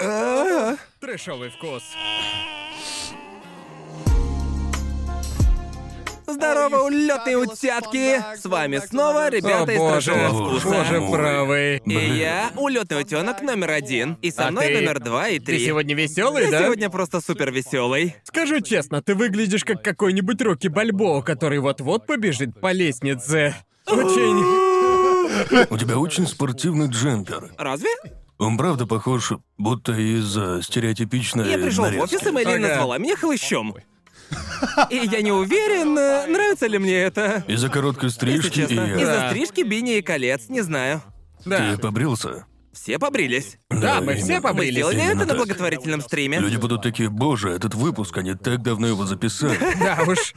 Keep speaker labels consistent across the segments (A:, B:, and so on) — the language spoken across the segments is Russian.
A: А,
B: Трешовий вкус.
A: Здорово, улетные утятки! С вами снова ребята
B: О,
A: из
B: боже,
A: страшного вкуса.
B: боже правый.
A: И я улетный утенок номер один. И со
B: А
A: мной
B: ты-
A: номер два и три.
B: Ты сегодня веселый,
A: Я
B: да?
A: сегодня просто супер веселый.
B: Скажу честно, ты выглядишь как какой-нибудь Рокки Бальбоа, который вот-вот побежит по лестнице. Очень...
C: У тебя очень спортивный джемпер.
A: Разве?
B: Э,
C: Он правда похож, будто из-за стереотипичной
A: Я пришел в
C: нарезки.
A: офис, и Мэйлин
B: Ага.
A: назвала меня хлыщом. И я не уверен, э, нравится ли мне это.
C: Из-за короткой
A: Если
C: стрижки
A: честно.
C: и...
A: Из-за
B: Да.
A: стрижки, бини и колец, не знаю.
B: Да.
C: Ты побрился?
A: Все побрились.
B: Да, мы все
C: именно.
A: Мы
B: побрились.
A: сделали
C: Именно
A: это на
C: так.
A: благотворительном стриме.
C: Люди будут такие, боже, этот выпуск, они так давно его записали.
B: Да уж.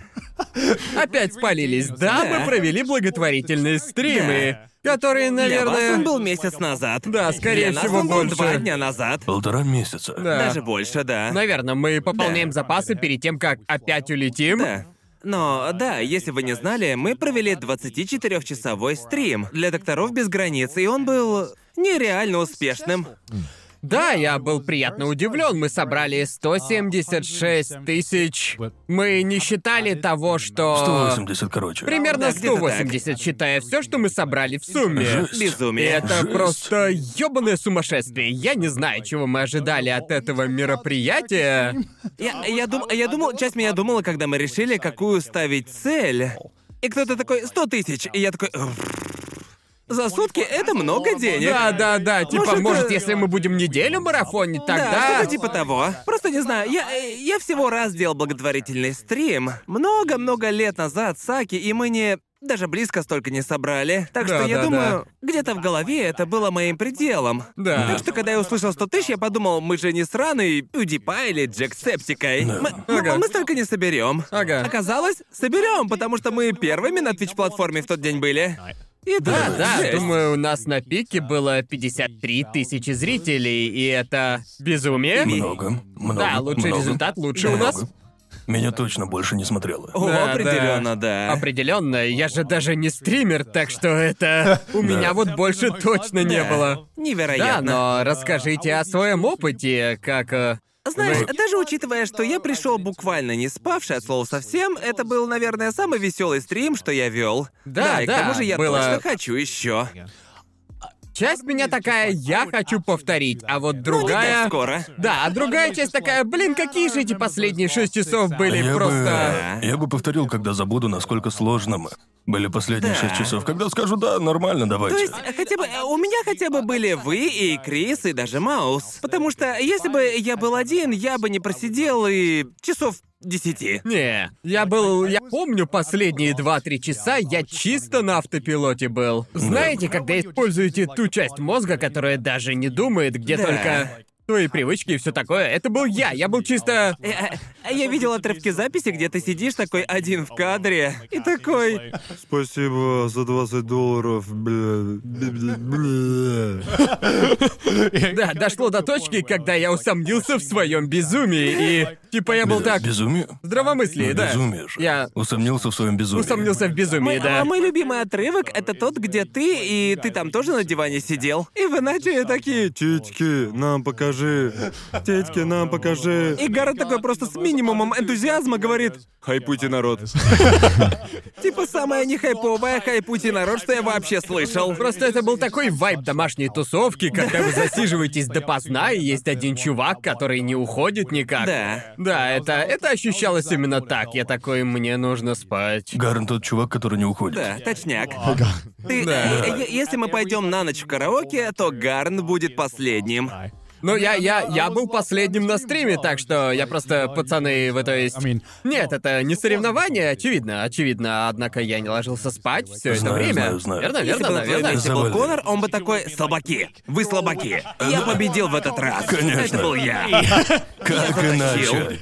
B: Опять спалились. Да,
A: Да.
B: мы провели благотворительные стримы, которые,
A: Для вас
B: наверное...
A: он был месяц назад.
B: Да, скорее
A: Для
B: всего,
A: нас он был
B: больше.
A: два дня назад.
C: Полтора месяца.
B: Да.
A: Даже больше, да.
B: Наверное, мы пополняем запасы перед тем, как опять улетим.
A: Да. Но да, если вы не знали, мы провели 24-часовой стрим для докторов без границ, и он был нереально успешным.
B: Да, я был приятно удивлен. Мы собрали 176 тысяч. Мы не считали того, что...
C: 180, короче.
B: Примерно
A: Да, где-то
B: 180, считая все, что мы собрали в сумме.
C: Жесть.
B: И
A: Безумие.
B: это
C: Жесть.
B: просто ёбаное сумасшествие. Я не знаю, чего мы ожидали от этого мероприятия.
A: Я, я, дум- я думал, часть меня думала, когда мы решили, какую ставить цель. И кто-то такой, 100 тысяч. И я такой... «Пф, За сутки это много денег.
B: Да, да, да. Типа,
A: Может,
B: может,
A: э,
B: если мы будем неделю марафонить,
A: Да,
B: тогда.
A: что-то типа того. Просто не знаю, я, э, я всего раз делал благотворительный стрим. Много-много лет назад, Саки, и мы не... Даже близко столько не собрали. Так
B: Да,
A: что я
B: да,
A: думаю, где-то в голове это было моим пределом.
B: Да.
A: Ну, Так что когда я услышал 100 тысяч, я подумал, мы же не сраный Пьюдипа или Джек Септикой. Мы, мы-
B: Ага.
A: мы столько не соберем.
B: Ага.
A: Оказалось, соберем, Ну, потому что мы первыми на Twitch-платформе в тот день были. И
B: Да,
A: тут
B: да,
A: жесть.
B: думаю, у нас на пике было 53 тысячи зрителей, и это безумие.
C: Много. Много.
B: Да, лучший
C: много,
B: результат лучше у
C: много.
B: нас.
C: Меня точно больше не смотрела.
A: О,
B: Да, да.
A: определенно, да.
B: Определенно, я же даже не стример, так что это... У меня вот больше точно не
A: Да.
B: было. Да,
A: Невероятно.
B: но расскажите о своем опыте, как... э,
A: Знаешь,
B: Вы-
A: даже учитывая, что я пришел буквально не спавший от слова совсем, это был, наверное, самый веселый стрим, что я вел.
B: Да,
A: и
B: да,
A: к тому же я
B: было-
A: точно хочу еще.
B: Часть меня такая, я хочу повторить, а
C: Ну,
B: вот другая...
A: Ну, скоро.
B: Да, а другая часть такая, блин, какие же эти последние шесть часов были
C: я
B: просто...
C: Бы, я бы повторил, когда забуду, насколько сложным были последние шесть часов. Когда скажу, да, нормально,
A: То
C: давайте.
A: есть, э, хотя бы, э, у меня хотя бы были вы и Крис, и даже Маус. Потому что, если бы я был один, я бы не просидел и часов десяти.
B: Не, я был... Я помню последние 2-3 часа, я чисто на автопилоте был. Знаете, когда используете ту часть мозга, которая даже не думает, где
A: Да.
B: только... Твои привычки и все такое. Это был я. Я был чисто...
A: Э, э, э, Я видел отрывки записи, где ты сидишь такой один в кадре и такой...
D: Спасибо за 20 долларов, бля. бля, бля.
B: Да, дошло до точки, когда я усомнился в своем безумии. И типа я был
C: Без-
B: так...
C: Безумие?
B: Здравомыслие, да.
C: Безумие же.
B: Я
C: Усомнился в своем безумии.
B: усомнился в безумии,
A: Мой, а
B: да.
A: мой любимый отрывок это тот, где ты и ты там тоже на диване сидел. И вы начали такие.
D: Титьки, нам покажи. Титьки, нам покажи.
A: И Гаррет такой просто с минимумом энтузиазма говорит,
D: Хайпуйте, народ.
A: типа самая не хайповая хайпути народ, что я вообще слышал.
B: Просто это был такой вайб домашней тусовки, когда вы засиживаетесь допоздна, и есть один чувак, который не уходит никак.
A: Да.
B: Да, это, это ощущалось именно так. Я такой, мне нужно спать.
C: Гарн тот чувак, который не уходит.
A: Да, точняк. Ты, э, э, если мы пойдем на ночь в караоке, то Гарн будет последним.
B: Ну, я, я, я был последним на стриме, так что я просто, пацаны, вы то есть... Нет,
A: ну,
B: это не соревнование, очевидно, очевидно. Однако я не ложился спать все это
C: Знаю,
B: время.
C: знаю, знаю.
B: Верно,
A: Если
B: верно,
A: бы на твоем
B: наверное.
A: месте был
C: Завалили.
A: Конор, он бы такой «Слабаки! Вы слабаки! Я победил в этот раз!
C: Конечно.
A: Это был я!»
C: Как иначе?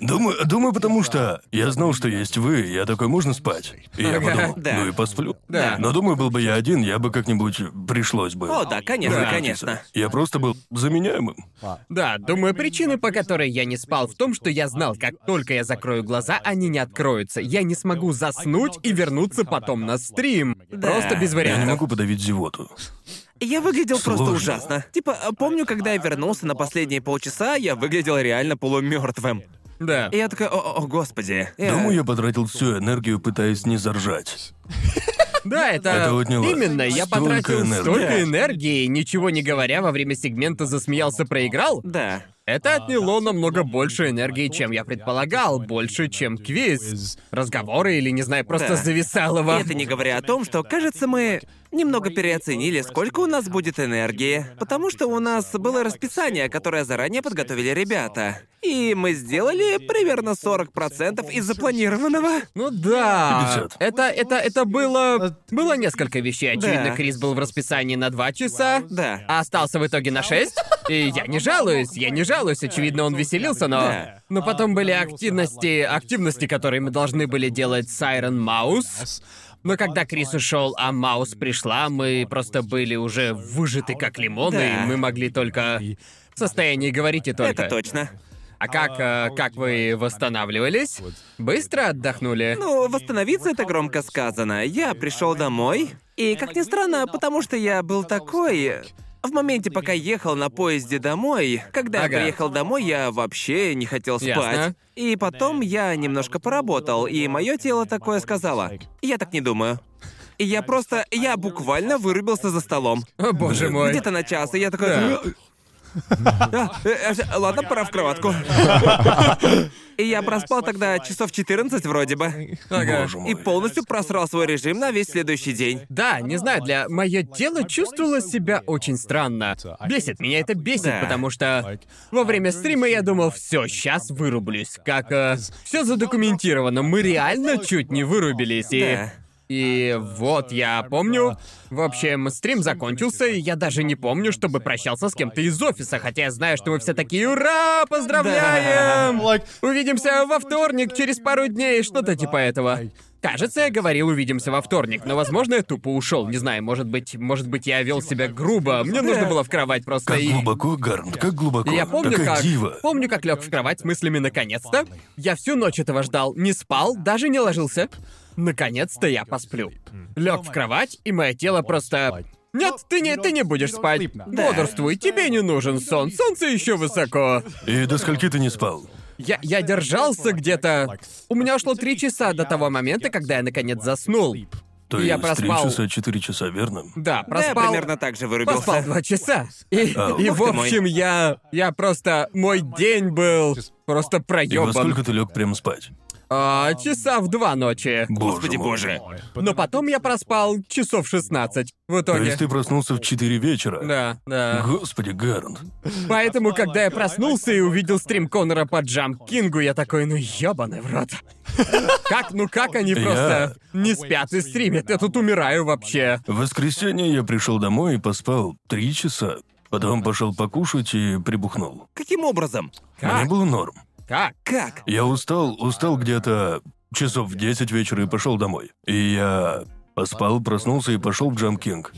C: Думаю, думаю, потому что я знал, что есть вы, и я такой, можно спать? И я подумал,
A: Да.
C: ну и посплю.
A: Да.
C: Но думаю, был бы я один, я бы как-нибудь пришлось бы.
A: О, да, конечно,
B: Да.
A: конечно.
C: Я просто был заменяемым.
B: Да, думаю, причина, по которой я не спал, в том, что я знал, как только я закрою глаза, они не откроются. Я не смогу заснуть и вернуться потом на стрим.
A: Да.
B: Просто без
C: Я не
B: вариантов.
C: могу подавить зевоту.
A: Я выглядел просто
C: Сложно.
A: ужасно. Типа, помню, когда я вернулся на последние полчаса, я выглядел реально полумертвым.
B: Да.
A: И я такой, о, о, господи. Я-
C: Думаю, я потратил всю энергию, пытаясь не заржать.
B: Да, это...
C: Это отняло
B: Именно, я
C: столько
B: потратил
C: энергии.
B: столько энергии, ничего не говоря, во время сегмента засмеялся, проиграл.
A: Да.
B: Это отняло намного больше энергии, чем я предполагал, больше, чем квиз. Разговоры или, не знаю, просто
A: Да.
B: зависало
A: И
B: во...
A: это не говоря о том, что, кажется, мы немного переоценили, сколько у нас будет энергии, потому что у нас было расписание, которое заранее подготовили ребята. И мы сделали примерно 40% из запланированного.
B: Ну да.
C: 50.
B: Это, это, это было... Было несколько вещей. Очевидно,
A: Да.
B: Крис был в расписании на два часа.
A: Да.
B: А остался в итоге на 6. И я не жалуюсь, я не жалуюсь. Очевидно, он веселился, но...
A: Да.
B: Но потом были активности, активности, которые мы должны были делать с Айрон Маус. Но когда Крис ушел, а Маус пришла, мы просто были уже выжаты как лимоны,
A: Да.
B: и мы могли только в состоянии говорить и только.
A: Это точно.
B: А как, э, как вы восстанавливались? Быстро отдохнули?
A: Ну, восстановиться это громко сказано. Я пришел домой, и, как ни странно, потому что я был такой... В моменте, пока ехал на поезде домой, когда
B: Ага.
A: я приехал домой, я вообще не хотел спать.
B: Ясно.
A: И потом я немножко поработал, и мое тело такое сказало. Я так не думаю. И я просто, я буквально вырубился за столом.
B: О, боже мой.
A: Где-то на час, и я такой...
B: Да.
A: «А, э, э, Ладно, пора в кроватку. И я проспал тогда часов 14 вроде бы.
B: Ага.
C: Боже мой.
A: И полностью просрал свой режим на весь следующий день.
B: Да, не знаю, для мое тело чувствовало себя очень странно. Бесит меня это бесит,
A: Да.
B: потому что во время стрима я думал, все, сейчас вырублюсь. Как все задокументировано, мы реально чуть не вырубились и
A: Да.
B: и вот я помню. В общем, стрим закончился, и я даже не помню, чтобы прощался с кем-то из офиса, хотя я знаю, что вы все такие «Ура! Поздравляем! Увидимся во вторник через пару дней!» Что-то типа этого. Кажется, я говорил «увидимся во вторник», но, возможно, я тупо ушел. Не знаю, может быть, может быть, я вел себя грубо. Мне нужно было в кровать просто
C: Как
B: и...
C: глубоко, Гарнт, как глубоко.
B: Я помню,
C: Такая
B: как...
C: дива.
B: Помню, как лег в кровать с мыслями «наконец-то». Я всю ночь этого ждал, не спал, даже не ложился. Наконец-то я посплю. Лег в кровать, и мое тело просто... Нет, ты не, ты не будешь спать. Бодрствуй, тебе не нужен сон. Солнце еще высоко.
C: И до скольки ты не спал?
B: Я, я держался где-то. У меня ушло три часа до того момента, когда я наконец заснул.
C: То
B: Я
C: есть три
B: проспал.
C: часа, четыре часа, верно?
B: Да,
A: Да, я
B: проспал.
A: примерно так же
B: Поспал
A: вырубился.
B: два часа. И,
C: Ау.
B: и
A: Ух
B: в
A: ты мой.
B: общем, я. Я просто. Мой день был просто
C: И во
B: проебан.
C: сколько ты лег прям спать?
B: А, часа в два ночи.
A: Господи
C: мой.
A: боже.
B: Но потом я проспал часов 16. В
C: То
B: итоге.
C: есть ты проснулся в четыре вечера?
B: Да, да.
C: Господи, Гарнт.
B: Поэтому, когда я проснулся и увидел стрим Конора по Джамп Кингу, я такой, ну ёбаный в рот. Как, ну как они
C: Я-
B: просто не спят и стримят? Я тут умираю вообще.
C: В воскресенье я пришел домой и поспал три часа. Потом пошел покушать и прибухнул.
A: Каким образом?
B: Как?
C: Мне было норм.
B: Как?
A: Как?
C: Я устал, устал где-то часов в 10 вечера и пошел домой. И я поспал, проснулся и пошел в Джамп Кинг.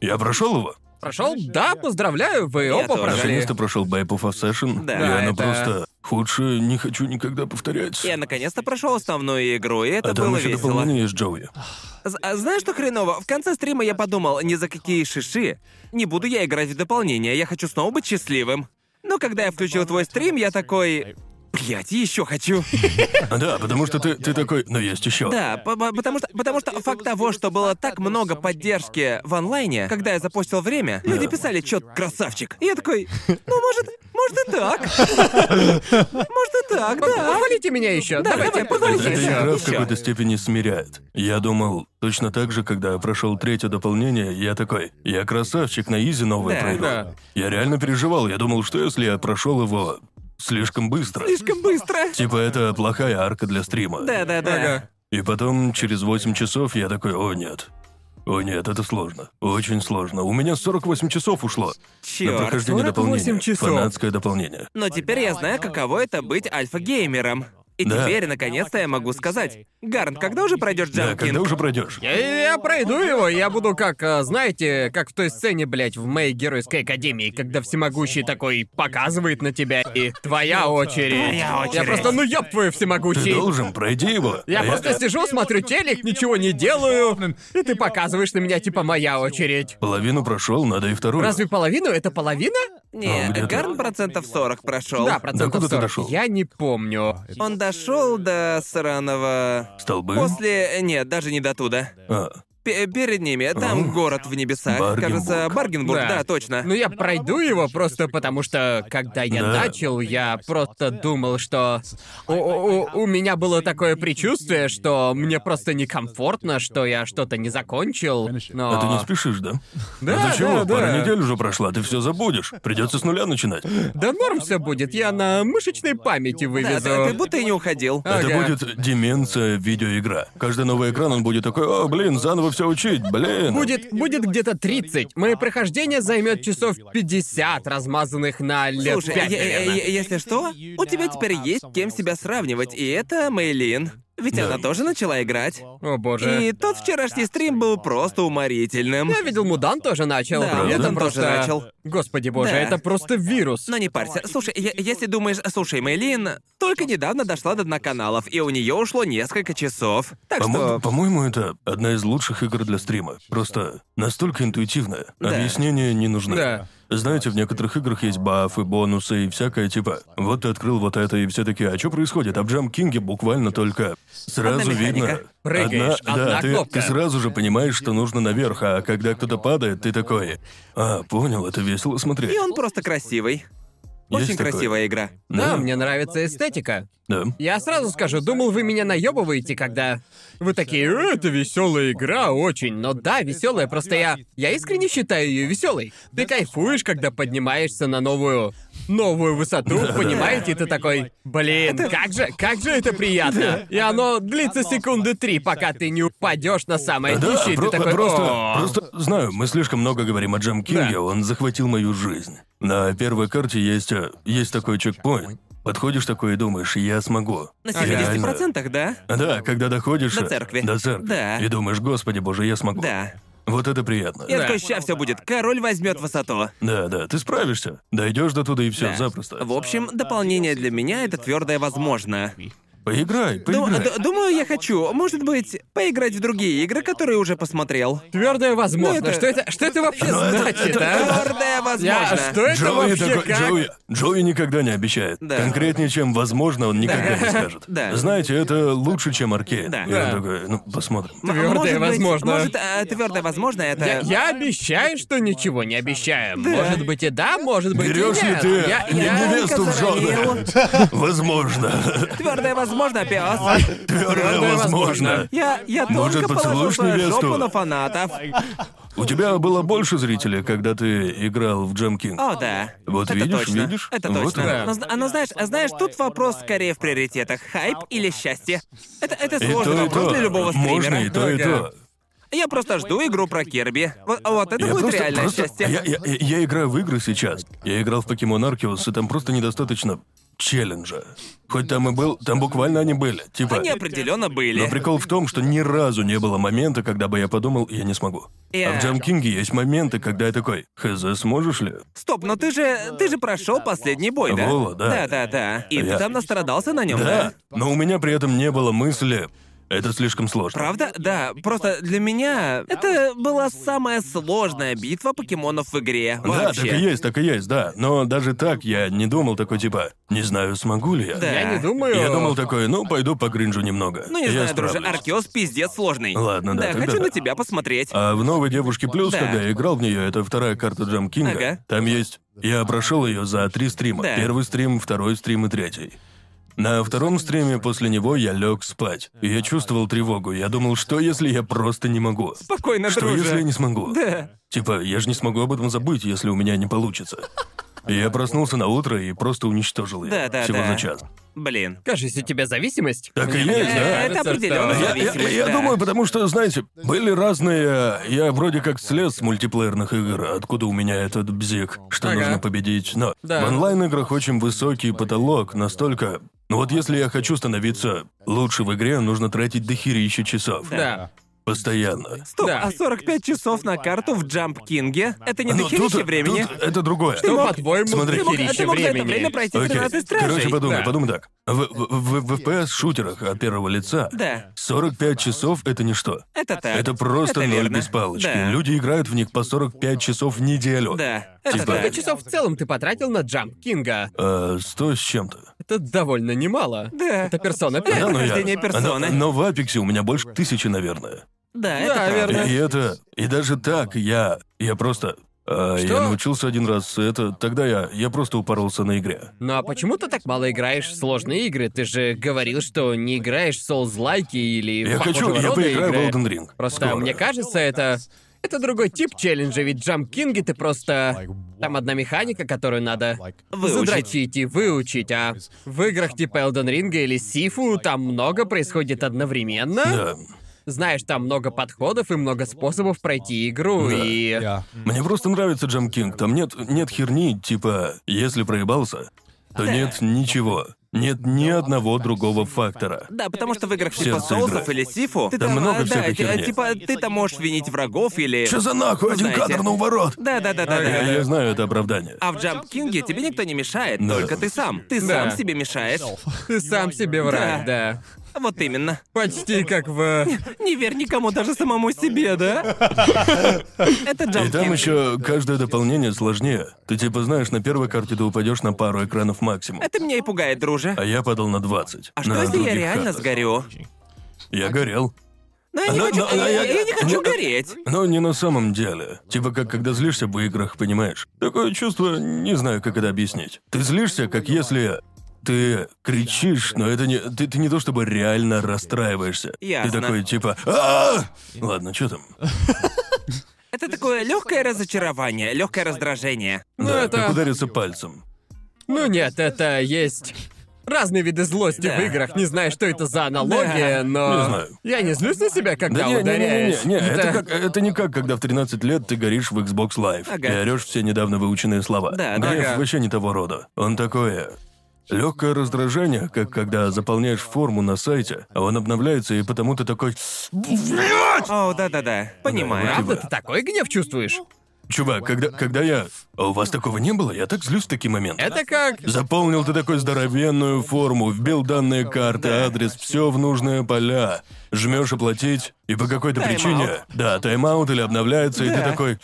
C: Я прошел его.
B: Прошел? Да, поздравляю, вы
A: Я
B: оба
A: тоже.
B: прошли.
C: Наконец-то прошел Байпуф Session.
A: Да,
C: и она
B: это-
C: просто худшее не хочу никогда повторять.
A: Я наконец-то прошел основную игру, и это
C: А там
A: было
C: еще
A: весело.
C: дополнение с Джоуи.
A: З- а Знаешь, что хреново? В конце стрима я подумал, ни за какие шиши. Не буду я играть в дополнение, я хочу снова быть счастливым. Но когда я включил твой стрим, я такой... Блять, еще хочу.
C: Да, потому что ты, ты такой, но есть еще.
A: Да, по- по- потому что, потому что факт того, что было так много поддержки в онлайне, когда я запустил время, люди писали, чё ты красавчик. И я такой, ну может, может и так. Может и так, да.
B: Похвалите меня еще.
A: Да,
B: Давайте,
A: давай,
B: похвалите
A: похвали ещё,
C: Эта
B: еще.
C: игра в
A: Ну, ещё.
C: какой-то степени смиряет. Я думал, точно так же, когда я прошел третье дополнение, я такой, я красавчик, на изи новое
A: Да,
C: пройду.
B: да.
C: Я реально переживал, я думал, что если я прошел его слишком быстро,
A: Слишком быстро.
C: типа это плохая арка для стрима.
A: Да, да, да.
B: Ага.
C: И потом через 8 часов я такой, о нет. О нет, это сложно. Очень сложно. У меня 48 часов ушло на
A: Чёрт.
C: прохождение
B: 48
C: дополнения.
B: часов.
C: Фанатское дополнение.
A: Но теперь я знаю, каково это быть альфа-геймером. И
C: Да.
A: теперь, наконец-то, я могу сказать. Гарн, когда уже пройдешь
C: Да,
A: Джамп
C: когда уже пройдешь?
B: Я, я пройду его, я буду как, а, знаете, как в той сцене, блядь, в моей геройской академии, когда всемогущий такой показывает на тебя, и твоя очередь.
A: Твоя
B: Я
A: очередь.
B: просто, ну ёб твою
C: Ты
B: всемогущий.
C: должен, пройди его.
B: Я
C: А
B: просто сижу, смотрю телек, ничего не делаю, и ты показываешь на меня, типа, моя очередь.
C: Половину прошел, надо и вторую.
B: Разве половину? Это половина?
A: Не,
C: Ну, где-то.
A: Гарн процентов 40 прошел.
B: Да, процентов
C: куда ты
B: 40.
C: дошёл?
B: Я не помню.
A: Он дошел до сраного.
C: Столбы?
A: После. э, Нет, даже не до туда.
C: А,
A: Пе- перед ними, там
C: О.
A: город в небесах.
C: А? Баргенбург.
A: Кажется, Баргенбург,
B: Да.
A: да, точно.
B: Но Ну, я пройду его просто потому, что когда я
C: Да.
B: начал, я просто думал, что у, у- у- у меня было такое предчувствие, что мне просто некомфортно, что я что-то не закончил. Но
C: а ты не спешишь, да?
B: Да,
C: а ты чего?
B: да,
C: Пара
B: да.
C: недель уже прошла, ты все забудешь. Придется с нуля начинать.
B: да норм все будет, я на мышечной памяти
A: Да,
B: вывезу.
A: ты, ты будто и не уходил.
B: Ага.
C: Это будет деменция видеоигра. Каждый новый экран он будет такой, о, блин, заново все учить, блин.
B: Будет, будет где-то 30. Мое прохождение займет часов 50, размазанных на лет
A: Слушай, э,
B: пять,
A: я- я- я-
B: наверное.
A: если что, у тебя теперь есть кем себя сравнивать, и это Мэйлин. Ведь
C: Да.
A: она тоже начала играть.
B: О боже.
A: э, И тот вчерашний стрим был просто уморительным.
B: Я видел, Мудан тоже начал.
A: Да,
C: Правда?
B: это
C: Мудан
A: тоже
B: просто...
A: начал.
B: Господи боже,
A: Да.
B: это просто вирус.
A: Но не парься. Слушай, е- если думаешь, слушай, Мэйлин только недавно дошла до дна каналов, и у нее ушло несколько часов. Так
C: По-мо-
A: что.
C: По-моему, это одна из лучших игр для стрима. Просто настолько интуитивная.
A: Да.
C: Объяснения не нужны.
B: Да.
C: Знаете, в некоторых играх есть бафы, бонусы и всякое типа. Вот ты открыл вот это, и все такие, а что происходит? А в Джам Кинге буквально только сразу
A: Одна механика.
C: видно.
B: Прыгаешь, одна
C: да, ты,
B: кнопка.
C: ты сразу же понимаешь, что нужно наверх, а когда кто-то падает, ты такой. А, понял, это весело смотреть.
A: И он просто красивый.
C: Есть
A: Очень
C: такое?
A: красивая игра.
B: Да, мне нравится эстетика.
C: Да.
B: Я сразу скажу, думал, вы меня наебываете, когда вы такие, «Э, это веселая игра, очень. Но да, веселая, просто я. Я искренне считаю ее веселой. Ты кайфуешь, когда поднимаешься на новую новую высоту, понимаете, и ты такой, блин, как же, как же это приятно. И оно длится секунды три, пока ты не упадешь на самое
C: Да,
B: днище, и ты
C: про-
B: Э, такой,
C: просто,
B: «О».
C: просто знаю, мы слишком много говорим о Джем Кинге,
B: Да.
C: он захватил мою жизнь. На первой карте есть, э, есть такой чекпоинт. Подходишь такой и думаешь, я смогу.
A: На
C: Реально.
A: 70%, да?
C: Да, когда доходишь...
A: До
C: э,
A: церкви.
C: До церкви.
A: Да.
C: И думаешь, господи боже, я смогу.
A: Да.
C: Вот это приятно.
A: Я такой, ща все будет. Король возьмет высоту.
C: Да, да, ты справишься. Дойдешь до туда и все,
A: Да.
C: запросто.
A: В общем, дополнение для меня это твердое возможно.
C: Поиграй,
A: Ду-
C: поиграй.
A: ду- думаю, я хочу, может быть, поиграть в другие игры, которые уже посмотрел.
B: Твердое возможно.
A: Ну, это-
B: Что это, что это вообще
C: Ну, это-
B: значит,
C: это-
B: а?
A: Твердое
B: Я-
A: возможно.
B: что это
C: Джоуи,
B: вообще
C: такой-
B: как?
C: Джоуи- Джоуи никогда не обещает.
A: Да.
C: Конкретнее, чем возможно, он никогда не скажет.
A: Да.
C: Знаете, это лучше, чем аркейд.
A: Да.
C: И он
B: Да.
C: такой, ну, посмотрим.
A: М-
B: Твердое
A: может быть,
B: возможно.
A: может, а, твердое возможно это.
B: Я, я обещаю, что ничего не обещаю. Может быть и да, может быть
C: Берешь
B: и
C: ли
B: нет.
C: ты
B: Я-
C: не
B: я-
C: невесту в жены? Возможно.
A: Твердое возможно,
B: А?
A: пес.
C: Твердо возможно.
A: Я, я
C: Может,
A: только положил
C: поцелуешь
A: свою
C: невесту?
A: жопу на фанатов.
C: У тебя было больше зрителей, когда ты играл в Джем Кинг.
A: О, да.
C: Вот
A: это
C: видишь,
A: точно.
C: видишь?
A: Это
C: Вот
A: точно.
C: оно.
A: но, зна- а, но знаешь, а знаешь, тут вопрос скорее в приоритетах. Хайп или счастье? Это, это сложный вопрос для любого стримера.
C: Можно и то, и то.
A: Я просто жду игру про Керби. Вот, вот это
C: Я
A: будет
C: просто-
A: реальное
C: просто- а
A: счастье.
C: Я, я- я- я играю в игры сейчас. Я играл в Pokemon Arceus, и там просто недостаточно челленджа. Хоть там и был, там буквально они были. Типа,
A: Они определенно были.
C: но прикол в том, что ни разу не было момента, когда бы я подумал, я не смогу. А
A: Я-
C: в Джам Кинге есть моменты, когда я такой, хз, сможешь ли?
A: Стоп, но ты же. ты же прошел последний бой, да?
C: Вола, да.
A: Да, да, да. И ты
C: Я-
A: там настрадался на нем,
C: Да, но у меня при этом не было мысли, это слишком сложно.
A: Правда? Да, просто для меня это была самая сложная битва покемонов в игре
C: Да,
A: вообще.
C: так и есть, так и есть, да. Но даже так я не думал такой типа, не знаю, смогу ли я.
A: Да.
B: Я не думаю.
C: Я думал такой, ну пойду по гринжу немного.
A: Ну не
C: я
A: знаю, друже,
C: справлюсь».
A: Аркеос пиздец сложный.
C: Ладно, да, тогда
A: хочу
C: да.
A: на тебя посмотреть.
C: А в новой девушке плюс,
A: Да.
C: когда я играл в нее, это вторая карта Джам Кинга.
A: Ага.
C: Там есть. Я прошел ее за три стрима.
A: Да.
C: Первый стрим, второй стрим и третий. На втором стриме после него я лег спать. И я чувствовал тревогу. Я думал, что если я просто не могу?
A: Спокойно,
C: Что
A: друже.
C: если я не смогу?
A: Да.
C: Типа, я же не смогу об этом забыть, если у меня не получится. И Я проснулся на утро и просто уничтожил ее.
A: Да, да,
C: всего
A: да.
C: за час.
A: Блин.
B: Кажется, у тебя зависимость.
C: Так и
B: Мне
C: есть, да.
B: кажется,
A: Это определенно
B: что-
C: Я, я-
A: зависимость,
C: я
A: да.
C: думаю, потому что, знаете, были разные... Я вроде как слез с мультиплеерных игр, откуда у меня этот бзик, что
B: Ага.
C: нужно победить. Но
B: Да.
C: в онлайн-играх очень высокий потолок, настолько... Но вот если я хочу становиться лучше в игре, нужно тратить дохерища часов.
B: Да.
C: Постоянно.
A: Стоп,
B: Да.
A: а 45 часов на карту в Джамп Кинге? Это не
C: Но
A: дохерища
C: Ну, тут-
A: времени.
C: тут это другое.
B: Что,
A: мог-
B: по-твоему,
C: Смотри.
A: Ты мог, а
B: дохерища
A: ты мог за это
B: времени?
A: время пройти
C: Окей.
A: 13 стражей.
C: Короче, подумай,
B: Да.
C: подумай так. В, в- в- в FPS-шутерах от первого лица
A: Да,
C: 45 часов — это ничто.
A: это так.
C: Это просто
A: Это
C: ноль
A: верно.
C: без палочки.
A: Да.
C: Люди играют в них по 45 часов в неделю.
A: Да, это
C: Типа-
B: Сколько
A: так.
B: часов в целом ты потратил на Джамп Кинга?
C: Э, 100 с чем-то.
B: Это довольно немало.
A: Да.
B: Это персона
A: Да,
C: но
B: 5.
A: прохождение персоны.
C: Но, но в Апексе у меня больше тысячи, наверное.
A: Да,
B: Да,
A: это правда.
B: верно.
C: И, и это... И даже так я... Я просто...
B: Что?
C: э, я научился один раз. Это тогда я... Я просто упоролся на игре.
B: Ну а почему ты так мало играешь в сложные игры? Ты же говорил, что не играешь в Souls-лайки или
C: я хочу...
B: похожего
C: Я
B: рода
C: поиграю
B: игры.
C: в Elden Ring.
B: Просто
C: Скоро.
B: мне кажется, это... Это другой тип челленджа, ведь Джамп Кинги ты просто... Там одна механика, которую надо
A: Выучить.
B: задрочить и выучить, а в играх типа Elden Ring или Сифу там много происходит одновременно.
C: Да.
B: Знаешь, там много подходов и много способов пройти игру,
C: Да.
B: и...
C: Мне просто нравится Джам Кинг. Там нет, нет херни, типа, если проебался, то нет ничего. Нет ни одного другого фактора.
A: Да, потому что в играх
C: Все
A: типа
C: это
A: Соусов
C: играет.
A: или Сифу... Ты
C: Там много
A: а, да,
C: всякой
A: ти-
C: херни.
A: Типа, ты там можешь винить врагов или...
C: Че за нахуй? Один
A: Э, ну, Знаете.
C: кадр на уворот!
A: Да, да, да, да,
C: Я,
A: да.
C: я знаю это оправдание.
A: А в Джамп Кинге тебе никто не мешает,
C: Да.
A: только ты сам. Ты
B: Да.
A: сам себе мешаешь.
B: Ты сам себе враг, да.
A: Вот именно.
B: Почти как в...
A: Не верь никому, даже самому себе, да? Это
C: И
A: Джамп
C: там
A: Кинг.
C: еще каждое дополнение сложнее. Ты типа знаешь, на первой карте ты упадешь на пару экранов максимум.
A: Это меня и пугает, друже.
C: А я падал на 20.
A: А что,
C: на
A: если я
C: других
A: реально
C: картах.
A: сгорю?
C: Я горел.
A: Но я не
C: Но-
A: хочу...
C: но- но
A: я-
C: я-
A: я не хочу
C: но-
A: гореть.
C: Но не на самом деле. Типа как когда злишься в играх, понимаешь? Такое чувство, не знаю, как это объяснить. Ты злишься, как если ты кричишь, но это не... Ты, ты не то чтобы реально расстраиваешься.
A: Ясно.
C: Ты такой типа... «А-а-а!» Ладно, что там?
A: Это такое легкое разочарование, легкое раздражение.
B: Ну,
C: да,
B: это-
C: как удариться пальцем.
B: Ну нет, это есть... Разные виды злости
A: Да.
B: в играх, не знаю, что это за аналогия,
A: Да.
B: но...
C: Не знаю.
B: Я не злюсь на себя, когда
C: Да не, не, не, не,
B: ударяешь.
C: не, не, это
B: Да.
C: как это не как когда в 13 лет ты горишь в Xbox Live
A: Ага.
C: и орешь все недавно выученные слова.
A: Да, да.
C: Гнев
B: Ага.
C: вообще не того рода. Он такое. Легкое раздражение, как когда заполняешь форму на сайте, а он обновляется, и потому ты такой. «Блядь!»
A: О, да-да-да, понимаю.
B: Правда, ты такой гнев чувствуешь?
C: Чувак, когда, когда я. «А у вас такого не было, я так злюсь в такие моменты.
B: Это как...
C: Заполнил ты такой здоровенную форму, вбил данные карты, адрес, все в нужные поля. Жмешь оплатить, и по какой-то
A: Тайм-аут.
C: причине. Да, тайм-аут или обновляется, и ты
A: Да.
C: такой.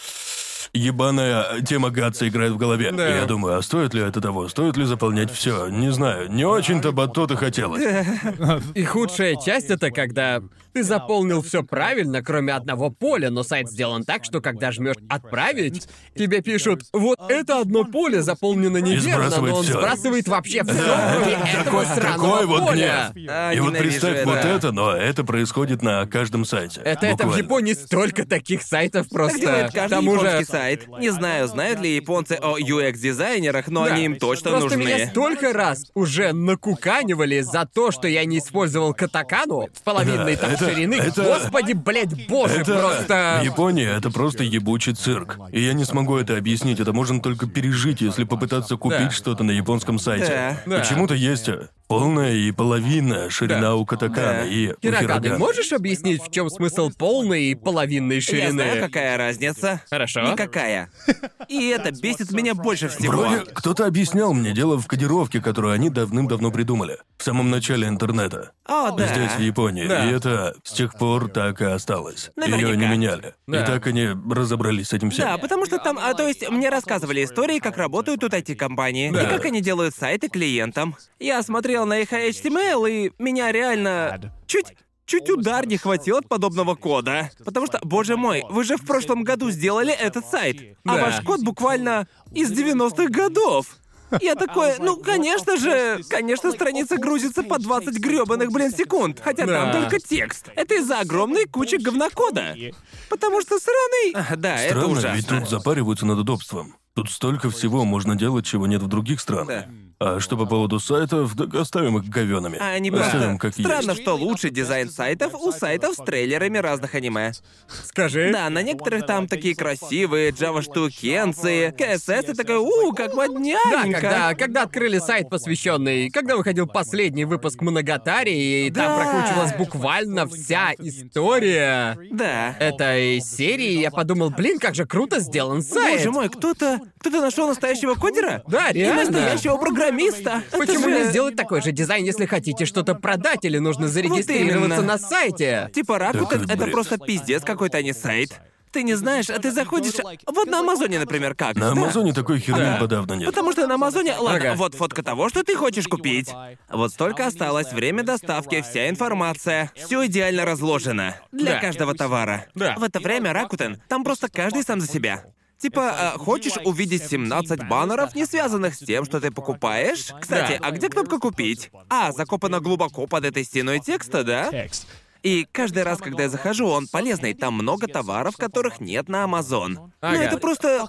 C: Ебаная тема гадца играет в голове.
B: Да.
C: Я думаю, а стоит ли это того? Стоит ли заполнять все? Не знаю. Не очень-то батота хотелось.
B: И худшая часть это когда ты заполнил все правильно, кроме одного поля, но сайт сделан так, что когда жмешь отправить, тебе пишут: вот это одно поле заполнено неверно,
C: сбрасывает
B: но он
C: всё.
B: сбрасывает вообще все, кроме этого
C: Такой-
B: сраного
C: такой вот
B: поля.
C: гнев.
A: А,
C: И вот
A: ненавижу
C: представь
A: это.
C: вот это, но это происходит на каждом сайте.
B: Это, это в
C: Буквально.
B: Японии столько таких сайтов
A: Так
B: просто.
A: делает
B: К
A: каждый
B: тому
A: японский
B: же.
A: сайт. Не знаю, знают ли японцы о UX-дизайнерах, но
B: Да.
A: они им точно
B: Просто
A: нужны.
B: меня столько раз уже накуканивали за то, что я не использовал катакану в половинной
C: Да,
B: там
C: это-
B: ширины.
C: это-
B: Господи, блядь, боже,
C: Это
B: просто.
C: в Японии это просто ебучий цирк. И я не смогу это объяснить. Это можно только пережить, если попытаться купить
B: Да.
C: что-то на японском сайте.
B: Да.
C: Почему-то есть э, полная и половина ширина
B: Да.
C: у катакана
A: Да.
C: и у
B: Хироганы,
C: хирогана.
B: можешь объяснить, в чем смысл полной и половинной ширины?
A: Я знаю, какая разница.
B: Хорошо.
A: Никакая. И это бесит меня больше всего.
C: Вроде кто-то объяснял мне дело в кодировке, которую они давным-давно придумали. В самом начале интернета.
A: О, да.
C: Здесь, в Японии.
B: Да.
C: И это с тех пор так и осталось. Ее не
A: Наверняка.
C: меняли.
B: Да.
C: И так они разобрались с этим всем.
A: Да, потому что там, а то есть мне рассказывали истории, как работают тут IT-компании,
C: Да.
A: и как они делают сайты клиентам. Я смотрел на их HTML, и меня реально чуть чуть удар не хватил от подобного кода. Потому что, боже мой, вы же в прошлом году сделали этот сайт, а
B: Да.
A: ваш код буквально из 90-х годов. Я такой, ну, конечно же, конечно, страница грузится по 20 грёбаных, блин, секунд, хотя
B: Да.
A: там только текст. Это из-за огромной кучи говнокода. Потому что сраный... А, да, это
C: Странно,
B: ну.
A: ужасно.
C: ведь тут запариваются над удобством. Тут столько всего можно делать, чего нет в других странах.
A: Да.
C: А что по поводу сайтов, так оставим их говёными.
A: А они просто...
C: Оставим как есть.
A: Странно, что лучший дизайн сайтов у сайтов с трейлерами разных аниме.
B: Скажи.
A: Да, на некоторых там такие красивые джава-штукенцы, КСС, и такой, у, как
B: Да,
A: модняненько.
B: когда, когда открыли сайт, посвященный, когда выходил последний выпуск Моногатари, и там
A: Да.
B: прокручивалась буквально вся история
A: Да.
B: этой серии, я подумал, блин, как же круто сделан сайт.
A: Боже мой, кто-то... Кто-то нашел настоящего кодера?
B: Да, реально.
A: И настоящего программиста. Это
B: Почему
A: же-
B: не сделать такой же дизайн, если хотите что-то продать или нужно зарегистрироваться
A: именно.
B: на сайте?
A: Типа Rakuten
C: Такой
A: это
C: бред.
A: просто пиздец какой-то, а не сайт. Ты не знаешь, а ты заходишь... Вот на Амазоне, например, как?
C: На
A: Да.
C: Амазоне такой херни подавно нет.
A: Потому что на Амазоне... Ладно,
B: Ага.
A: вот фотка того, что ты хочешь купить. Вот столько осталось, время доставки, вся информация. Все идеально разложено. Для
B: Да.
A: каждого товара.
B: Да.
A: В это время Ракутен, там просто каждый сам за себя. Типа, э, хочешь увидеть 17 баннеров, не связанных с тем, что ты покупаешь? Кстати,
B: Да.
A: а где кнопка «Купить»? А, закопана глубоко под этой стеной текста, да? И каждый раз, когда я захожу, он полезный. Там много товаров, которых нет на Амазон.
B: Ага.
A: Но это просто...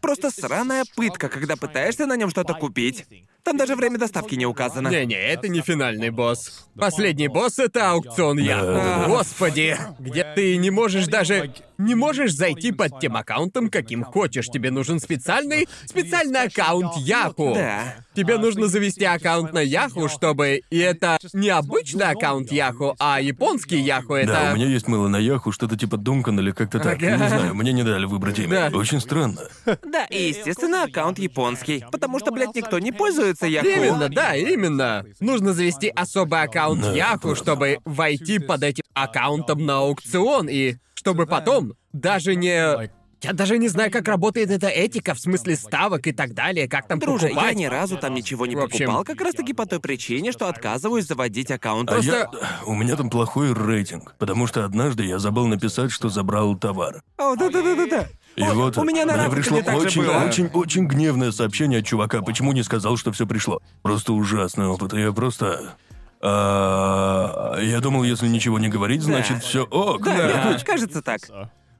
A: Просто сраная пытка, когда пытаешься на нем что-то купить. Там даже время доставки не указано.
B: Не-не, это не финальный босс. Последний босс — это аукцион я.
C: Да, да,
B: А, Господи, где ты не можешь даже... Не можешь зайти под тем аккаунтом, каким хочешь. Тебе нужен специальный... Специальный аккаунт Яху.
A: Да.
B: Тебе нужно завести аккаунт на Яху, чтобы... И это не обычный аккаунт Яху, а японский Яху. Это...
C: Да, у меня есть мыло на Яху, что-то типа Дункан или как-то так.
B: Ага.
C: Не знаю, мне не дали выбрать имя.
B: Да.
C: Очень странно.
A: Да, и, естественно, аккаунт японский. Потому что, блядь, никто не пользуется Яху.
B: Именно, да, именно. Нужно завести особый аккаунт
C: Да,
B: Яху, чтобы войти под этим аккаунтом на аукцион, и чтобы потом даже не... Я даже не знаю, как работает эта этика в смысле ставок и так далее, как там
A: Друже, я
B: покупать.
A: ни разу там ничего не
B: В общем-
A: покупал, как раз-таки по той причине, что отказываюсь заводить аккаунт.
C: А
A: Просто-
C: я... У меня там плохой рейтинг, потому что однажды я забыл написать, что забрал товар.
A: О, да-да-да-да.
C: И вот
A: у меня на
C: мне
A: Rakuten
C: пришло
A: так же
C: очень,
A: было.
C: очень, очень гневное сообщение от чувака, почему не сказал, что все пришло. Просто ужасный опыт. Я просто. а, я думал, если ничего не говорить, значит все ок.
A: Да, мне кажется так.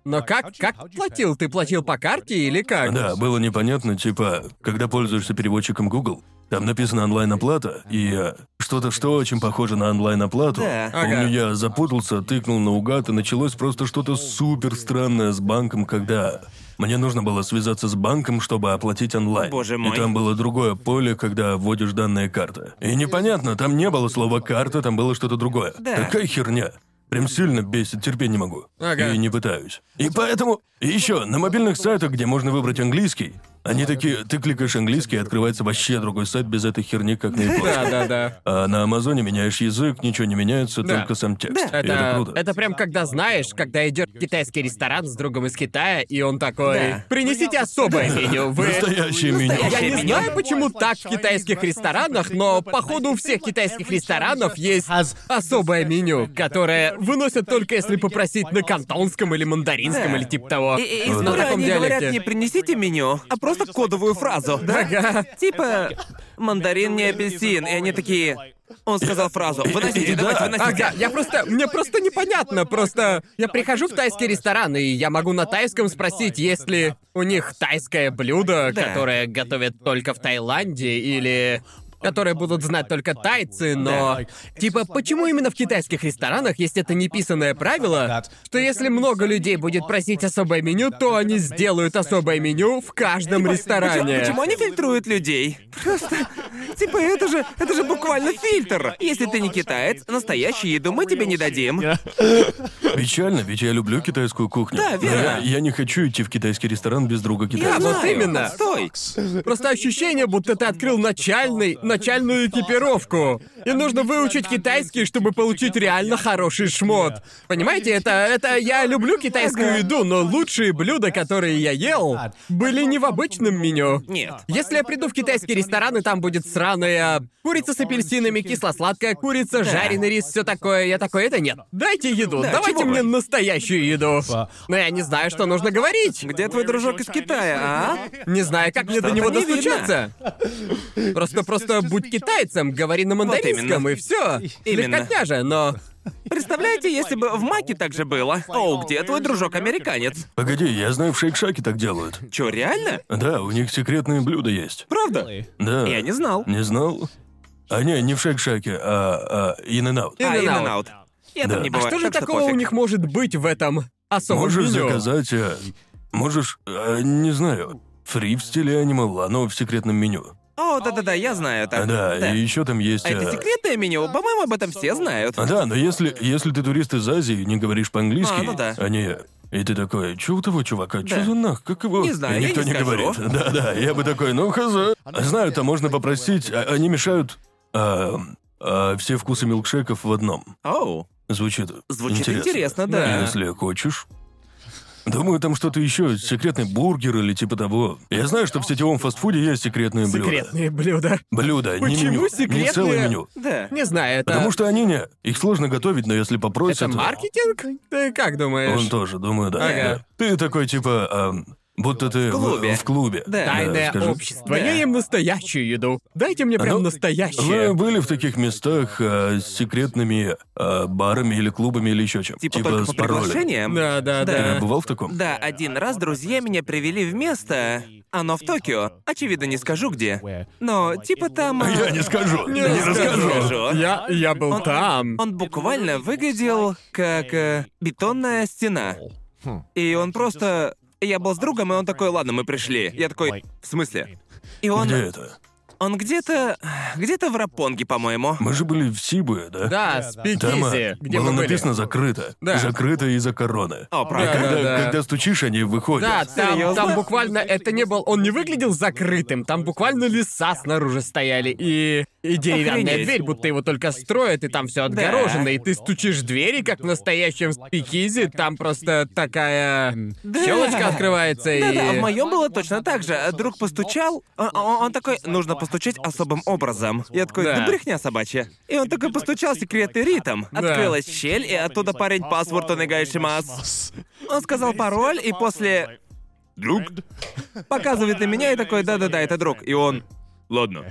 B: Но как, как платил? Ты платил по карте или как?
C: Да, было непонятно, типа, когда пользуешься переводчиком Google, там написано онлайн-оплата, и э, что-то, что очень похоже на онлайн-оплату.
A: Да.
C: Помню,
B: Ага.
C: я запутался, тыкнул наугад, и началось просто что-то супер странное с банком, когда мне нужно было связаться с банком, чтобы оплатить онлайн.
A: Боже мой.
C: И там было другое поле, когда вводишь данные карты. И непонятно, там не было слова «карта», там было что-то другое.
A: Да.
C: Такая херня. Прям сильно бесит, терпеть не могу.
B: Ага.
C: И не пытаюсь. И поэтому... И еще, на мобильных сайтах, где можно выбрать английский, они такие... Ты кликаешь английский, и открывается вообще другой сайт без этой херни, как на японском.
B: Да, да, да.
C: А на Амазоне меняешь язык, ничего не меняется,
B: Да.
C: только сам текст.
A: Да.
C: И это
B: Это,
C: круто.
B: это прям когда знаешь, когда идет китайский ресторан с другом из Китая, и он такой:
A: Да.
B: Принесите особое меню. Вы
C: Настоящее меню.
B: Я
A: Настоящее
B: не
A: меню.
B: знаю, почему так в китайских ресторанах, но походу у всех китайских ресторанов есть особое меню, которое выносят только если попросить на кантонском или мандаринском
A: Да.
B: или типа того.
A: И, и, и
B: на
A: скоро
B: таком
A: они говорят
B: диалекте.
A: не принесите меню, а просто кодовую фразу.
B: Ага.
A: Типа мандарин не апельсин, и они такие. Он сказал фразу. Выносите,
C: Да.
A: давайте выносите.
B: Ага, я просто... Мне просто непонятно, просто... Я прихожу в тайский ресторан, и я могу на тайском спросить, есть ли у них тайское блюдо,
A: Да.
B: которое готовят только в Таиланде, или которые будут знать только тайцы, но... Типа, почему именно в китайских ресторанах есть это неписанное правило, что если много людей будет просить особое меню, то они сделают особое меню в каждом ресторане?
A: Почему, почему они фильтруют людей? Просто, типа, это же, это же буквально фильтр. Если ты не китаец, настоящую еду мы тебе не дадим.
C: Печально, ведь я люблю китайскую кухню.
A: Да,
C: Но
A: верно.
C: я, я не хочу идти в китайский ресторан без друга
A: Я
C: китайца.
B: вот
A: знаю.
B: именно.
A: Стой.
B: Просто ощущение, будто ты открыл начальный, начальную экипировку. И нужно выучить китайский, чтобы получить реально хороший шмот. Понимаете, это, это я люблю китайскую еду, но лучшие блюда, которые я ел, были не в обычном меню.
A: Нет.
B: Если я приду в китайский ресторан, и там будет сраная курица с апельсинами, кисло-сладкая курица, жареный рис, все такое, я такой, это нет. Дайте еду,
A: Да,
B: давайте
A: чего
B: мне
A: вы?
B: настоящую еду. Но я не знаю, что нужно говорить.
A: Где твой дружок из Китая, а?
B: Не знаю, как мне до
A: Что-то
B: него
A: не
B: достучаться. Просто, просто будь китайцем, говори на
A: именно.
B: мандаринском, и все.
A: Именно.
B: Легкотня же, но а
A: Представляете, если бы в Маке так же было? О, где твой дружок-американец?
C: Погоди, я знаю, в Шейк-Шаке так делают.
A: Чё, реально?
C: Да, у них секретные блюда есть.
A: Правда?
C: Да.
A: Я не знал.
C: Не знал? А не, не в Шейк-Шаке, а, а In-N-Out.
A: А,
B: In-N-Out.
A: In-N-Out. Я
C: Да.
A: там не
C: А
A: бываю,
B: Что же
A: так
B: такого
A: пофиг.
B: у них может быть в этом особом
C: Можешь
B: меню?
C: заказать... э, можешь... э, не знаю. Фри в стиле аниме, но в секретном меню.
A: О, да-да-да, я знаю
C: А,
A: так.
C: да, и еще там есть...
A: А это
C: э,
A: секретное меню, по-моему, об этом все знают.
C: А, да, но если, если ты турист из Азии и не говоришь по-английски,
A: А, ну да.
C: они... И ты такой, чё у того чувака, чё
A: Да.
C: за нах, как его...
A: Не знаю,
C: и
A: я
C: никто
A: не скажу.
C: говорит. Да-да, я бы такой, ну хз. А Знаю-то можно попросить, а- они мешают... а, а, все вкусы милкшеков в одном.
A: Оу,
C: Звучит Ну,
A: звучит интересно, да.
C: Если хочешь. Думаю, там что-то еще, секретный бургер или типа того. Я знаю, что в сетевом фастфуде есть секретные блюда.
B: Секретные блюда.
C: Блюда, не
B: Почему
C: меню. Не
B: секретные?
C: целое меню.
A: да.
B: Не знаю, это...
C: Потому что они не... Их сложно готовить, но если попросят...
B: Это маркетинг? Ты как думаешь?
C: Он тоже, думаю, да.
B: Ага.
C: Да. Ты такой, типа, ам, будто ты в
A: клубе.
C: в клубе.
A: Да.
B: Тайное
C: скажи.
B: общество.
A: Да.
B: Я им настоящую еду. Дайте мне прям
C: Ну, Вы
B: настоящее.
C: были в таких местах а, с секретными а, барами или клубами или еще чем?
A: Типа только
C: с
A: по
C: паролем.
A: приглашениям.
B: Да, да,
C: Ты
A: Да.
B: да.
C: бывал в таком?
A: Да, один раз друзья меня привели в место. Оно в Токио. Очевидно, не скажу где. Но типа там... а,
C: Я не скажу, не,
A: расскажу.
C: расскажу.
B: Я, я был
A: Он-
B: там.
A: Он буквально выглядел как э, бетонная стена. И он просто... Я был с другом, и он такой, ладно, мы пришли. Я такой, в смысле? И он...
C: Где это?
A: Он где-то... Где-то в Рапонге, по-моему.
C: Мы же были в Сибуе, да?
B: Да,
C: Там а,
B: спикизи, где
C: было
B: мы были.
C: написано «закрыто».
B: Да.
C: Закрыто из-за короны.
A: О, правда.
B: Да,
C: когда,
B: да.
C: когда стучишь, они выходят.
B: Да, там,
A: Серьёзно?
B: там буквально это не был. Он не выглядел закрытым. Там буквально леса снаружи стояли и. И деревянная
A: Охренеть.
B: дверь, будто его только строят, и там все отгорожено, и ты стучишь в двери, как в настоящем спикизе, там просто такая щелочка открывается и.
A: Да-да, а в моем было точно так же. Друг постучал, он, он- он такой, нужно постучать особым образом. Я такой, да,
B: Да.
A: брехня собачья. И он такой постучал секретный ритм. Открылась щель, и оттуда парень паспорт Онегайшимас. Он сказал пароль, и после
D: Друг?
A: показывает на меня и такой, да-да-да, это друг. И он, ладно.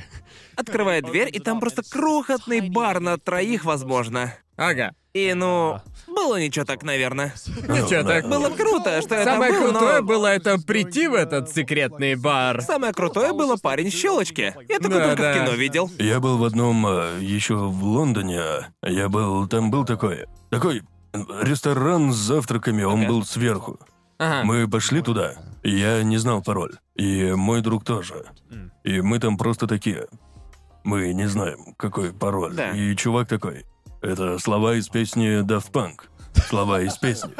A: Открывает дверь, и там просто крохотный бар на троих, возможно.
B: Ага.
A: И ну, было ничего так, наверное.
B: Ничего так.
A: Было круто, что это
B: Самое
A: был, но-
B: крутое было это прийти в этот секретный бар.
A: Самое крутое было парень с щелочки. Я такое
B: Да,
A: только
B: да.
A: в кино видел.
C: Я был в одном еще в Лондоне. а, Я был там был такой такой э, ресторан с завтраками. Он
A: Ага.
C: был сверху.
B: Ага.
C: Мы пошли туда. Я не знал пароль. И мой друг тоже. И мы там просто такие. Мы не знаем, какой пароль.
A: Да.
C: И чувак такой. Это слова из песни Daft Punk. Слова из песни.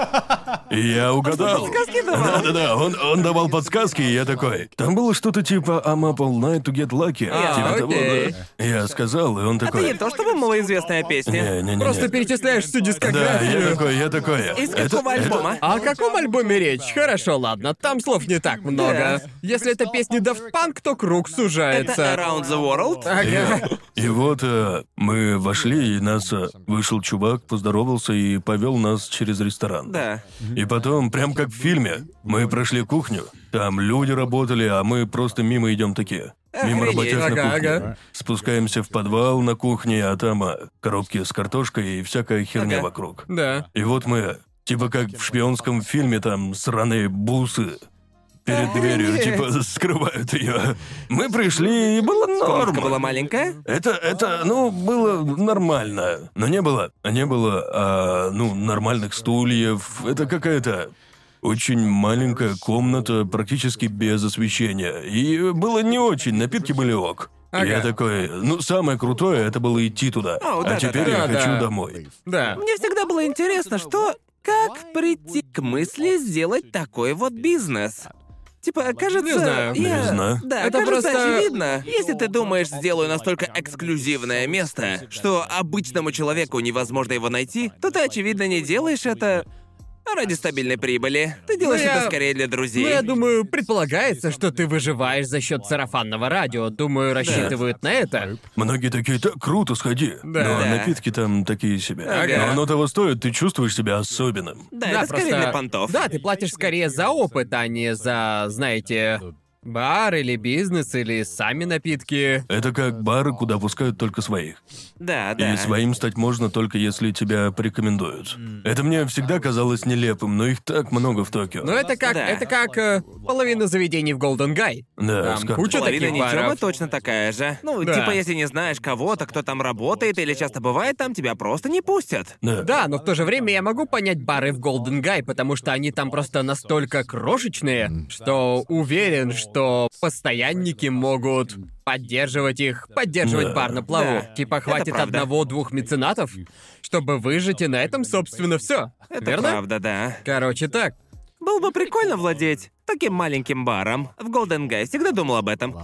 C: И я угадал.
A: Подсказки давал.
C: Да-да-да, он, он давал подсказки, и я такой. Там было что-то типа I'm up all night to get lucky.
B: А,
C: типа того,
B: окей.
C: да. Я сказал, и он
A: Это
C: такой.
A: не то, чтобы малоизвестная песня.
C: Не-не-не.
B: Просто перечисляешь всю
C: Да, я
B: дискографию.
C: такой, я такой.
A: Из
C: Это-
A: какого
C: это-
A: альбома?
B: А о каком альбоме речь? Хорошо, ладно, там слов не так много.
A: Да.
B: Если это песни Daft Punk, то круг
A: Это
B: сужается.
A: Around the World.
B: Ага.
C: И вот э, мы вошли, и нас э, вышел чувак, поздоровался и повел нас через ресторан.
A: Да.
C: И потом, прям как в фильме, мы прошли кухню, там люди работали, а мы просто мимо идем такие. Мимо
A: Охренеть.
C: работяг на
B: Ага,
C: кухне.
B: ага.
C: Спускаемся в подвал на кухне, а там а, коробки с картошкой и всякая херня
A: Ага.
C: вокруг.
B: Да.
C: И вот мы, типа как в шпионском фильме, там сраные бусы перед дверью, типа скрывают ее. Мы пришли, и было
A: Комнатка
C: норм.
A: была маленькая.
C: Это, это, ну, было нормально. Но не было, не было, а, ну, нормальных стульев. Это какая-то очень маленькая комната, практически без освещения. И было не очень, напитки были ок.
B: Ага.
C: Я такой, ну, самое крутое, это было идти туда.
A: О,
C: а
A: да-да-да. Ну
C: теперь я
B: Да-да.
C: хочу домой.
B: Да. Ну,
A: Мне всегда было интересно, что... Как прийти к мысли сделать такой вот бизнес? Типа, кажется,
B: Не знаю.
A: я-
C: Не знаю.
A: Да,
B: Это
A: кажется,
B: просто-
A: очевидно. Если ты думаешь, сделаю настолько эксклюзивное место, что обычному человеку невозможно его найти, то ты, очевидно, не делаешь это ради стабильной прибыли. Ты делаешь
B: я-
A: это скорее для
B: Ну,
A: друзей.
B: я думаю, предполагается, что ты выживаешь за счет сарафанного радио. Думаю, рассчитывают на это.
C: Многие такие, так круто, сходи.
B: Да.
C: Но
A: Да.
C: напитки там такие себе.
A: Ага.
C: Но оно того стоит, ты чувствуешь себя особенным.
A: Да,
B: Да,
A: это скорее
B: просто-
A: для понтов.
B: Да, ты платишь скорее за опыт, а не за, знаете, Бар или бизнес, или сами напитки.
C: Это как бары, куда пускают только своих.
A: Да, да.
C: И своим стать можно только если тебя порекомендуют. Это мне всегда казалось нелепым, но их так много в Токио.
A: Ну,
B: Но это как,
A: Да.
B: это как э, половина заведений в Голден Гай. Там
C: Да, с карточкой.
B: куча
A: Половина
B: таких
A: ничего
B: баров.
A: точно такая же. Ну,
B: Да.
A: типа, если не знаешь кого-то, кто там работает или часто бывает, там тебя просто не пустят.
C: Да.
B: Да, но в то же время я могу понять бары в Голден Гай, потому что они там просто настолько крошечные, что уверен, что постоянники могут поддерживать их, поддерживать
C: Да.
B: бар на плаву.
A: Да.
B: Типа хватит
A: Это правда.
B: одного-двух меценатов, чтобы выжить, и на этом, собственно, все.
A: Это
B: Верно?
A: правда, да.
B: Короче, так.
A: Было бы прикольно владеть таким маленьким баром. В Golden Guy всегда думал об этом.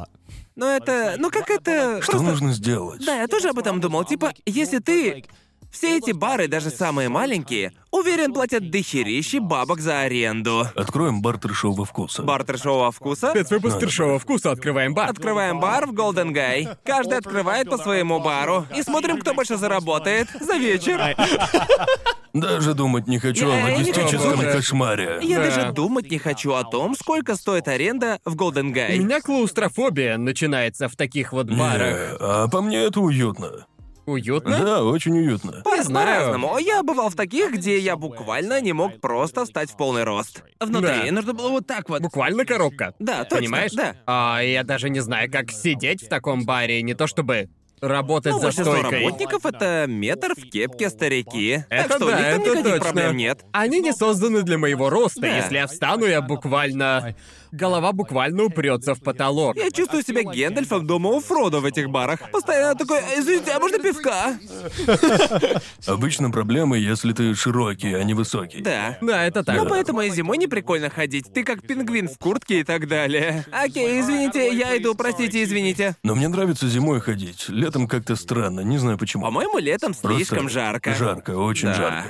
A: Но это... Ну как это...
C: Что
A: просто-
C: нужно сделать?
A: Да, я тоже об этом думал. Типа, если ты... Все эти бары, даже самые маленькие, уверен, платят дохерищи бабок за аренду.
C: Откроем бар трешового вкуса.
A: Бартер-шоу во вкуса.
B: Спецвыпуск трешового вкуса открываем бар.
A: Открываем бар в Golden Guy. Каждый открывает по своему бару. И смотрим, кто больше заработает за вечер.
C: Даже думать не хочу
A: Я-
C: о
A: я не
C: логистическом
B: хочу.
C: кошмаре.
A: Я
B: Да.
A: даже думать не хочу о том, сколько стоит аренда в Golden
B: У
A: Guy.
B: меня клаустрофобия начинается в таких вот барах.
C: Не, а по мне это уютно.
B: Уютно?
C: Да, очень уютно.
A: По-
B: знаю.
A: По-разному. Я бывал в таких, где я буквально не мог просто встать в полный рост. Внутри
B: Да. Ну,
A: нужно было вот так вот.
B: Буквально коробка.
A: Да, точно.
B: Понимаешь?
A: Да.
B: А я даже не знаю, как сидеть в таком баре, не то чтобы работать
A: Ну,
B: за
A: большинство
B: стойкой.
A: работников это метр в кепке старики.
B: Это
A: так
B: да,
A: что у них там
B: это
A: никаких
B: точно.
A: проблем нет.
B: Они не созданы для моего роста.
A: Да.
B: Если я встану, я буквально... Голова буквально упрется в потолок.
A: Я чувствую себя Гендальфом дома у Фродо в этих барах. Постоянно такой, «Э, извините, а можно пивка?
C: Обычно проблемы, если ты широкий, а не высокий.
A: Да.
B: Да, это так.
A: Ну, поэтому и зимой не прикольно ходить. Ты как пингвин в куртке и так далее. Окей, извините, я иду, простите, извините.
C: Но мне нравится зимой ходить. Летом как-то странно, не знаю почему.
A: По-моему, летом
C: Просто
A: слишком жарко.
C: Жарко, очень
A: Да.
C: жарко.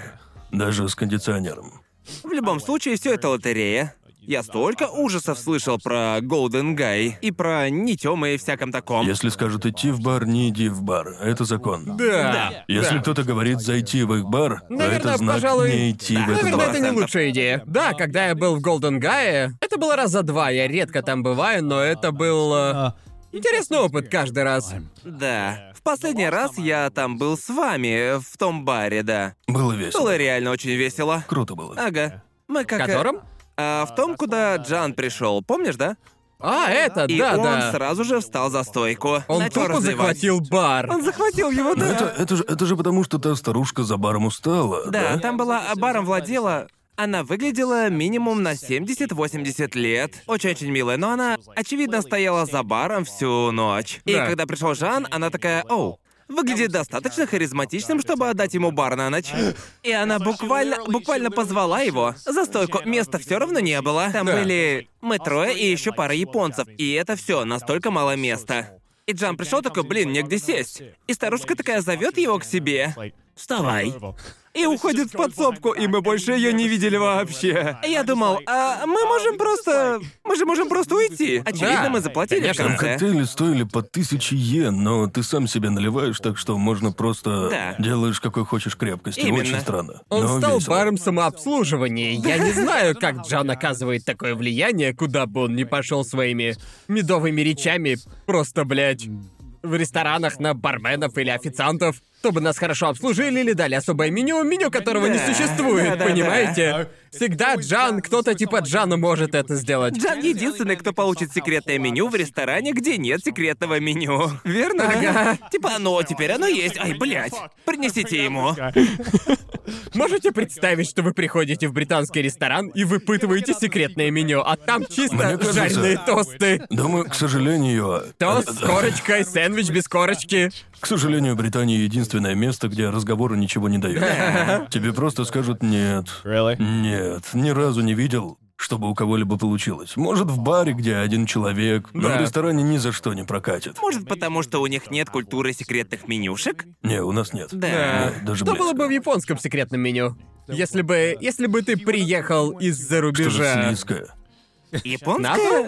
C: Даже с кондиционером.
A: В любом случае, все это лотерея. Я столько ужасов слышал про Golden Guy и про Нитёма и всяком таком.
C: Если скажут идти в бар, не иди в бар. Это закон.
B: Да.
C: Если
B: да.
C: кто-то говорит зайти в их бар, то
B: Наверное,
C: это знак
B: пожалуй,
C: не идти в этот
B: Наверное,
C: бар.
B: это не лучшая идея. Да, когда я был в Голден Гае, это было раза два, я редко там бываю, но это был... э, Интересный опыт каждый раз.
A: Да. В последний раз я там был с вами, в том баре, да.
C: Было весело.
A: Было реально очень весело.
C: Круто было.
B: А,
A: Ага. Мы
B: В
A: как... э,
B: котором?
A: А, в том, куда Джан пришел, помнишь, да?
B: А, это,
A: И
B: да,
A: он
B: да.
A: сразу же встал за стойку.
B: Он
A: начал
B: тупо
A: развивать.
B: захватил Ну, бар.
A: Он захватил его,
C: Но
A: да.
C: это, это, же, это же потому, что та старушка за баром устала.
A: Да, там была, а баром владела. Она выглядела минимум на 70-80 лет. Очень-очень милая, но она, очевидно, стояла за баром всю ночь. И
B: Да.
A: когда пришел Жан, она такая, оу, выглядит достаточно харизматичным, чтобы отдать ему бар на ночь. И она буквально, буквально позвала его. За стойку места все равно не было. Там
B: Да.
A: были мы трое и еще пара японцев. И это все, настолько мало места. И Джан пришел такой, блин, негде сесть. И старушка такая зовет его к себе. Вставай. И уходит в подсобку, и мы больше ее не видели вообще. Я думал, а мы можем просто... Мы же можем просто уйти. Очевидно,
B: Да,
A: мы заплатили в
B: конечно.
C: Там
A: конце.
C: коктейли стоили по тысяче йен, но ты сам себе наливаешь, так что можно просто
A: Да.
C: делаешь какой хочешь крепкости.
A: Именно.
C: Очень странно.
B: Он
A: Ну,
C: но
B: стал
C: весело.
B: баром самообслуживания. Я не знаю, как Джан оказывает такое влияние, куда бы он ни пошел своими медовыми речами. Просто, блядь, в ресторанах на барменов или официантов, чтобы нас хорошо обслужили или дали особое меню, меню которого не
A: Да,
B: существует,
A: да-да-да.
B: понимаете? Всегда Джан, кто-то типа Джана может это сделать.
A: Джан единственный, кто получит секретное меню в ресторане, где нет секретного меню. Верно? да? Типа, оно теперь оно есть. Ай, блядь. Принесите ему.
B: Можете представить, что вы приходите в британский ресторан и выпытываете секретное меню, а там
C: Мне
B: чисто
C: кажется-
B: жареные тосты.
C: Думаю, к сожалению, э,
B: Тост с корочкой, сэндвич без корочки.
C: к сожалению, Британия единственное место, где разговоры ничего не дают. Тебе просто скажут нет. Нет, ни разу не видел, чтобы у кого-либо получилось. Может, в баре, где один человек, но
B: Да.
C: в ресторане ни за что не прокатит.
A: Может, потому что у них нет культуры секретных менюшек?
C: Не, у нас нет.
A: Да.
C: Не, даже
B: Что
C: близко.
B: было бы в японском секретном меню? Если бы, если бы ты приехал из-за
C: Что-то
B: рубежа.
C: слизкое.
A: Японское?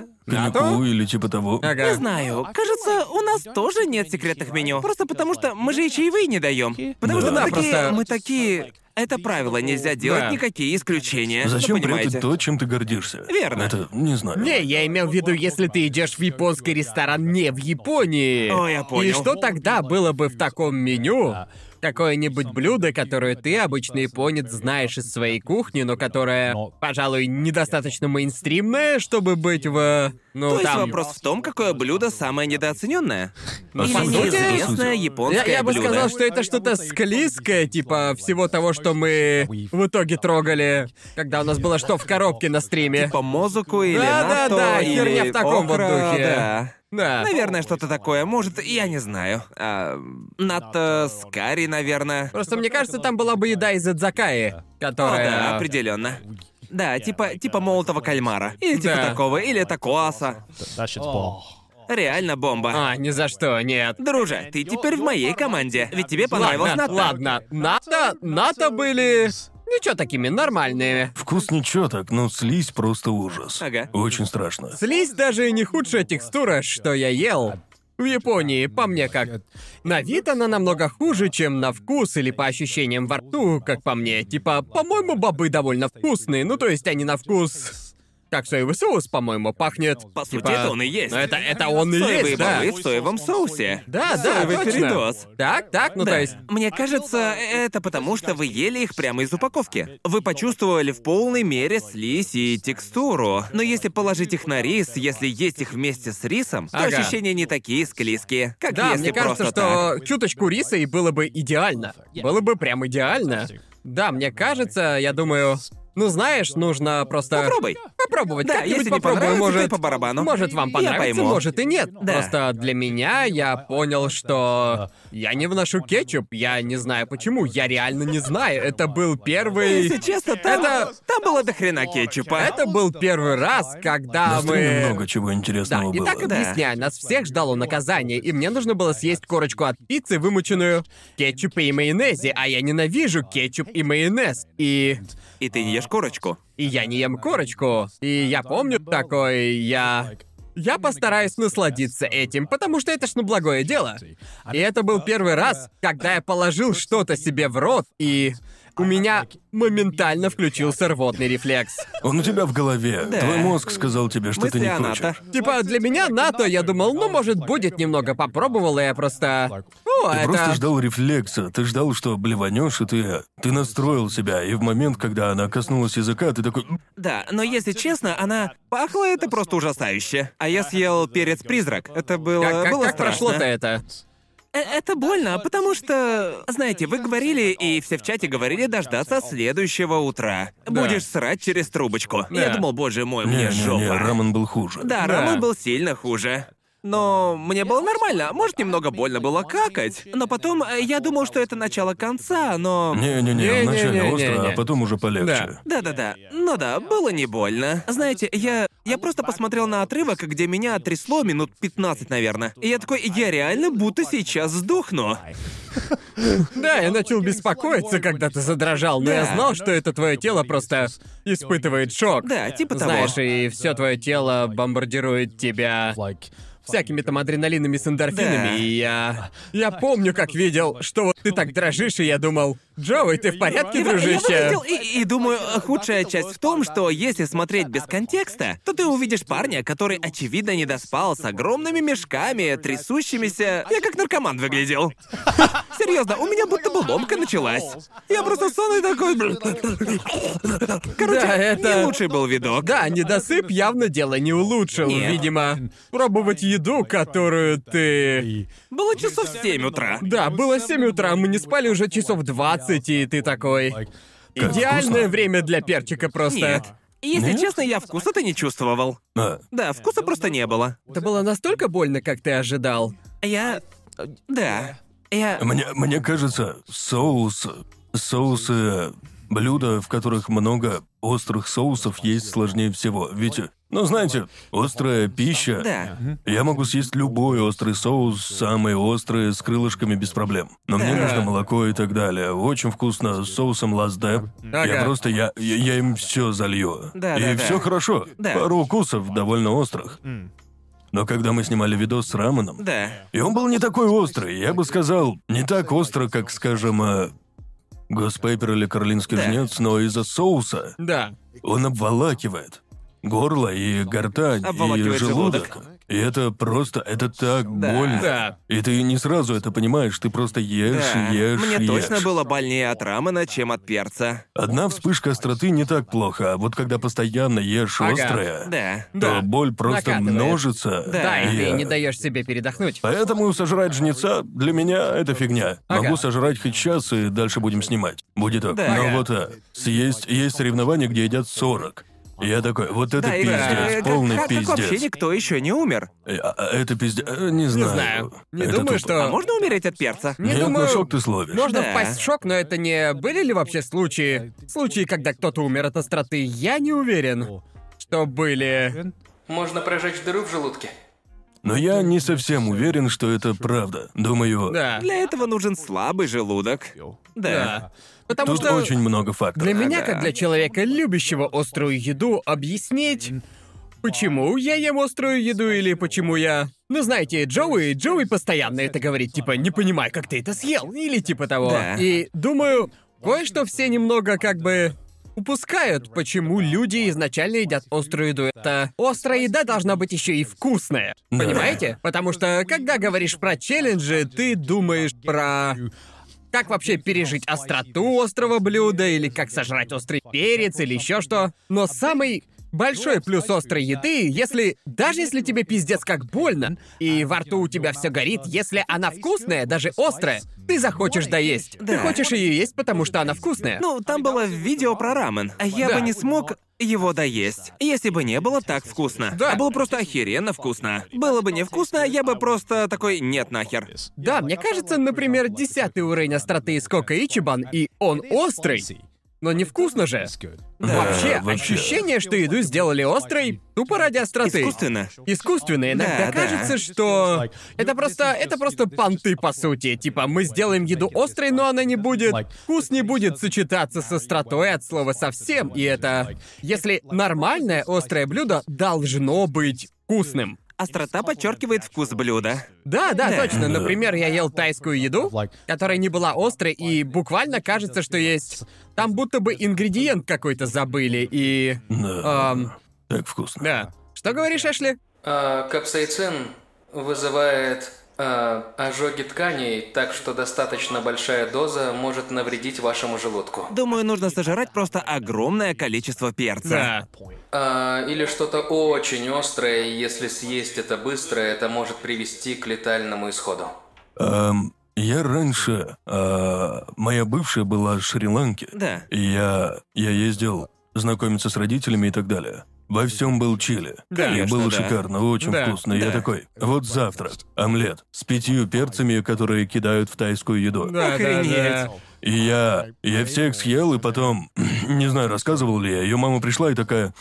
B: НАТО?
C: Коньяку или типа того.
B: А Ага.
A: Не знаю. Кажется, у нас тоже нет секретных меню. Просто потому что мы же и чаевые не даем. Потому
C: Да.
A: что мы
B: Ну Да,
A: такие,
B: просто-
A: мы такие. Это правило, нельзя делать
B: Да.
A: никакие исключения.
C: Зачем
A: ну, понимаете?
C: прятать то, чем ты гордишься?
A: Верно.
C: Это не знаю.
B: Не, я имел в виду, если ты идешь в японский ресторан не в Японии.
A: О, А, я понял.
B: И что тогда было бы в таком меню? Какое-нибудь блюдо, которое ты, обычный японец, знаешь из своей кухни, но которое, пожалуй, недостаточно мейнстримное, чтобы быть в... Ну,
A: То есть
B: там...
A: вопрос в том, какое блюдо самое недооцененное?
C: По
A: Или
B: сути,
A: неизвестное
C: по сути.
A: японское
B: Я, я бы
A: блюдо?
B: сказал, что это что-то склизкое, типа всего того, что мы в итоге трогали, когда у нас было что в коробке на стриме.
A: По мозуку или
B: Да, да,
A: нато,
B: да,
A: или
B: херня в таком вот
A: окра,
B: духе.
A: да.
B: Да.
A: Наверное, что-то такое. Может, я не знаю. А, нато с карри, наверное.
B: Просто мне кажется, там была бы еда из Эдзакаи, которая...
A: да, определенно. Э, Да, типа, типа молотого кальмара. Или типа
B: Да.
A: такого, или такоаса.
E: That shit's bomb.
A: Реально бомба.
B: А, ни за что, нет.
A: Друже, ты теперь в моей команде. Ведь тебе понравилось
B: Ладно,
A: нато.
B: ладно. НАТО, НАТО были... Ничего такими, нормальными.
C: Вкус ничего так, но слизь просто ужас.
A: Ага.
C: Очень страшно.
B: Слизь даже не худшая текстура, что я ел. В Японии, по мне как. На вид она намного хуже, чем на вкус или по ощущениям во рту, как по мне. Типа, по-моему, бобы довольно вкусные. Ну, то есть они на вкус... Как соевый соус, по-моему, пахнет.
A: По сути,
B: типа-
A: это Ну, он и есть.
B: Ну, это, это он и
A: Соевые
B: есть, да.
A: бобы в соевом соусе.
B: Да, да,
A: Соевый
B: точно.
A: передоз.
B: Так, так, ну
A: Да.
B: то есть...
A: Мне кажется, это потому, что вы ели их прямо из упаковки. Вы почувствовали в полной мере слизь и текстуру. Но если положить их на рис, если есть их вместе с рисом, то
B: Ага.
A: ощущения не такие склизкие, как
B: Да,
A: если
B: мне кажется,
A: просто
B: что э, чуточку риса и было бы идеально. Было бы прям идеально. Да, мне кажется, я думаю... Ну знаешь, нужно просто...
A: так. Попробуй.
B: Попробовать.
A: Да,
B: Как-нибудь
A: если не
B: попробуем,
A: понравится,
B: может...
A: то и по барабану.
B: Может, вам
A: Я
B: понравится,
A: пойму.
B: может и нет.
A: Да.
B: Просто для меня я понял, что я не вношу кетчуп. Я не знаю почему. Я реально не знаю. Это был первый...
A: Если честно, там,
B: Это-
A: там было до хрена кетчупа.
B: Это был первый раз, когда
C: На
A: Ну,
C: стриме
B: мы...
C: много чего
B: Да,
C: интересного
B: и
C: было.
B: так объясняю, нас всех ждало наказание, и мне нужно было съесть корочку от пиццы, вымоченную в кетчупе и майонезе, а я ненавижу кетчуп и майонез, и...
A: И ты не ешь курочку.
B: и я не ем корочку. И я помню такой, я... Я постараюсь насладиться этим, потому что это ж на благое дело. И это был первый раз, когда я положил что-то себе в рот, и у меня моментально включился рвотный рефлекс.
C: Он у тебя в голове. Твой мозг сказал тебе, что ты
A: Мысли
C: не
A: о НАТО.
C: хочешь.
B: Типа, для меня НАТО, я думал, ну, может, будет немного. Попробовал, и я просто... Ну,
C: Ты
B: это...
C: просто ждал рефлекса, ты ждал, что блеванешь, и ты... Ты настроил себя, и в момент, когда она коснулась языка, ты такой... «М,
A: Да, но если честно, она пахла это просто ужасающе. А я съел перец-призрак. Это было,
B: Как, как-
A: было
B: как
A: страшно.
B: прошло-то это?
A: Э, Это больно, потому что, знаете, вы говорили, и все в чате говорили дождаться следующего утра. Будешь срать через трубочку. Я
B: Да.
A: думал, боже мой, мне жопа.
C: Не-не-не, рамен был хуже.
A: Да,
B: Да.
A: рамен был сильно хуже. Но мне было нормально, может, немного больно было какать. Но потом э, я думал, что это начало конца, но...
C: Не-не-не,
B: Не-не-не-не-не.
C: вначале остро, а потом уже полегче.
A: Да-да-да. Ну да, было не больно. Знаете, я... Я просто посмотрел на отрывок, где меня трясло минут 15, наверное. И я такой, я реально будто сейчас сдохну.
B: Да, я начал беспокоиться, когда ты задрожал, но я
A: Да.
B: знал, что это твое тело просто испытывает шок.
A: Да, типа того.
B: Знаешь, и все твое тело бомбардирует тебя
E: Like,
B: всякими там адреналинами с эндорфинами,
A: Да.
B: и я... Я помню, как видел, что вот ты так дрожишь, и я думал, Джоуи, ты в порядке,
E: Я- я
A: Я
B: дружище?
A: выглядел и, и думаю, худшая часть в том, что если смотреть без контекста, то ты увидишь парня, который, очевидно, не доспал с огромными мешками, трясущимися. Я как наркоман выглядел. Серьезно, у меня будто бы ломка началась. Я просто сонный такой. Короче,
B: Да, это-
A: не лучший был видок.
B: Да, недосып явно дело не улучшил,
A: Нет.
B: видимо. Пробовать еду, которую ты...
A: Было часов 7 утра.
B: Да, было 7 утра, мы не спали уже часов 20, и ты такой...
E: like,
B: Идеальное время для перчика просто.
A: Нет. Если
B: Ну?
A: честно, я вкуса-то не чувствовал.
C: А,
A: Да, вкуса просто не было.
B: Это было настолько больно, как ты ожидал.
A: Я... Да. Я...
C: А, Мне, мне кажется, соус... Соусы... Блюда, в которых много острых соусов, есть сложнее всего. Ведь, ну знаете, острая пища...
A: Да.
C: Я могу съесть любой острый соус, самый острый, с крылышками без проблем. Но мне
A: Да.
C: нужно молоко и так далее. Очень вкусно, с соусом лаздеп. Я
B: Ага.
C: просто, я, я, я им все залью.
A: Да,
C: и
A: да, да.
C: все хорошо.
A: Да.
C: Пару укусов довольно острых. Но когда мы снимали видос с раменом,
A: Да.
C: и он был не такой острый, я бы сказал, не так остро, как, скажем, э, Госпейпер или карлинский
A: Да.
C: жнец, но из-за соуса
B: Да.
C: он обволакивает горло и гортань, и
A: Обволакивает
C: желудок.
A: желудок.
C: И это просто, это так
A: Да.
C: больно.
B: Да.
C: И ты не сразу это понимаешь, ты просто ешь,
A: Да,
C: ешь,
A: мне точно
C: ешь.
A: было больнее от рамена, чем от перца.
C: Одна вспышка остроты не так плохо, а вот когда постоянно ешь
B: Ага.
C: острое,
A: Да.
B: Да.
C: то боль просто
B: Накатывает.
C: множится.
B: Да, и ты
C: Я-
B: не даешь себе передохнуть.
C: Поэтому сожрать жнеца для меня это фигня.
B: Ага.
C: Могу сожрать хоть час и дальше будем снимать. Будет так.
A: Да.
C: Но
A: Ага.
C: вот а, съесть есть соревнования, где едят 40. Я такой, вот это
A: да,
B: а
A: и, э,
C: пиздец,
A: как-
C: полный
A: как, как
C: пиздец.
A: вообще никто еще не умер?
C: Э, а, а, Это пиздец. Не знаю.
B: знаю. Не
C: Это
B: думаю,
C: тупо.
B: что-
A: А можно умереть от перца?
B: Не
C: Нет, ну
B: думаю-
C: шок ты словишь.
B: Можно
A: Да.
B: впасть в шок, но это не... Были ли вообще случаи? Случаи, когда кто-то умер от остроты, я не уверен, что были.
E: Можно прожечь дыру в желудке.
C: Но я не совсем уверен, что это правда. Думаю,
B: Да.
A: Для этого нужен слабый желудок. Да.
B: Да. Потому
C: тут
B: что...
C: очень много фактов.
B: Для меня, как для человека, любящего острую еду, объяснить, почему я ем острую еду или почему я... Ну, знаете, Джоуи, Джоуи постоянно это говорит, типа, не понимаю, как ты это съел, или типа того.
A: Да.
B: И думаю, кое-что все немного как бы упускают, почему люди изначально едят острую еду. Это острая еда должна быть еще и вкусная.
C: Да.
B: Понимаете? Потому что, когда говоришь про челленджи, ты думаешь про... Как вообще пережить остроту острого блюда, или как сожрать острый перец, или еще что. Но самый большой плюс острой еды, если... Даже если тебе пиздец как больно, и во рту у тебя все горит, если она вкусная, даже острая, ты захочешь доесть. Ты
A: Да.
B: хочешь ее есть, потому что она вкусная.
A: Ну, там было видео про рамен, а я
B: Да.
A: бы не смог его доесть, если бы не было так вкусно.
B: Да.
A: А было просто охеренно вкусно. Было бы невкусно, я бы просто такой «нет нахер».
B: Да, мне кажется, например, десятый уровень остроты из Кока Ичибан, и он острый, но невкусно же.
C: Да,
B: вообще,
C: вообще.
B: ощущение, что еду сделали острой, тупо ради
C: А
B: остроты.
A: Искусственно.
B: Искусственно. Иногда
A: Да, да.
B: кажется, что это просто, это просто понты по сути. Типа мы сделаем еду острой, но она не будет, вкус не будет сочетаться с остротой от слова совсем. И это, если нормальное острое блюдо должно быть вкусным.
A: Острота подчеркивает вкус блюда.
B: Да, да,
A: Да.
B: точно. Например, я ел тайскую еду, которая не была острой, и буквально кажется, что есть... Там будто бы ингредиент какой-то забыли, и...
C: Да.
B: эм,
C: Так вкусно.
B: да. Что говоришь, Эшли?
E: А, капсаицин вызывает а, ожоги тканей, так что достаточно большая доза может навредить вашему желудку.
A: Думаю, нужно сожрать просто огромное количество перца.
B: Да.
E: А, или что-то очень острое, и если съесть это быстро, это может привести к летальному исходу.
C: Эм, я раньше... а, моя бывшая была в Шри-Ланке.
A: Да.
C: И Я, я ездил знакомиться с родителями и так далее. Во всем был чили.
B: Да,
C: и
A: конечно,
C: было
A: да.
C: шикарно, очень
B: Да,
C: вкусно. Я
A: да.
C: такой, вот завтрак, омлет с пятью перцами, которые кидают в тайскую еду.
B: Да, да,
A: Охренеть.
B: да.
C: И я, я всех съел, и потом, не знаю, рассказывал ли я, ее мама пришла и такая,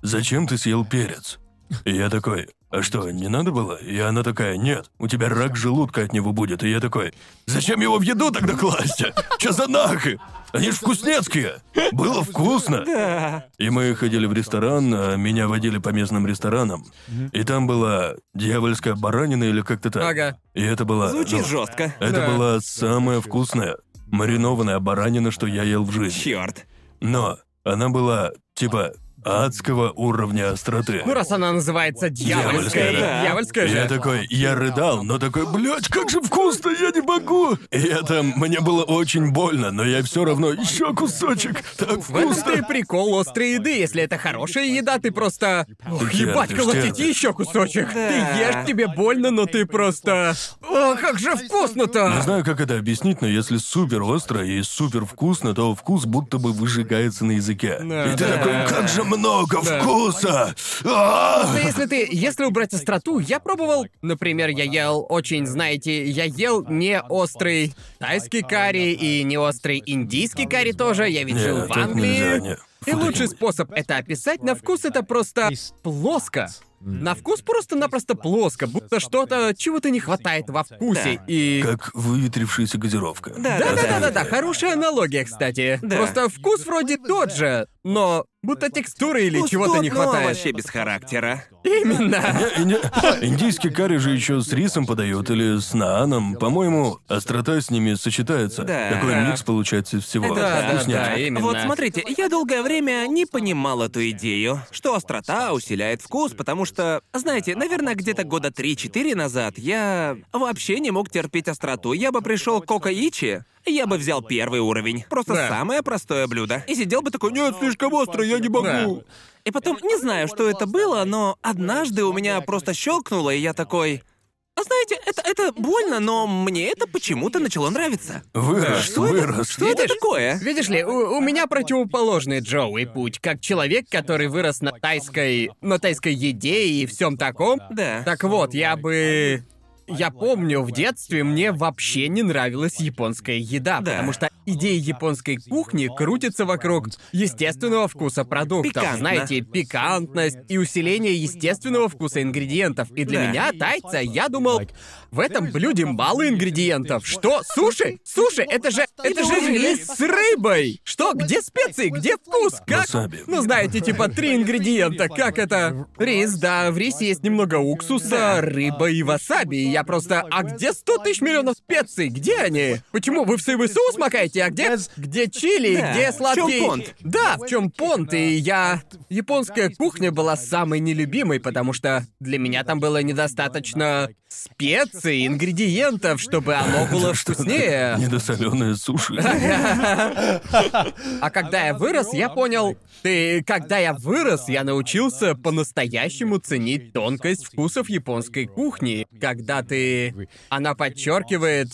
C: «Зачем ты съел перец?» И я такой, «А что, не надо было?» И она такая, «Нет, у тебя рак желудка от него будет». И я такой, «Зачем его в еду тогда класть? Че за нахуй? Они ж вкуснецкие! Было вкусно!» И мы ходили в ресторан, а меня водили по местным ресторанам. И там была дьявольская баранина или как-то так.
B: Ага.
C: И это была...
A: Звучит
C: ну,
A: жестко.
C: это
B: Да.
C: была самая вкусная маринованная баранина, что я ел в жизни.
A: Черт.
C: Но она была типа адского уровня остроты.
B: Ну, раз она называется дьявольская,
C: Дьявольская,
A: да.
B: дьявольская
C: Я
B: же.
C: такой, я рыдал, но такой, блядь, как же вкусно, я не могу. И это мне было очень больно, но я все равно еще кусочек, так
B: В этом-то и
C: вкусно.
B: прикол острой еды. Если это хорошая еда, ты просто... Ох,
C: Ты
B: ебать,
C: терпишь,
B: колотите
C: терпишь.
B: еще кусочек. Ты ешь,
A: Да.
B: тебе больно, но ты просто... О, как же
C: Не
B: вкусно-то!
C: знаю, как это объяснить, но если супер остро и супер вкусно, то вкус будто бы выжигается на языке.
B: Да.
C: И ты такой, как же много
B: Да.
C: вкуса! А!
B: Просто если ты, если убрать остроту, я пробовал, например, я ел очень, знаете, я ел не острый тайский карри и не острый индийский карри тоже, я ведь
C: Не,
B: жил в
C: так нельзя,
B: Англии.
C: не.
B: И лучший способ это описать на вкус это просто плоско. На вкус просто-напросто плоско, будто что-то, чего-то не хватает во вкусе.
A: Да.
B: И
C: Как выветрившаяся газировка.
A: Да,
B: да, да, да, да, да, хорошая аналогия, кстати.
A: Да.
B: Просто вкус вроде тот же, но Будто текстуры или чего-то
A: Пустотно,
B: не хватает.
A: вообще без характера.
B: Именно.
C: Инди- Э, Индийский карри же еще с рисом подают или с нааном. По-моему, острота с ними сочетается.
A: Да.
C: Такой микс получается из всего.
B: Да, да,
C: Вкуснятина.
B: да, именно.
A: Вот смотрите, я долгое время не понимал эту идею, что острота усиляет вкус, потому что, знаете, наверное, где-то года 3-4 назад я вообще не мог терпеть остроту. Я бы пришел к Кока Ичи, я бы взял первый уровень. Просто
B: Да.
A: самое простое блюдо. И сидел бы такой, нет, слишком остро, я не могу.
B: Да.
A: И потом, не знаю, что это было, но однажды у меня просто щелкнуло, и я такой... А знаете, это, это больно, но мне это почему-то начало нравиться.
C: Вырос, вырос.
A: Что это такое?
B: Видишь ли, у, у меня противоположный Джоуи путь, как человек, который вырос на тайской, на тайской еде и всем таком.
A: Да.
B: Так вот, я бы... Я помню, в детстве мне вообще не нравилась японская еда,
A: Да.
B: потому что идея японской кухни крутится вокруг естественного вкуса продуктов.
A: Пикантно.
B: Знаете, пикантность и усиление естественного вкуса ингредиентов. И для
A: Да.
B: меня, тайца, я думал, в этом блюде мало ингредиентов. Что? Суши? Суши? Это же... Это же рис с рыбой! Что? Где специи? Где вкус? Как?
C: Васаби.
B: Ну, знаете, типа три ингредиента. Как это? Рис, да, в рисе есть немного уксуса, рыба и васаби. И я просто... А где 100 тысяч миллионов специй? Где они? Почему вы в соевый соус макаете? А где... Где чили?
A: Да,
B: Где
A: в чём
B: сладкий...
A: понт?
B: Да, в чем понт, и я... Японская кухня была самой нелюбимой, потому что для меня там было недостаточно специй, ингредиентов, чтобы оно было вкуснее.
C: Недосоленые суши.
B: А когда я вырос, я понял... Ты... Когда я вырос, я научился по-настоящему ценить тонкость вкусов японской кухни. Когда ты... Она подчеркивает...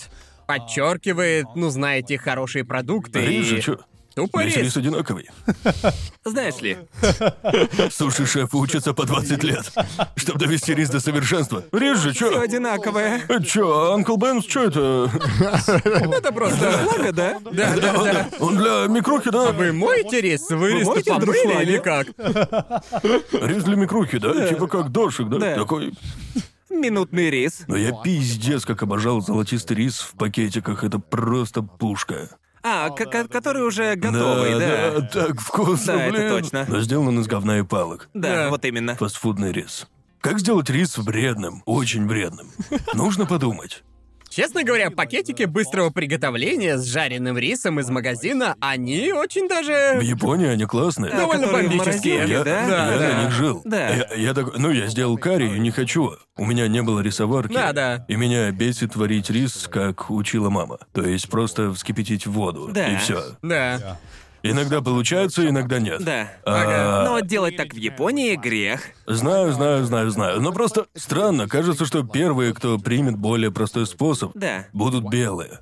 B: Подчеркивает, ну знаете, хорошие продукты.
C: Рис же
B: и-
C: чё?
B: Тупо
C: Весь
B: рис.
C: рис одинаковый.
A: Знаешь ли,
C: Суши шефы учатся по 20 лет, чтобы довести рис до совершенства. Рис же чё?
A: одинаковое.
C: Э, Чё, Анкл Бенс, чё это?
B: Это просто...
A: Благо, да?
B: Да, да, да.
C: Он для микрухи, да?
B: Вы моете рис? Вы рис
A: моете
B: помыли
A: дружбан?
B: или как?
C: Рис для микрухи, да? Типа как дошик, да?
A: Да.
C: Такой...
A: Минутный рис.
C: Но я пиздец как обожал золотистый рис в пакетиках, это просто пушка.
A: А, ко- ко- который уже готовый, да. Да,
C: да, так вкусно,
A: Да, это
C: блин.
A: точно.
C: Но сделан из говна и палок.
B: Да.
A: вот именно.
C: Фастфудный рис. Как сделать рис вредным? Очень вредным. Нужно подумать.
B: Честно говоря, пакетики быстрого приготовления с жареным рисом из магазина, они очень
C: В
B: даже...
C: Японии они классные.
A: Да,
B: довольно
A: которые в
B: бомбические.
A: морозилке,
C: Я,
A: да?
C: я
B: Да.
C: на них жил.
A: Да.
C: Я, я так, ну, я сделал карри и не хочу. У меня не было рисоварки.
B: Да, да.
C: И меня бесит варить рис, как учила мама. То есть просто вскипятить воду.
A: Да.
C: И все.
B: Да.
C: Иногда получается, иногда нет.
A: Да.
C: А,
A: Но делать так в Японии грех.
C: Знаю, знаю, знаю, знаю. Но просто странно, кажется, что первые, кто примет более простой способ,
A: Да.
C: будут белые.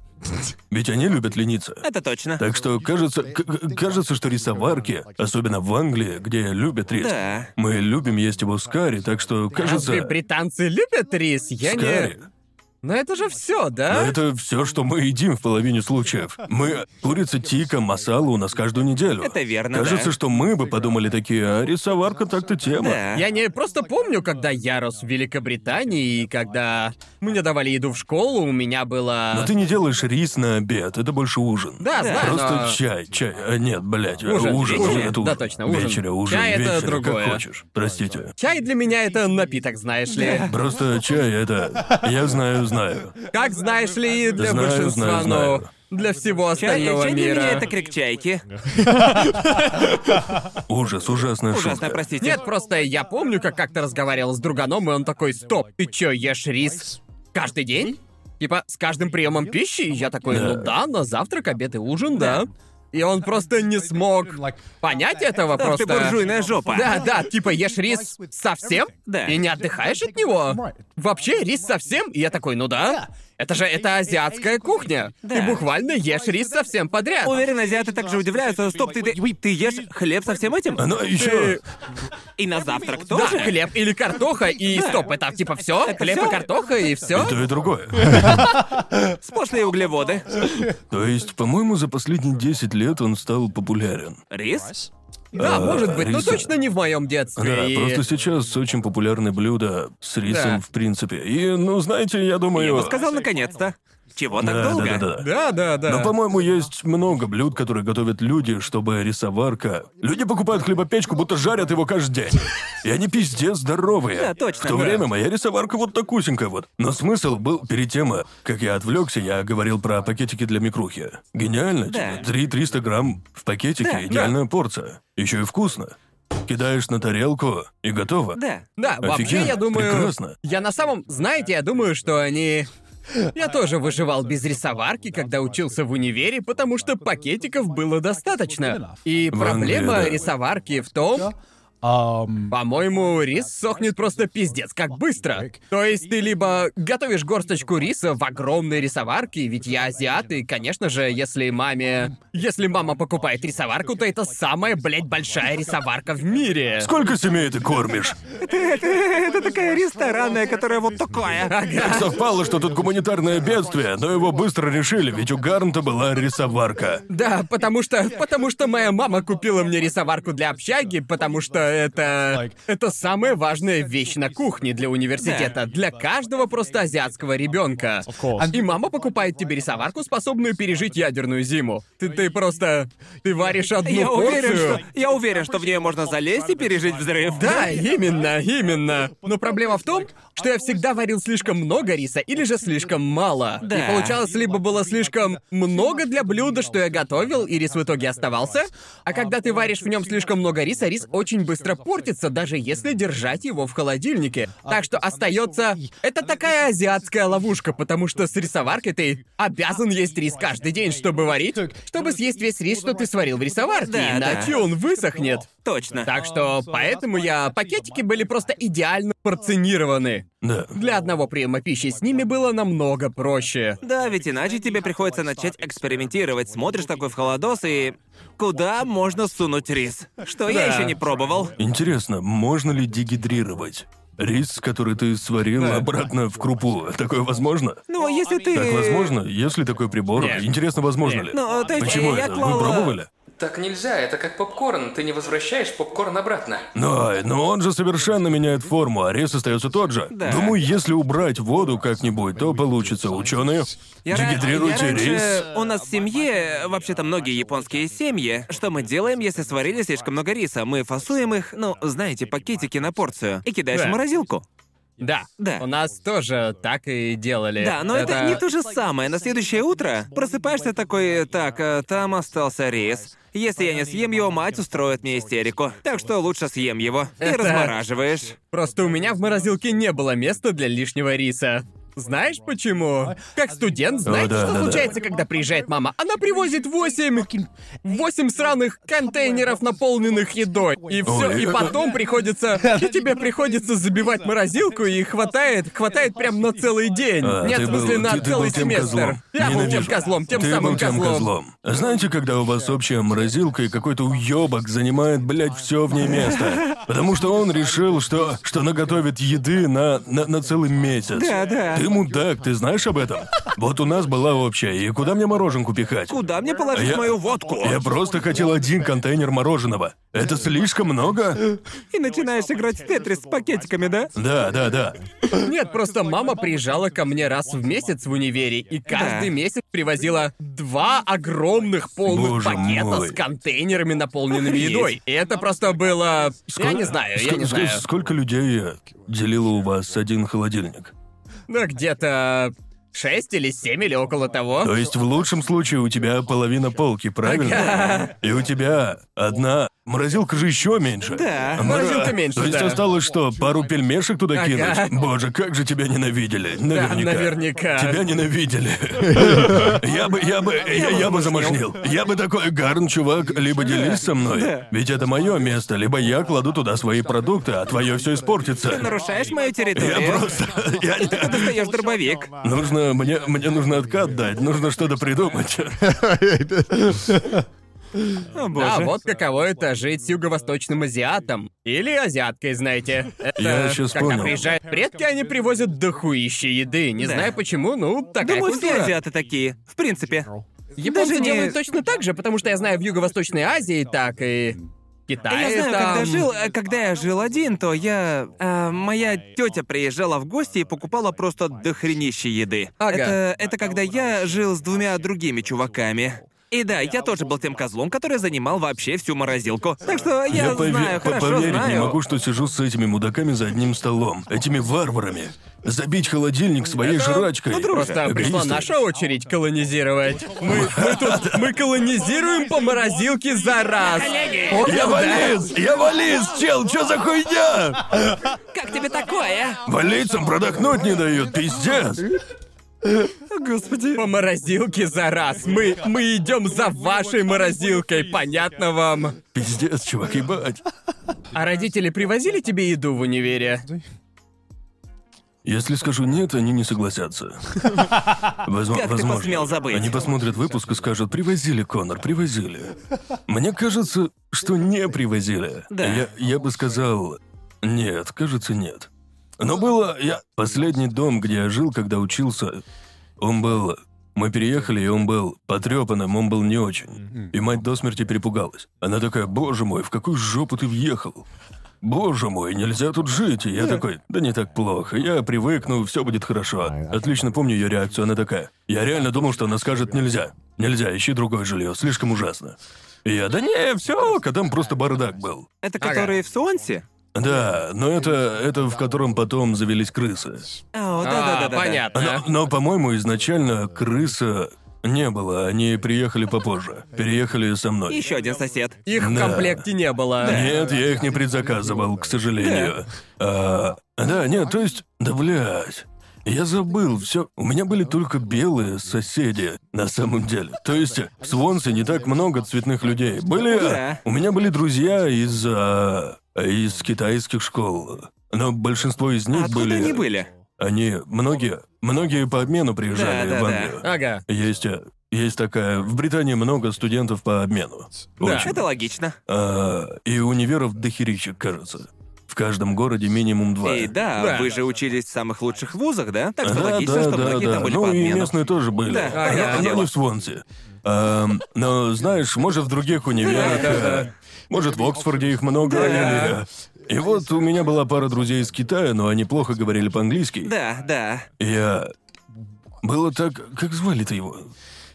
C: Ведь они любят лениться.
A: Это точно.
C: Так что кажется, к- к- кажется, что рисоварки, особенно в Англии, где любят рис,
A: Да.
C: мы любим есть его с карри, так что кажется,
B: Разве А британцы любят рис? Я
C: с
B: не... А?
C: карри.
B: Но это же все,
C: Но
B: да?
C: это все, что мы едим в половине случаев. Мы курица тика, масала у нас каждую неделю.
A: Это верно,
C: Кажется,
A: да.
C: что мы бы подумали такие, а рисоварка так-то тема.
A: Да.
B: Я не просто помню, когда я рос в Великобритании, и когда мне давали еду в школу, у меня было...
C: Но ты не делаешь рис на обед, это больше ужин.
B: Да, знаю,
C: Просто
B: но-
C: чай, чай. а, Нет, блядь, а,
B: Ужин,
C: ужин, ужин,
B: вечеря.
C: это ужин.
B: Да, точно, ужин.
C: Вечеря, ужин,
B: Чай это
C: вечеря,
B: другое.
C: как хочешь. Простите.
B: Чай для меня это напиток, знаешь ли.
C: Просто чай это... Я знаю, знаю.
B: Как знаешь ли, и для
C: Знаю,
B: большинства,
C: знаю, знаю.
B: но для всего
A: Чай,
B: остального
A: чай для
B: мира.
A: меня это крик чайки.
C: Ужас, ужасная
A: Ужасно,
C: шутка.
A: простите.
B: Нет, просто я помню, как как-то разговаривал с друганом, и он такой, стоп, ты чё, ешь рис каждый день? Типа, с каждым приемом пищи? И я такой, ну да, на завтрак, обед и ужин, да. И он просто не смог понять этого
A: Да,
B: просто.
A: ты буржуйная жопа.
B: Да, да, типа ешь рис совсем?
A: Да.
B: И не отдыхаешь от него? Вообще, рис совсем? И я такой, ну да. Это же, это азиатская кухня. Ты
A: Да.
B: буквально ешь рис совсем подряд.
A: Уверен, азиаты также удивляются. Стоп, ты, ты, ты ешь хлеб со всем этим?
C: Но еще...
A: И на завтрак
B: ну, Да,
A: тоже?
B: хлеб или картоха, и стоп, это типа все, хлеб и
A: всё?
B: картоха, и все.
C: И то, и другое.
A: Сплошные углеводы.
C: То есть, по-моему, за последние 10 лет он стал популярен.
A: Рис?
B: Да,
C: А,
B: может быть, но
C: риса.
B: точно не в моем
C: Да,
B: детстве. и-
C: просто сейчас очень популярны блюда с рисом,
B: Да.
C: в принципе. И, ну, знаете, я думаю...
A: Сказал наконец-то. Чего так
C: Да,
A: долго?
C: да, да, да.
B: Да, да, да.
C: Но, по-моему, есть много блюд, которые готовят люди, чтобы рисоварка... Люди покупают хлебопечку, будто жарят его каждый день. И они пиздец здоровые.
A: Да, точно,
C: В то
A: да.
C: время моя рисоварка вот такусенькая вот. Но смысл был перед тем, а, как я отвлекся, я говорил про пакетики для микрухи. Гениально,
A: Да.
C: типа, 3-300 грамм в пакетике,
A: Да,
C: идеальная порция. Еще и вкусно. Кидаешь на тарелку и готово.
A: Да.
B: Да, вообще,
C: Офигенно,
B: я думаю...
C: прекрасно.
B: Я на самом... Знаете, я думаю, что они... Я тоже выживал без рисоварки, когда учился в универе, потому что пакетиков было достаточно. И
C: В Англии,
B: проблема
C: да.
B: рисоварки в том,
F: Эм.
B: по-моему, рис сохнет просто пиздец как быстро. То есть ты либо готовишь горсточку риса в огромной рисоварке, ведь я азиат, и, конечно же, если маме... Если мама покупает рисоварку, то это самая, блядь, большая рисоварка в мире.
C: Сколько семей ты кормишь?
A: Это такая ресторанная, которая вот такое.
C: Так совпало, что тут гуманитарное бедствие, но его быстро решили, ведь у Гарнта была рисоварка.
B: Да, потому что... Потому что моя мама купила мне рисоварку для общаги, потому что это... Это самая важная вещь на кухне для университета. Для каждого просто азиатского ребенка. И мама покупает тебе рисоварку, способную пережить ядерную зиму. Ты, ты просто... Ты варишь одну
C: Ну,
A: Я
B: порцию.
A: уверен, что я уверен, что в нее можно залезть и пережить взрыв.
B: Да, именно, именно. Но проблема в том, что я всегда варил слишком много риса или же слишком мало.
A: Да.
B: И получалось, либо было слишком много для блюда, что я готовил, и рис в итоге оставался. А когда ты варишь в нем слишком много риса, рис очень быстро портится, даже если держать его в холодильнике. Так что остается... Это такая азиатская ловушка, потому что с рисоваркой ты обязан есть рис каждый день, чтобы варить, чтобы съесть весь рис, что ты сварил в рисоварке,
A: Да, да.
B: иначе он высохнет.
A: Точно.
B: Так что поэтому я... Пакетики были просто идеально порционированы.
C: Да.
B: Для одного приема пищи с ними было намного проще.
A: Да, ведь иначе тебе приходится начать экспериментировать. Смотришь такой в холодос и... Куда можно сунуть рис? Что я
B: Да.
A: еще не пробовал.
C: Ну, Интересно, можно ли дегидрировать? Рис, который ты сварил, обратно в крупу. Такое возможно?
A: Ну, если ты...
C: Так возможно, если такой прибор.
B: Нет.
C: Интересно, возможно ли?
A: Ну, то есть
C: Почему
A: я
C: это?
A: клала-
C: Вы пробовали?
E: Так нельзя, это как попкорн, ты не возвращаешь попкорн обратно.
C: Но, но Ну, он же совершенно меняет форму, а рис остается тот же.
A: Да.
C: Думаю, если убрать воду как-нибудь, то получится. Ученые,
A: Я ра-
C: дегидрируйте
A: я раньше-
C: рис.
A: У нас в семье, вообще-то многие японские семьи, что мы делаем, если сварили слишком много риса? Мы фасуем их, ну, знаете, пакетики на порцию и кидаешь
B: Да.
A: в морозилку.
B: Да.
A: Да.
B: У нас тоже так и делали.
A: Да, но это... не то же самое. На следующее утро просыпаешься такой, так, э, там остался рис. Если я не съем его, мать устроит мне истерику. Так что лучше съем его. И
B: Это-
A: размораживаешь.
B: Просто у меня в морозилке не было места для лишнего риса. Знаешь почему? Как студент, знаете,
C: да,
B: что
C: да, да.
B: случается, когда приезжает мама? Она привозит 8... 8 сраных контейнеров, наполненных едой. И все,
C: Ой.
B: и потом приходится... И тебе приходится забивать морозилку, и хватает, хватает прям на целый день.
C: А,
B: Нет,
C: ты
B: в смысле,
C: был-
B: на
C: ты- ты
B: целый
C: был тем
B: семестр.
C: козлом.
B: Я был тем
C: Ненавижу.
B: козлом, тем
C: Ты
B: самым
C: был тем козлом. Знаете, когда у вас общая морозилка и какой-то уёбок занимает, блядь, все в ней место? Потому что он решил, что, что наготовит еды на, на, на целый месяц.
A: Да, да.
C: Ты мудак, ты знаешь об этом? Вот у нас была общая, и куда мне мороженку пихать? А
A: Куда А мне положить
C: Я-
A: мою водку?
C: Я просто хотел один контейнер мороженого. Это слишком много?
A: И начинаешь играть в тетрис с пакетиками, да?
C: Да, да, да.
B: Нет, просто мама приезжала ко мне раз в месяц в универе и каждый
A: Да.
B: месяц привозила два огромных полных
C: Боже
B: пакета
C: мой.
B: с контейнерами, наполненными едой. И это просто было... Я не знаю, я
C: Ск-
B: не
C: ск-
B: знаю.
C: Сколько людей э, делило у вас один холодильник?
B: Ну, где-то шесть или семь или около
C: То
B: того.
C: есть в лучшем случае у тебя половина полки, правильно? И у тебя одна. Морозилка же еще меньше.
A: Да.
C: Мра-
B: Морозилка меньше,
C: То есть
B: да.
C: осталось что, пару пельмешек туда
B: Ага.
C: кинуть? Боже, как же тебя ненавидели. Наверняка.
B: наверняка.
C: Тебя ненавидели. Я бы, я бы, я, я бы замашнил. Я бы такой, Гарн, чувак, либо делись со мной. Ведь это мое место, либо я кладу туда свои продукты, а твое все испортится.
A: Нарушаешь мою территорию.
C: Я просто... Я не...
A: Ты достаешь дробовик.
C: Нужно, мне, мне нужно откат дать, нужно что-то придумать.
A: О, боже.
B: А вот каково это жить с юго-восточным азиатом. Или азиаткой, знаете. Это
C: Я щас
B: когда
C: понял.
B: приезжают предки, они привозят дохуище еды. Не
A: Да.
B: знаю почему, ну, такая
A: Думаю, все
B: культура.
A: азиаты такие. В принципе.
B: Японцы
A: Даже не-
B: делают точно так же, потому что я знаю в Юго-Восточной Азии так и... Китае.
A: я знаю,
B: там-
A: когда жил, э, когда я жил один, то я, э, моя тетя приезжала в гости и покупала просто дохренище еды.
B: Ага.
A: Это, это когда я жил с двумя другими чуваками. И да, я тоже был тем козлом, который занимал вообще всю морозилку. Так что я,
C: Я пове-
A: знаю,
C: по-
A: хорошо
C: поверить
A: знаю.
C: не могу, что сижу с этими мудаками за одним столом. Этими варварами. Забить холодильник своей жрачкой.
A: ну,
B: Просто пришла
C: Эгоисты.
B: наша очередь колонизировать. Мы, мы тут, мы колонизируем по морозилке за раз.
C: Я валис! Я валис, чел! Чё за хуйня?
A: Как тебе такое? а?
C: Валицам продохнуть не дают, пиздец!
A: Господи.
B: По морозилке за раз. Мы, мы идем за вашей морозилкой, понятно вам?
C: Пиздец, чувак, ебать.
B: А родители привозили тебе еду в универе?
C: Если скажу нет, они не согласятся. Возм-
A: Как ты
C: возможно.
A: посмел забыть?
C: Они посмотрят выпуск и скажут, привозили, Конор, привозили. Мне кажется, что не привозили.
A: Да.
C: Я, я бы сказал, нет, кажется, нет. Но было, я... Последний дом, где я жил, когда учился, он был... Мы переехали, и он был потрепанным, он был не очень. И мать до смерти перепугалась. Она такая, боже мой, в какую жопу ты въехал? Боже мой, нельзя тут жить. И я такой, да не так плохо, я привыкну, все будет хорошо. Отлично помню ее реакцию, она такая. Я реально думал, что она скажет нельзя. Нельзя, ищи другое жилье, слишком ужасно. И я, да не, все, там просто бардак был.
A: Это которые в Суонсе?
C: Да, но это, это в котором потом завелись крысы.
A: О,
B: А,
A: да-да-да.
B: понятно.
C: Но, но, по-моему, изначально крыса не было, они приехали попозже. Переехали со мной.
A: Еще один сосед.
B: Их в
C: Да.
B: комплекте не было.
C: Нет, я их не предзаказывал, к сожалению. А, да, нет, то есть, да блядь. Я забыл, все. У меня были только белые соседи, на самом деле. То есть, в Свонсе не так много цветных людей. Были.
A: Да.
C: У меня были друзья из. а, из китайских школ. Но большинство из них
A: А откуда они были?
C: Они. многие. Многие по обмену приезжали
A: Да, да,
C: в
A: да.
C: Англию.
B: Ага.
C: Есть. а, Есть такая. В Британии много студентов по обмену.
B: Да.
C: Очень.
A: Это логично.
C: А, и универов дохерища, кажется. В каждом городе минимум два.
A: И да,
B: Да.
A: вы же учились в самых лучших вузах, да? Так
C: Да,
A: что логично,
C: да,
A: что
C: да,
A: многие
C: да.
A: там были
C: ну
A: по
C: и
A: обмену.
C: местные тоже были.
A: Да,
C: Но-
A: понятное
C: но,
A: дело.
C: не в Свонсе. Ам, но знаешь, может в других универах,
B: Да, да,
C: э, может в Оксфорде их много. или- И вот у меня была пара друзей из Китая, но они плохо говорили по-английски.
A: Да, да.
C: Я... Было так... Как звали-то его?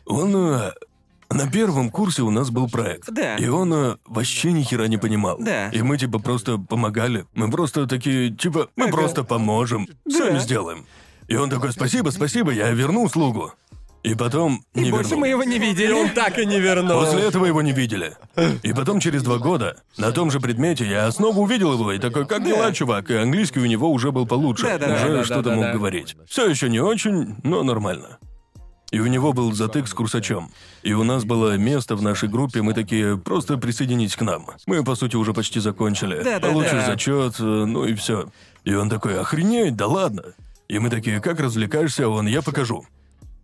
C: Он... э, На первом курсе у нас был проект.
A: Да.
C: И он э, вообще ни хера не понимал.
A: Да.
C: И мы типа просто помогали. Мы просто такие, типа, мы просто поможем. Сами сделаем. И он такой, спасибо, спасибо, я верну услугу. И потом не
B: Больше
C: вернул.
B: мы его не видели, он так и не вернул.
C: После этого его не видели. И потом через два года на том же предмете я снова увидел его и такой, как дела, чувак? И английский у него уже был получше.
A: Да, да, да,
C: уже
B: да, да,
C: что-то
B: да,
C: мог
B: да.
C: говорить. Все еще не очень, но нормально. И у него был затык с курсачом. И у нас было место в нашей группе, мы такие, просто присоединись к нам. Мы, по сути, уже почти закончили.
A: Да, да,
C: Получишь
A: да.
C: зачет, э, ну и все. И он такой, охренеть, да ладно. И мы такие, как развлекаешься, А он, я покажу.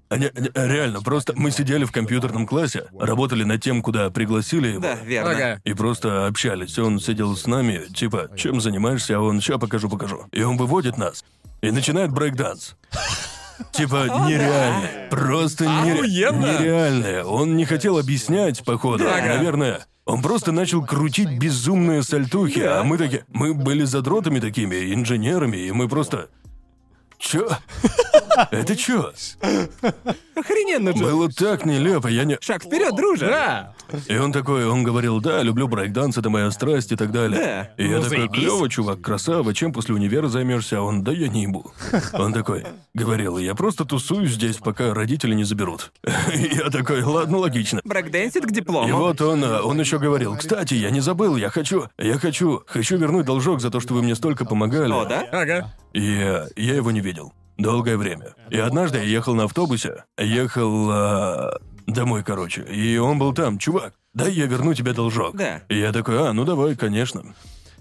C: А не- не- реально, просто мы сидели в компьютерном классе, работали над тем, куда пригласили его.
A: Да, верно.
B: Ага.
C: И просто общались. Он сидел с нами, типа, чем занимаешься, а он ща покажу, покажу. И он выводит нас. И начинает брейкданс. Типа нереально. Просто нере-
B: Охуенно.
C: нереально. Он не хотел объяснять, походу. Наверное. Он просто начал крутить безумные сальтухи, а мы такие... Мы были задротами такими, инженерами, и мы просто... Чё? Это чё?
A: Охрененно же.
C: Было так нелепо, я не...
A: Шаг вперед, друже.
B: Да.
C: И он такой, он говорил, да, люблю брейкданс, это моя страсть и так далее. И я
B: Ну,
C: такой,
B: заебись.
C: клево, чувак, красава, чем после универа займешься? А Он, да я не ебу. Он такой, говорил, я просто тусуюсь здесь, пока родители не заберут. И Я такой, ладно, логично.
A: Брейкденсит к диплому.
C: И вот он, э, он еще говорил, кстати, я не забыл, я хочу, я хочу, хочу вернуть должок за то, что вы мне столько помогали.
A: О, да?
B: Ага.
C: И э, я его не видел. Долгое время. И однажды я ехал на автобусе, ехал э, домой, короче, и он был там, чувак, дай я верну тебе должок.
A: Да.
C: И я такой, а, ну давай, конечно.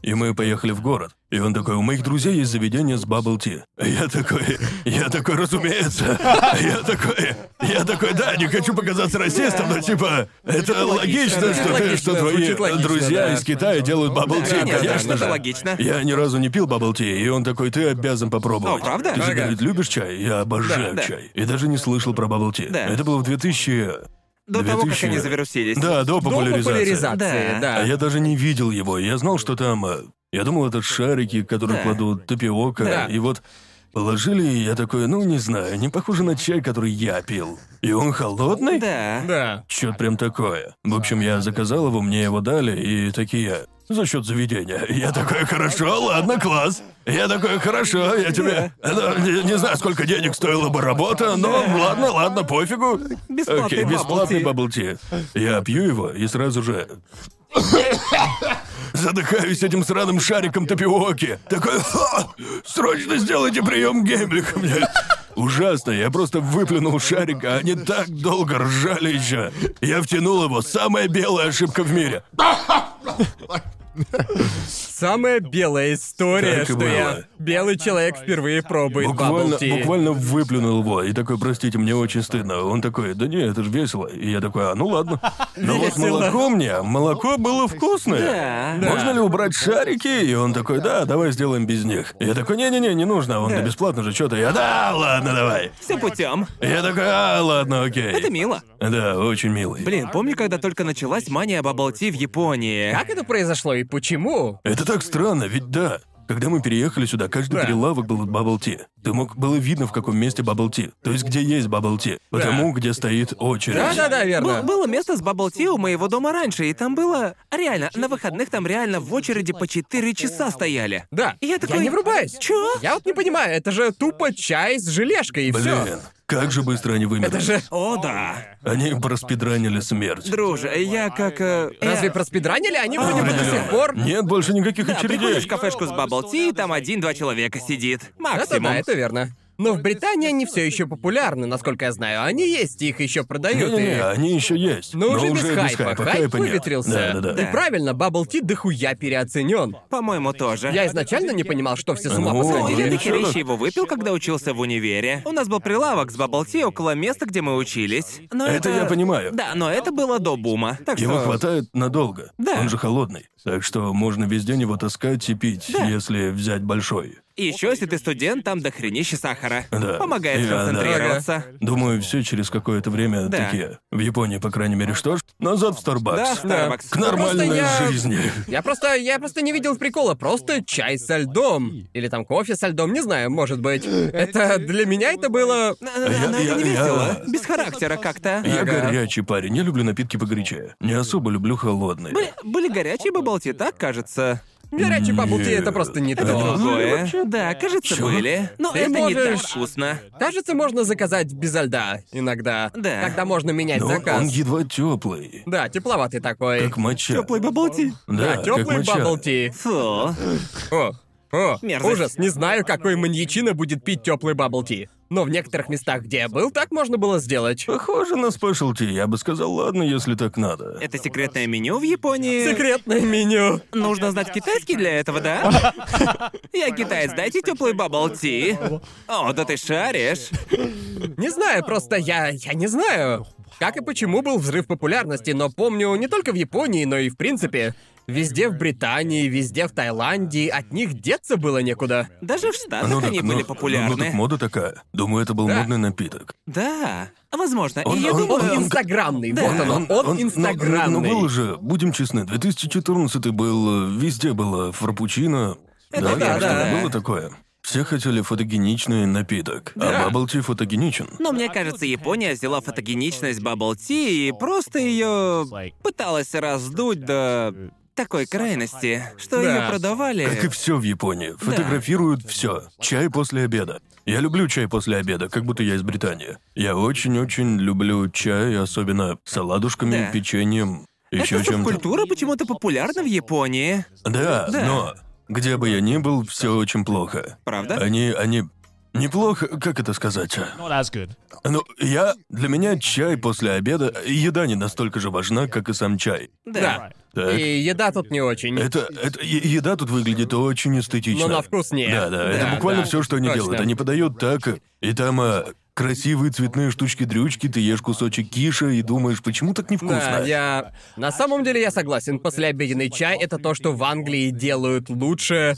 C: И мы поехали в город. И он такой, у моих друзей есть заведение с бабл ти. Я такой, я такой, разумеется. Я такой, я такой, да, не хочу показаться расистом, но типа, это логично,
A: да.
C: что, ты-
B: Логично,
C: что твои
B: звучит логично,
C: друзья
B: да.
C: из Китая делают бабл ти,
A: Конечно,
C: конечно
A: это
C: же.
A: же логично.
C: Я ни разу не пил бабл ти, и он такой, ты обязан попробовать.
A: О, правда?
C: Ты же,
B: Ага.
C: говорит, любишь чай? Я обожаю
A: Да, да.
C: чай. И даже не слышал про бабл ти.
A: Да.
C: Это было в 2000...
A: До того, как
C: 2000.
A: они завирусились.
C: Да, до
B: До
C: популяризации.
B: популяризации,
A: Да.
B: да.
C: А я даже не видел его. Я знал, что там... э, Я думал, это шарики, которые
A: Да.
C: кладут тапиока.
B: Да.
C: И вот положили, и я такой, ну, не знаю, не похоже на чай, который я пил. И он холодный?
A: Да.
B: Да.
C: Чё-то прям такое. В общем, я заказал его, мне его дали, и такие... За счет заведения. Я такой, хорошо, ладно, класс. Я такой, хорошо, я тебе... Это, не, не знаю, сколько денег стоила бы работа, но ладно, ладно, пофигу.
A: Бесплатный
C: Окей,
A: bubble
C: бесплатный
A: tea.
C: баблти. Я пью его и сразу же... Задыхаюсь этим сраным шариком тапиоки. Такой, «Ха! срочно сделайте прием Геймлиха мне. Ужасно, я просто выплюнул шарик, а они так долго ржали еще. Я втянул его, самая белая ошибка в мире.
B: Самая белая история,
C: Так и
B: что я
C: было.
B: белый человек впервые пробует
C: Буквально,
B: bubble tea.
C: буквально выплюнул его и такой, простите, мне очень стыдно. Он такой, да не, это же весело. И я такой, а ну ладно. Но вот
B: Весело.
C: молоко мне, молоко было
A: Да.
C: вкусное. Можно ли убрать шарики? И он такой, да, давай сделаем без них. Я такой, не-не-не, не нужно, он да бесплатно же что-то. Я, да, ладно, давай.
A: Все путем.
C: Я такой, а, ладно, окей.
A: Это мило.
C: Да, очень милый.
A: Блин, помню, когда только началась мания Бабалти в Японии.
B: Как это произошло и почему?
C: Это так странно, ведь да. Когда мы переехали сюда, каждый
B: Да.
C: перелавок был бабл ти. Ты мог было видно, в каком месте бабл ти. То есть, где есть бабл ти. Потому, где стоит очередь.
B: Да-да-да,
A: Б-
B: верно.
A: было место с бабл-ти у моего дома раньше, и там было... Реально, на выходных там реально в очереди по 4 часа стояли.
B: Да.
A: И я такой...
B: не врубаюсь.
A: Чё?
B: Я вот не понимаю, это же тупо чай с желешкой и все.
C: Блин, как же быстро они вымерли.
B: Это же...
A: О, да.
C: Они проспидранили смерть.
A: Друже, я как... э, э,
B: Разве проспидранили они вроде бы до
C: Определенно.
B: сих пор?
C: Нет больше никаких
A: да, приходишь
C: очередей.
A: в кафешку с бабл-ти, и там один-два человека сидит.
B: Это
A: Максимум.
B: да, это верно. Но в Британии они все еще популярны, насколько я знаю. Они есть, и их еще продают. и-
C: Не-не-не, а они еще есть.
B: Но, Ну, уже, без хайпа. Хайп
C: хайпа нет.
B: выветрился.
C: Да-да-да.
B: И правильно, Бабл Ти дохуя переоценен.
A: По-моему, тоже.
B: Я изначально не понимал, что все с ума
C: Ну,
A: Ну,
B: посходили.
A: я
C: блин,
A: такие
C: чё
A: вещи его выпил, когда учился в универе. У нас был прилавок с бабл-ти около места, где мы учились. Но это...
C: Это я понимаю.
A: Да, но это было до бума. Так
C: Его
A: что...
C: хватает надолго.
A: Да.
C: Он же холодный. Так что можно весь день его таскать и пить, если взять большой.
A: И еще, если ты студент, там дохренище сахара.
C: Да.
A: Помогает
C: И она-
A: концентрироваться.
C: Думаю, все через какое-то время
A: Да.
C: такие. В Японии, по крайней мере, что ж, назад в
A: Да,
C: Starbucks.
A: Starbucks.
C: К нормальной
B: Просто я-
C: жизни.
B: Я просто, я просто не видел прикола, просто чай со льдом. Или там кофе со льдом, не знаю, может быть. Это для меня это было...
A: Н- н-
C: я-
A: Но это
C: я-
A: не
C: я-
A: весело. Без характера как-то.
C: Я горячий парень, я люблю напитки погорячее. Не особо люблю холодные.
A: Были, были горячие бабалти, так кажется.
B: Горячий бабл ти
C: Нет.
B: это просто не
A: Это
B: то.
C: Ну,
A: другое. Да, кажется,
C: Чё?
A: были. Но
B: Ты
A: это не так
B: можешь-
A: вкусно.
B: Кажется, можно заказать без льда иногда.
A: Да.
B: Когда можно менять
C: Но
B: заказ.
C: он едва теплый.
B: Да, тепловатый такой.
C: Как моча.
A: бабалти.
C: Да,
B: Да,
C: как
B: теплый
C: моча.
B: бабл ти.
A: Фу.
B: О, о,
A: Мерзость.
B: ужас. Не знаю, какой маньячина будет пить теплый бабл ти. Но в некоторых местах, где я был, так можно было сделать.
C: Похоже на спешлти, я бы сказал, ладно, если так надо.
A: Это секретное меню в Японии.
B: Секретное меню.
A: Нужно знать китайский для этого, да? Я китаец, дайте теплый бабалти. О, да ты шаришь.
B: Не знаю, просто я... я не знаю. Как и почему был взрыв популярности, но помню не только в Японии, но и в принципе. Везде в Британии, везде в Таиланде, от них деться было некуда.
A: Даже в Штатах А они были
C: так, ну- Ну, так
A: популярны.
C: мода такая. Думаю, это был
B: Да.
C: модный напиток.
A: Да, возможно. И
C: Он-
A: я
C: он-
A: думаю,
B: Он инстаграмный,
A: Да.
B: вот оно, он,
C: Он-
B: инстаграмный.
C: Ну, ну, было же, будем честны, 2014 был, э, везде было фрапучино.
A: Это
C: так
A: да,
C: что
A: да.
C: было такое. Все хотели фотогеничный напиток, а баблти фотогеничен.
A: Но мне кажется, Япония взяла фотогеничность Bubble Tea и просто ее пыталась раздуть до такой крайности, что
B: Да.
A: ее продавали.
C: Как и все в Японии, фотографируют все. Чай после обеда. Я люблю чай после обеда, как будто я из Британии. Я очень-очень люблю чай, особенно с оладушками,
A: Да.
C: печеньем, еще
A: Эта
C: чем-то.
A: субкультура почему-то популярна в Японии.
C: Да,
A: Да.
C: но где бы я ни был, все очень плохо.
A: Правда?
C: Они, они неплохо, как это сказать? а?
F: Not as good.
C: Ну, я для меня чай после обеда, еда не настолько же важна, как и сам чай.
A: Да.
C: Так.
B: И еда тут не очень.
C: Это, это е- еда тут выглядит очень эстетично.
B: Но Ну, на вкус нет.
C: Да, да, это буквально
B: да.
C: все, что они
B: Точно.
C: делают. Они подают так, и там а, красивые цветные штучки-дрючки, ты ешь кусочек киша и думаешь, почему так невкусно?
B: Да, я... На самом деле я согласен, послеобеденный чай — это то, что в Англии делают лучше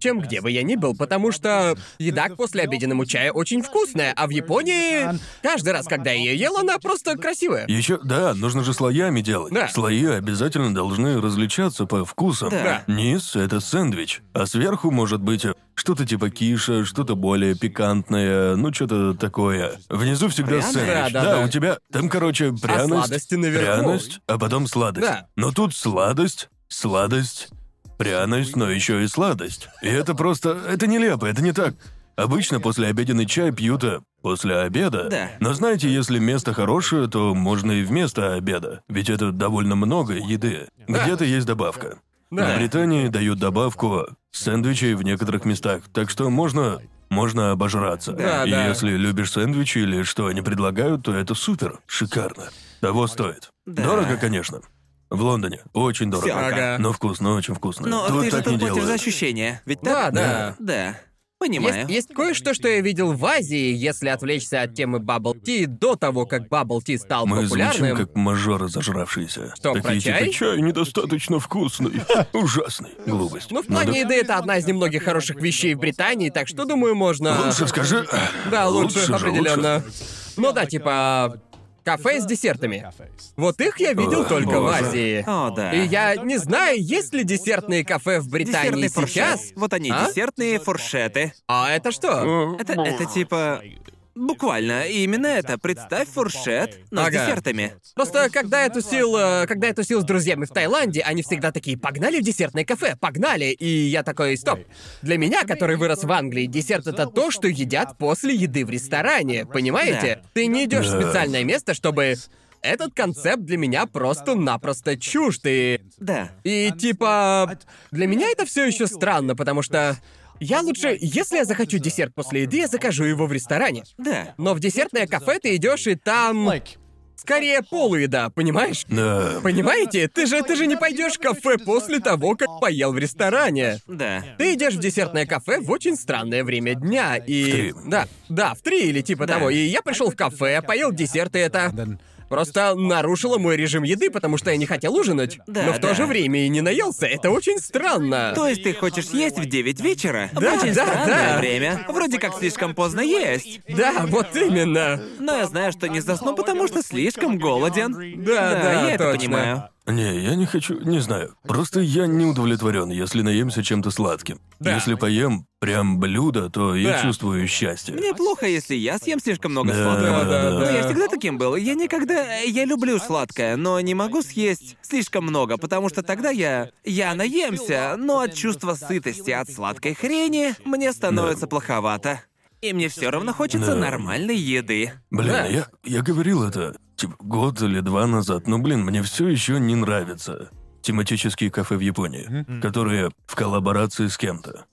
B: чем где бы я ни был, потому что еда к послеобеденному чаю очень вкусная, а в Японии каждый раз, когда я ее ел, она просто красивая.
C: Еще, да, нужно же слоями делать.
B: Да.
C: Слои обязательно должны различаться по вкусам.
A: Да.
C: Низ — это сэндвич, а сверху может быть э, что-то типа киша, что-то более пикантное, ну что-то такое. Внизу всегда
B: Пряность?
C: сэндвич.
B: Да, да, да. А
C: у тебя там, короче, пряность,
B: сладости наверху.
C: пряность, а потом сладость.
B: Да.
C: Но тут сладость, сладость, пряность, но еще и сладость. И это просто... Это нелепо, это не так. Обычно после обеденный чай пьют э, после обеда.
A: Да.
C: Но знаете, если место хорошее, то можно и вместо обеда. Ведь это довольно много еды. Где-то есть добавка.
B: Да.
C: В Британии дают добавку сэндвичей в некоторых местах, так что можно... Можно обожраться.
B: Да,
C: и
B: да.
C: если любишь сэндвичи или что они предлагают, то это супер, шикарно. Того стоит.
A: Да.
C: Дорого, конечно. В Лондоне. Очень дорого.
A: Всё, ага.
C: Но вкусно, очень вкусно.
B: Ну,
A: Но
C: Тут
A: ты же
C: так не
A: тут платишь
C: делают.
A: за ощущения, ведь
B: Да,
A: так?
B: да.
A: Да.
B: Есть,
A: Понимаю.
B: есть кое-что, что я видел в Азии, если отвлечься от темы Bubble Tea до того, как Bubble Tea стал
C: Мы звучим,
B: популярным.
C: как мажоры зажравшиеся.
B: Что,
C: Такие
B: про
C: типа,
B: чай?
C: недостаточно вкусный. Ужасный. Глупость.
B: Ну, в
C: Надо-
B: плане еды это одна из немногих хороших вещей в Британии, так что думаю, можно.
C: Лучше скажи...
B: Да, лучше,
C: же,
B: определенно. Ну да, типа. Кафе с десертами. Вот их я видел
C: Ох,
B: только в
C: боже.
B: Азии.
A: О, да.
B: И я не знаю, есть ли десертные кафе в Британии
A: Десертный фуршет.
B: сейчас.
A: Вот они,
B: А?
A: десертные фуршеты.
B: А это что?
A: Это, это типа... Буквально, именно это. Представь фуршет, но
B: Ага.
A: с десертами.
B: Просто когда я тусил, э, когда я тусил с друзьями в Таиланде, они всегда такие: погнали в десертное кафе, погнали. И я такой: стоп. Для меня, который вырос в Англии, десерт это то, что едят после еды в ресторане. Понимаете? Ты не идешь в
C: Да.
B: специальное место, чтобы. Этот концепт для меня просто-напросто чужд, и
A: Да.
B: И типа, для меня это все еще странно, потому что я лучше, если я захочу десерт после еды, я закажу его в ресторане.
A: Да.
B: Но в десертное кафе ты идешь и там скорее полуеда, понимаешь?
C: Да.
B: Понимаете? Ты же ты же не пойдешь в кафе после того, как поел в ресторане.
A: Да.
B: Ты идешь в десертное кафе в очень странное время дня и
C: В три.
B: да, да, в три или типа
A: Да.
B: того. И я пришел в кафе, поел десерт и это просто нарушило мой режим еды, потому что я не хотел ужинать,
A: Да,
B: но в то
A: да.
B: же время и не наелся. Это очень странно.
A: То есть ты хочешь есть в 9 вечера?
B: Да,
A: Очень
B: да,
A: странное
B: да.
A: время. Вроде как слишком поздно есть.
B: Да, вот именно.
A: Но я знаю, что не засну, потому что слишком голоден.
B: Да, да,
A: я это
B: точно.
A: понимаю.
C: Не, я не хочу, не знаю. Просто я не удовлетворен, если наемся чем-то сладким.
B: Да.
C: Если поем прям блюдо, то я
B: Да.
C: чувствую счастье.
A: Мне плохо, если я съем слишком много
C: Да,
A: сладкого.
C: да,
A: Но
C: да.
A: я всегда таким был. Я никогда... Я люблю сладкое, но не могу съесть слишком много, потому что тогда я... Я наемся, но от чувства сытости от сладкой хрени мне становится плоховато. И мне все равно хочется
C: Да.
A: нормальной еды.
C: Блин,
B: Да.
C: я, я говорил это типа год или два назад, но, блин, мне все еще не нравятся тематические кафе в Японии, которые в коллаборации с кем-то.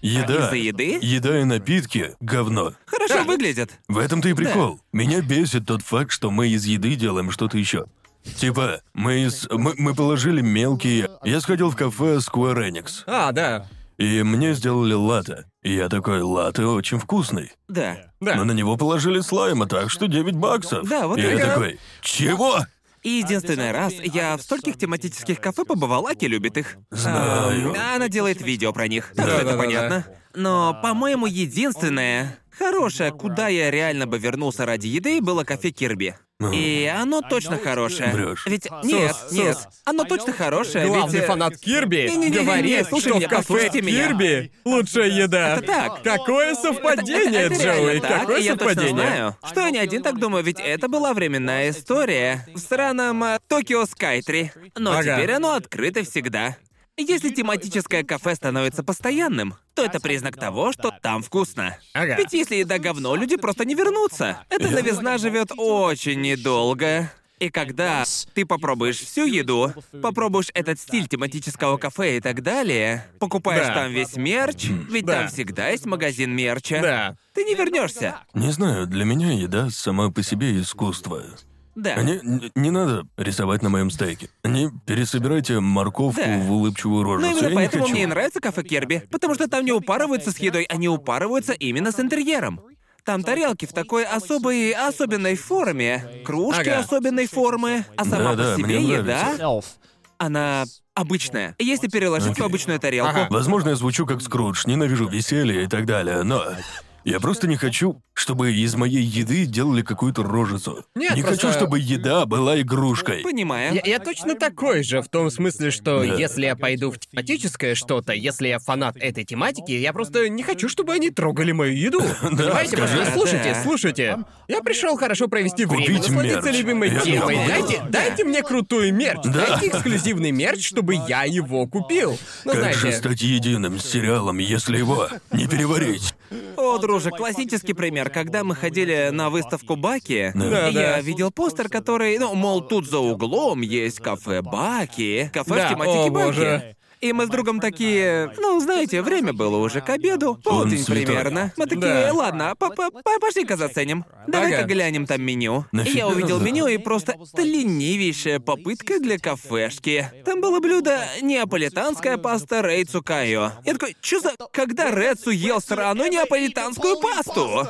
C: Еда,
A: Из-за еды?
C: еда и напитки — говно.
A: Хорошо выглядит.
C: В этом-то и прикол. Меня бесит тот факт, что мы из еды делаем что-то еще. Типа, мы, из, мы, мы положили мелкие... Я сходил в кафе Square Enix,
B: А, да.
C: и мне сделали латте. И я такой, латте очень вкусный.
A: Да.
B: Да.
C: Но на него положили слайма, так что 9 баксов.
A: Да, вот
C: И я
A: именно.
C: такой, чего?
A: И единственный раз я в стольких тематических кафе побывал, Аки любит их.
C: Знаю.
A: Эм, Она делает видео про них, так
B: Да,
A: что
B: да, да,
A: это
B: да.
A: понятно. Но, по-моему, единственное хорошее, куда я реально бы вернулся ради еды, было кафе Кирби. И оно точно хорошее.
C: Врёшь.
A: Ведь нет,
B: Сус.
A: нет, оно точно
C: Ну,
A: хорошее.
B: Главный
A: ведь, э,
B: фанат Кирби
A: Не-не-не-не-не,
B: говорит,
A: слушай
B: что
A: меня,
B: в кафе
A: послушайте меня.
B: Кирби лучшая еда.
A: Это так.
B: Какое совпадение,
A: это реально
B: Джоуи,
A: так,
B: какое
A: и я точно
B: совпадение.
A: знаю, что я не один так думаю, ведь это была временная история в сраном э, Токио Скайтри. Но
B: Ага.
A: теперь оно открыто всегда. Если тематическое кафе становится постоянным, то это признак того, что там вкусно.
B: Ага.
A: Ведь если еда говно, люди просто не вернутся. Эта новизна живет очень недолго. И когда ты попробуешь всю еду, попробуешь этот стиль тематического кафе и так далее, покупаешь
B: Да.
A: там весь мерч, ведь
B: Да.
A: там всегда есть магазин мерча.
B: Да.
A: Ты не вернешься.
C: Не знаю, для меня еда сама по себе искусство.
A: Да.
C: Не, не- не надо рисовать на моем стейке. Не пересобирайте морковку
A: Да.
C: в улыбчивую
A: Но
C: рожицу.
A: именно
C: Я не
A: поэтому
C: хочу.
A: мне Ну и нравится кафе Керби, потому что там не упарываются с едой, они упарываются именно с интерьером. Там тарелки в такой особой, особенной форме, кружки
B: Ага.
A: особенной формы, а сама по
C: Да-да,
A: себе
C: мне
A: еда,
C: нравится.
A: она обычная. Если переложить в обычную тарелку,
B: Ага.
C: Возможно, я звучу как Скрудж, ненавижу веселье и так далее, но... Я просто не хочу, чтобы из моей еды делали какую-то рожицу.
B: Нет,
C: не
B: просто-
C: хочу, чтобы еда была игрушкой.
A: понимаю.
B: Я, я точно такой же, в том смысле, что
C: Да.
B: если я пойду в тематическое что-то, если я фанат этой тематики, я просто не хочу, чтобы они трогали мою еду. Понимаете,
C: скажи.
B: пожалуйста, слушайте,
A: Да.
B: слушайте. Я пришел хорошо провести время,
C: Купить
B: насладиться
C: мерч.
B: любимой
C: Я
B: темой.
C: думал.
B: Дайте, дайте мне крутой мерч, дайте эксклюзивный мерч, чтобы я его купил. Ну,
C: Как же
B: знаете,
C: стать единым с сериалом, если его не переварить?
A: О, дружок, классический пример. Когда мы ходили на выставку Баки,
C: Да.
A: я
B: Да-да.
A: видел постер, который, ну, мол, тут за углом есть кафе Баки, кафе
B: Да,
A: в тематике
B: о,
A: Баки.
B: боже.
A: И мы с другом такие, ну, знаете, время было уже к обеду, полдень
C: святой.
A: примерно. Мы такие,
B: Да.
A: ладно, по- по- по- пошли-ка заценим. Давай-ка
B: Ага.
A: глянем там меню. И
C: Нафига
A: я увидел
C: надо?
A: меню, и просто это ленивейшая попытка для кафешки. Там было блюдо неаполитанская паста Рэй Цукайо. Я такой, что за... Когда Рэцу ел сраную неаполитанскую пасту?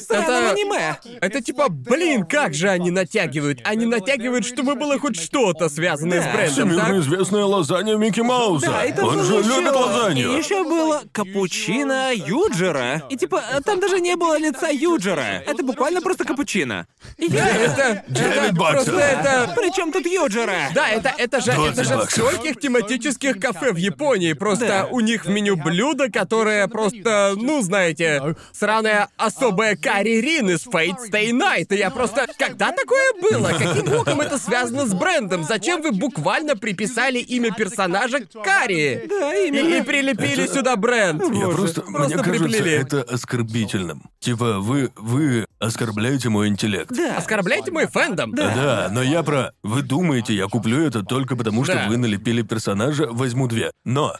A: Сраного
B: Это-
A: аниме!
B: это типа, блин, как же они натягивают? Они натягивают, чтобы было хоть что-то связанное
A: Да.
B: с брендом,
C: Всемирно
B: так?
C: известная лазанья Микки Мауса.
A: Да, и там
C: Он
A: было
C: же
A: ещё-
C: любит лазанью.
A: И еще было капучино Юджера. И типа, э, там даже не было лица Юджера. Это буквально просто капучино. И
C: ну,
A: я...
B: Это, это
C: Девять баксов.
B: просто это
A: Причем тут Юджера?
B: Да, это, это же, это
C: 20
B: же в
C: баксов.
B: стольких тематических кафе в Японии. Просто
A: Да.
B: у них в меню блюдо, которое просто, ну, знаете, сраная особая карри рин из Fate Stay Night. И я просто... Когда такое было? Каким боком это связано с брендом? Зачем вы буквально приписали имя персонажа к карри?
A: Да,
B: И,
A: именно.
B: и прилепили сюда бренд.
C: Я
B: Боже,
C: просто, мне кажется,
B: приплели.
C: это оскорбительным. Типа, вы, вы оскорбляете мой интеллект.
A: Да.
B: Оскорбляйте мой фэндом.
C: Да, но я про... Вы думаете, я куплю это только потому, что
B: Да.
C: вы налепили персонажа, возьму две. Но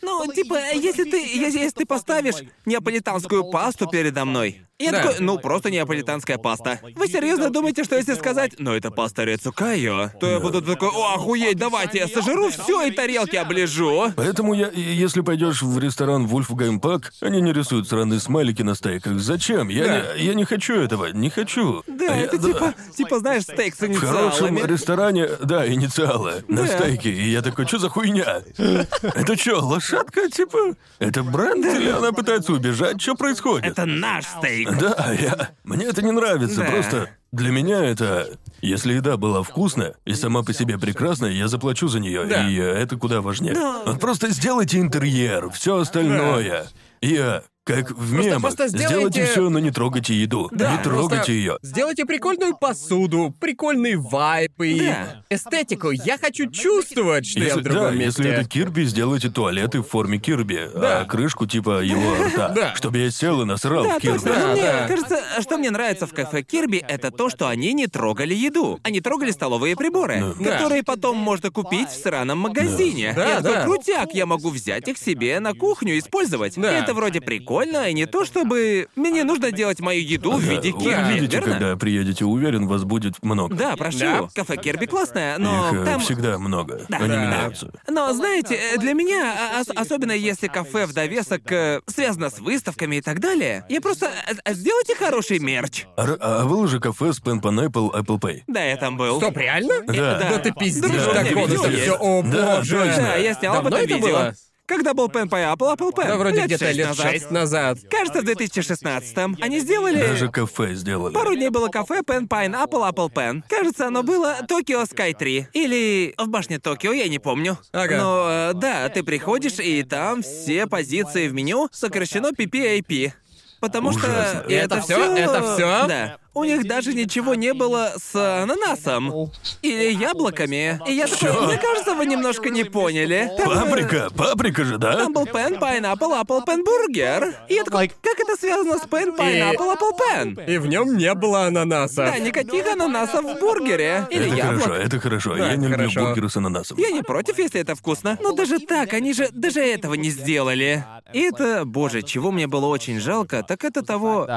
A: Ну, типа, если ты, если, если ты поставишь неаполитанскую пасту передо мной, я
B: Да.
A: такой, ну просто неаполитанская паста. Вы серьезно думаете, что если сказать, ну это паста Рецукайо, то я буду такой, о, охуеть, давайте я сожру все и тарелки оближу.
C: Поэтому я, и если пойдешь в ресторан Вульф Гаймпак, они не рисуют сраные смайлики на стейках. Зачем? Я, не, я не хочу этого, не хочу.
A: Да,
C: А Я-
A: это типа, типа, знаешь, стейк с
C: В хорошем
A: инициалами.
C: ресторане, да, инициалы на
A: Да.
C: стейке. И я такой, что за хуйня? Это что, лошадка, типа? Это бренд или она пытается убежать? Что происходит?
A: Это наш стейк.
C: Да, я... Мне это не нравится,
A: Да.
C: просто для меня это... Если еда была вкусная и сама по себе прекрасная, я заплачу за нее,
B: Да.
C: и э, это куда важнее. Вот просто сделайте интерьер, все остальное. Я как в мемах.
B: просто сделайте-
C: Сделайте все, но не трогайте еду. не трогайте
B: Просто
C: ее.
B: Сделайте прикольную посуду, прикольный вайп и
A: Да.
B: эстетику. Я хочу чувствовать, что я
C: Если,
B: в другом
C: да,
B: месте.
C: если это Кирби, сделайте туалеты в форме Кирби,
B: Да.
C: а крышку типа его рта.
B: Да.
C: Чтобы я сел и насрал
A: Да,
C: в Кирби.
A: точно. Но мне
B: да.
A: кажется, что мне нравится в кафе Кирби, это то, что они не трогали еду. Они трогали столовые приборы,
B: Да.
A: которые потом можно купить в сраном магазине.
B: Да,
A: я такой,
B: да.
A: крутяк, я могу взять их себе на кухню и использовать.
B: Да.
A: И это вроде прикольно, и не то чтобы... Мне нужно делать мою еду в
C: Да,
A: виде
C: вы
A: Кирби,
C: увидите,
A: верно?
C: когда приедете, уверен, вас будет много.
A: Да, прошу.
B: Да.
A: Кафе Кирби классное, но
C: Их э,
A: там...
C: всегда много.
A: Да.
C: Они
A: Да.
C: меняются.
A: Но, знаете, э, для меня, а- ос- особенно если кафе в довесок э, связано с выставками и так далее, я просто... э, э, Сделайте хороший мерч.
C: А, р- а выложи кафе с Pen Pineapple Apple Pay.
A: Да, я там был.
B: Стоп, реально?
C: Да.
B: Да ты пиздишь
A: Да,
B: так
A: я
B: вот
A: видел
B: это
A: есть.
B: все. О,
C: Да,
B: боже.
C: точно.
A: Да, я снял об
B: Давно
A: этом
B: это
A: видео.
B: было?
A: Когда был Pen Pie Apple, Apple Pen?
B: Да, вроде
A: Лет
B: где-то
A: шесть
B: лет
A: назад.
B: шесть назад.
A: Кажется, в 2016-м они сделали...
C: Даже кафе сделали.
A: Пару дней было кафе Pen Pine Apple Apple Pen. Кажется, оно было Токио Sky 3. Или в башне Токио, я не помню.
B: Ага.
A: Но э, да, ты приходишь, и там все позиции в меню сокращено PPAP. Потому
C: Ужасно.
A: что...
B: И это всё?
A: всё-
B: Это всё?
A: Да. У них даже ничего не было с ананасом. Или яблоками. И я такой, мне кажется, вы немножко не поняли. Там, э,
C: Паприка, паприка же, да?
A: Там был Pen Pineapple Apple Pen Burger. И я такой, как это связано с Pen Pineapple Apple Pen?
B: И в нем не было ананаса.
A: Да, никаких ананасов в бургере. Или
C: Это хорошо,
A: яблок.
C: это хорошо.
B: Да,
C: Я не люблю
B: хорошо.
C: бургеры с ананасом.
A: Я не против, если это вкусно. Но даже так, они же даже этого не сделали. И это, боже, чего мне было очень жалко, так это того...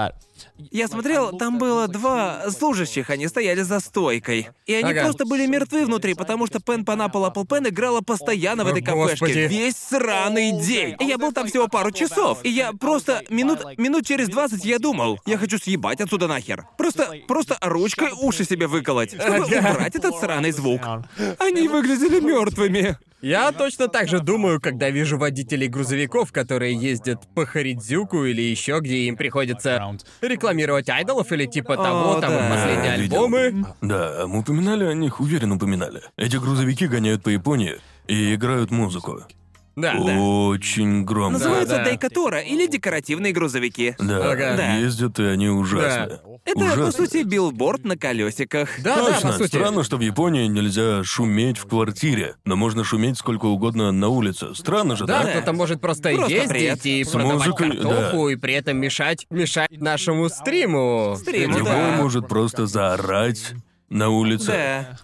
A: Я смотрел, там было два служащих, они стояли за стойкой. И они
B: Ага.
A: просто были мертвы внутри, потому что Пен Панаппл Apple Пен играла постоянно в этой
B: О,
A: кафешке.
B: господи.
A: Весь сраный день. И Я был там всего пару часов. И я просто минут, минут через 20 я думал, я хочу съебать отсюда нахер. Просто, просто ручкой уши себе выколоть, чтобы
B: Ага.
A: убрать этот сраный звук. Они выглядели мертвыми.
B: Я точно так же думаю, когда вижу водителей грузовиков, которые ездят по Харидзюку или еще, где им приходится рекламировать айдолов или типа того,
A: О,
B: там их
A: да.
B: последние
C: А, видел.
B: альбомы.
C: Да, мы упоминали о них, уверен, упоминали. Эти грузовики гоняют по Японии и играют музыку.
B: Да,
A: А,
B: да.
C: Очень громко.
A: Называются
B: да.
A: дайкатура или декоративные грузовики.
C: Да,
B: Ага.
A: Да.
C: ездят, и они ужасны.
A: Это,
C: ужасны.
A: по сути, билборд на колесиках.
B: Да, да,
C: Точно.
B: по сути.
C: Странно, что в Японии нельзя шуметь в квартире, но можно шуметь сколько угодно на улице. Странно же,
B: Да,
C: да?
A: Да.
B: кто-то может просто,
A: Просто
B: ездить
A: бред.
B: и
C: С
B: продавать
C: музыкой,
B: картоху и при этом мешать, мешать нашему стриму.
A: Стриму,
C: Любой
A: Ну да.
C: может просто заорать на улице.
A: Да.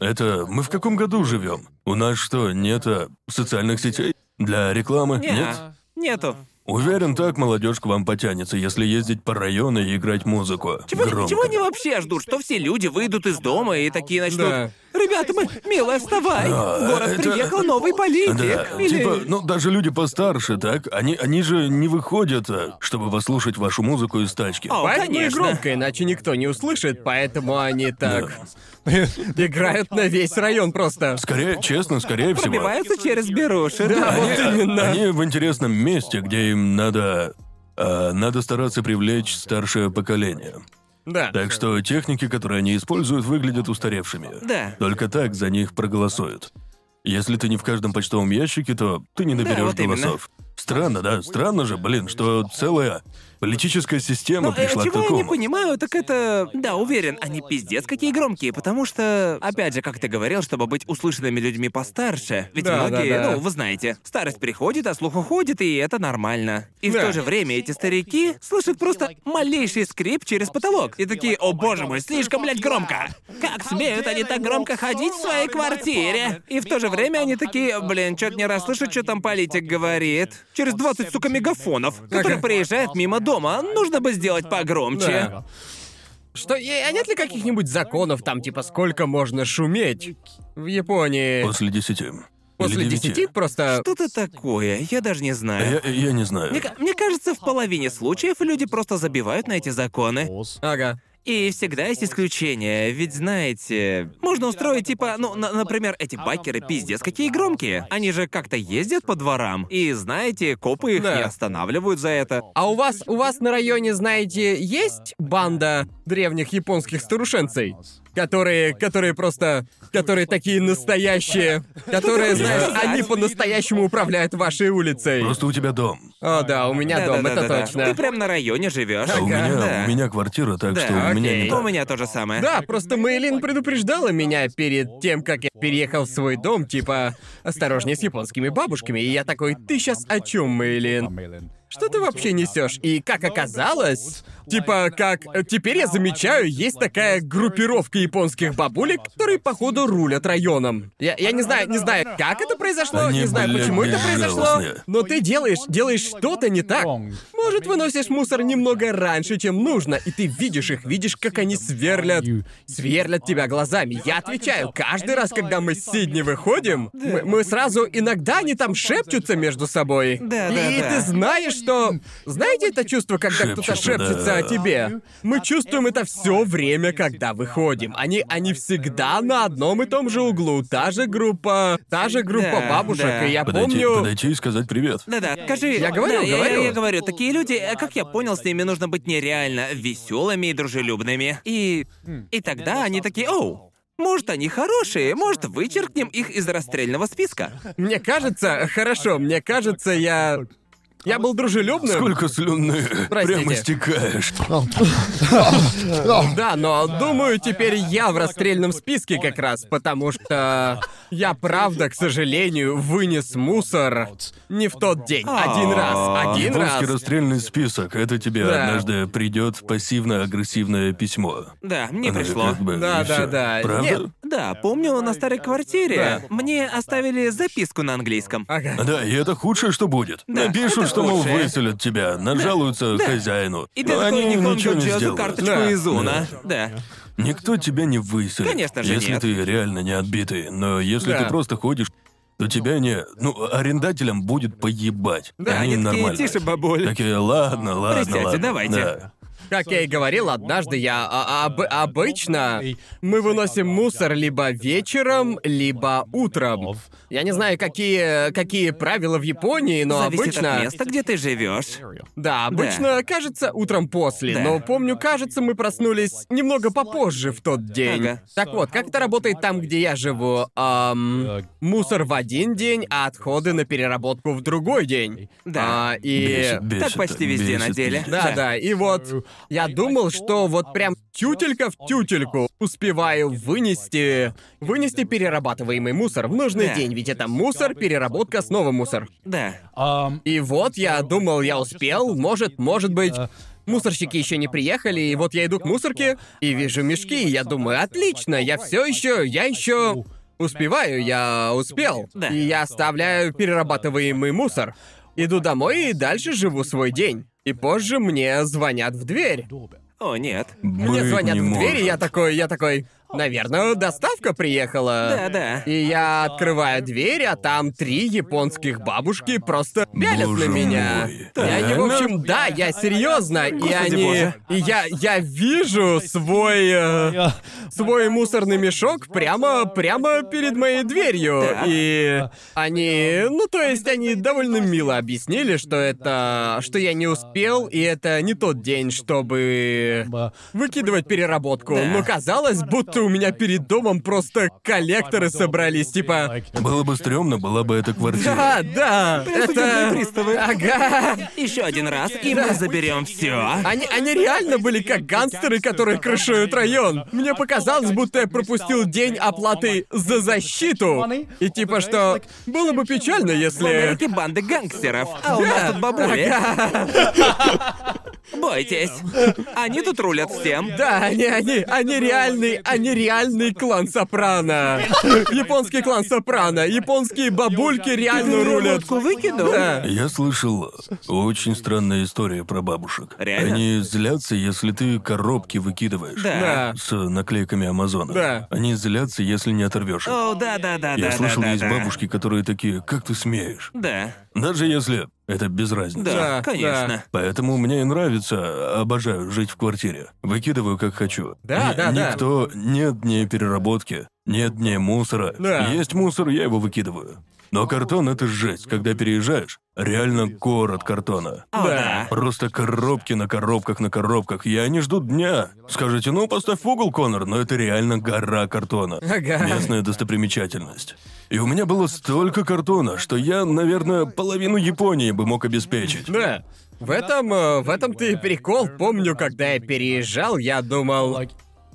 C: Это мы в каком году живем? У нас что, нет а, социальных сетей? Для рекламы?
A: Не,
C: Нет?
A: Нету.
C: Уверен, так молодежь к вам потянется, если ездить по району и играть музыку.
A: Чего,
C: Громко.
A: чего они вообще ждут? Что все люди выйдут из дома и такие начнут...
B: Да.
A: Ребята, мы... Милая, вставай!
C: Да,
A: В город
C: это-
A: приехал новый политик!
C: Да,
A: Или...
C: типа, ну даже люди постарше, так? Они, они же не выходят, а, чтобы послушать вашу музыку из тачки.
A: О,
B: Поэтому и
A: Ну, конечно.
B: громко, иначе никто не услышит, поэтому они так играют на весь район просто.
C: Скорее, честно, скорее всего.
A: Пробиваются через беруши.
B: Да, вот именно.
C: Они в интересном месте, где им надо... а, надо стараться привлечь старшее поколение.
B: Да.
C: Так что техники, которые они используют, выглядят устаревшими.
A: Да.
C: Только так за них проголосуют. Если ты не в каждом почтовом ящике, то ты не доберешь
A: вот именно.
C: голосов. Странно, да? Странно же, блин, что целая политическая система
A: Ну, э,
C: пришла к
A: чего я
C: такому.
A: не понимаю, так это... Да, уверен, они пиздец какие громкие, потому что... Опять же, как ты говорил, чтобы быть услышанными людьми постарше. Ведь
B: Да, да,
A: многие,
B: да.
A: ну, вы знаете, старость приходит, а слух уходит, и это нормально. И
B: Да.
A: в то же время эти старики слышат просто малейший скрип через потолок. И такие, о боже мой, слишком, блядь, громко. Как смеют они так громко ходить в своей квартире? И в то же время они такие, блин, чё-то не расслышу, что там политик говорит. Через 20, сука, мегафонов, которые проезжают мимо дома. Ну, Нужно бы сделать погромче.
B: Да. Что, и- а нет ли каких-нибудь законов там, типа, сколько можно шуметь в Японии?
C: После десяти.
B: Э, После
C: Или девяти.
B: десяти просто...
A: Что-то такое, я даже не знаю.
C: Я, э, я не знаю.
A: Мне, ка- мне кажется, в половине случаев люди просто забивают на эти законы.
B: Ага.
A: И всегда есть исключения, ведь знаете, можно устроить типа, ну, на- например, эти байкеры пиздец какие громкие. Они же как-то ездят по дворам, и знаете, копы их
B: Да.
A: не останавливают за это.
B: А у вас, у вас на районе, знаете, есть банда древних японских старушенцей? Которые, которые просто, которые такие настоящие, которые, знаешь,
C: сказать?
B: они по-настоящему управляют вашей улицей.
C: Просто у тебя дом.
B: О, да, у меня дом, это
A: Да-да-да-да-да. Ты
B: точно.
A: прям на районе живешь.
C: А у меня,
A: да.
C: у меня квартира, так
A: Да,
C: что у меня не
B: окей. Ну,
C: так.
A: У меня то же самое.
B: Да, просто Мэйлин предупреждала меня перед тем, как я переехал в свой дом, типа, осторожнее с японскими бабушками. И я такой, ты сейчас о чем, Мэйлин? Что ты вообще несешь? И как оказалось, типа, как э, теперь я замечаю, есть такая группировка японских бабулек, которые, походу, рулят районом. Я, я не знаю, не знаю, как это произошло,
C: Они,
B: не знаю,
C: блядь,
B: почему это произошло,
C: безжалостные.
B: но ты делаешь, делаешь что-то не так. Может, выносишь мусор немного раньше, чем нужно, и ты видишь их, видишь, как они сверлят, сверлят тебя глазами. Я отвечаю, каждый раз, когда мы с Сидни выходим, мы, мы сразу иногда они там шепчутся между собой.
A: Да,
B: и
A: да,
B: и
A: да.
B: ты знаешь, что... Знаете это чувство, когда кто-то
C: Шепчутся,
B: шепчется
C: да.
B: о тебе? Мы чувствуем это все время, когда выходим. Они, они всегда на одном и том же углу. Та же группа, та же группа
A: Да,
B: бабушек.
A: да.
B: И я
C: Подойти,
B: помню...
C: подойти и сказать привет.
A: Да-да, скажи.
B: Я говорю,
A: Да, я-
B: говорю.
A: Я, я говорю, такие люди, э, как я понял, с ними нужно быть нереально веселыми и дружелюбными. И. И тогда они такие, оу! Может, они хорошие, может, вычеркнем их из расстрельного списка.
B: Мне кажется, хорошо, мне кажется, я... Я был дружелюбным.
C: Сколько слюны
B: Простите.
C: прямо стекаешь.
B: Да, но думаю, теперь я в расстрельном списке как раз, потому что... Я правда, к сожалению, вынес мусор не в тот день.
A: А.
B: Один раз, А, один
C: Японский
B: раз.
C: расстрельный список. Это тебе
B: Да.
C: однажды придет пассивно-агрессивное письмо.
A: Да, мне
C: Оно
A: пришло.
C: как бы, и
B: Да, да,
C: всё.
B: да.
C: Правда?
B: Нет.
A: Да, помню, на старой квартире мне оставили записку на английском.
B: Ага.
C: Да, и это худшее, что будет.
A: Да,
C: Напишут,
A: это
C: что, мол,
A: худшее.
C: выселят тебя, нажалуются хозяину.
A: И ты
C: Но
A: такой
C: они
A: Никон
C: ничего не
A: Годжиазу
C: сделают.
A: карточку
B: Да.
A: из Уна. Да.
C: Никто тебя не выселит.
A: Конечно же,
C: Если
A: нет.
C: ты реально не отбитый. Но если
B: Да.
C: ты просто ходишь, то тебя не... Ну, арендателям будет поебать.
B: Ну,
A: Да,
C: они,
A: они такие,
C: нормальные.
A: «Тише, бабуль».
C: Такие, ладно, ладно,
A: Присядьте,
C: ладно.
A: давайте.
C: Да.
B: Как я и говорил, однажды я а- об- обычно мы выносим мусор либо вечером, либо утром. Я не знаю, какие какие правила в Японии, но
A: Зависит
B: обычно
A: от места, где ты живешь.
B: Да, обычно кажется утром после,
A: Да.
B: но помню, кажется, мы проснулись немного попозже в тот день.
A: Ага.
B: Так вот, как это работает там, где я живу? Ам, мусор в один день, а отходы на переработку в другой день.
A: Да.
B: А, и
C: Бесит, бесит,
A: Так почти везде
C: бесит,
A: на деле.
C: бесит.
B: да, да, и вот я думал, что а вот прям тютелька в тютельку успеваю вынести вынести перерабатываемый мусор в нужный
A: Да.
B: день, ведь это мусор, переработка, снова мусор.
A: Да.
B: И вот я думал, я успел, может, может быть. Мусорщики еще не приехали, и вот я иду к мусорке и вижу мешки, и я думаю, отлично, я все еще, я еще успеваю, я успел.
A: Да.
B: И я оставляю перерабатываемый мусор. Иду домой и дальше живу свой день. И позже мне звонят в дверь.
A: О, нет.
B: Мне
C: Быть
B: звонят
C: не
B: в
C: может.
B: дверь, и я такой, я такой, наверное, доставка приехала.
A: Да, да.
B: И я открываю дверь, а там три японских бабушки просто пялят
C: Боже
B: на меня.
C: мой. Э, ну,
B: И они, в
C: Реально?
B: общем, да, я серьезно, и
A: Господи
B: они.
A: боже.
B: И я, я вижу свой. э, свой мусорный мешок прямо, прямо перед моей дверью.
A: Да.
B: И они, ну то есть они довольно мило объяснили, что это, что я не успел, и это не тот день, чтобы выкидывать переработку.
A: Да.
B: Но казалось, будто у меня перед домом просто коллекторы собрались, типа.
C: Было бы стрёмно, была бы эта квартира.
B: Да, да,
A: судебные
B: это...
A: приставы.
B: Ага.
A: Еще один раз, и мы заберем все.
B: Они, они реально были как гангстеры, которые крышуют район. Мне показалось, будто я пропустил день оплаты за защиту. И типа что, было бы печально,
A: В
B: если...
A: Америке банды гангстеров, а у нас тут бабули. Бойтесь. Они тут рулят всем.
B: Да, они, они, они реальный, они реальный клан Сопрано. Японский клан Сопрано. Японские бабульки реально ну, рулят.
A: Водку выкину.
B: Да.
C: Я слышал очень странная история про бабушек.
A: Реально?
C: Они злятся, если ты коробки выкидываешь.
A: Да.
B: Да.
C: С наклейками Амазона.
B: Да.
C: Они злятся, если не оторвешь. их.
A: О, да, да, да, да,
C: Я
A: да,
C: слышал,
A: да,
C: есть
A: да.
C: бабушки, которые такие, как ты смеешь?
A: Да,
C: Даже если это без разницы.
A: да,
B: Да,
A: конечно.
C: Поэтому мне и нравится, обожаю жить в квартире. Выкидываю как хочу.
B: Да,
C: Ни-
B: да, да.
C: Никто, нет дней переработки, нет дней мусора.
B: Да.
C: Есть мусор, я его выкидываю. Но картон это жесть, когда переезжаешь, реально город картона.
A: О, да.
B: Да.
C: Просто коробки на коробках на коробках. Я не жду дня. Скажите, ну поставь в угол, Конор, но это реально гора картона.
B: Ага.
C: Местная достопримечательность. И у меня было столько картона, что я, наверное, половину Японии бы мог обеспечить.
B: Да. В этом, э, в этом ты и прикол. Помню, когда я переезжал, я думал,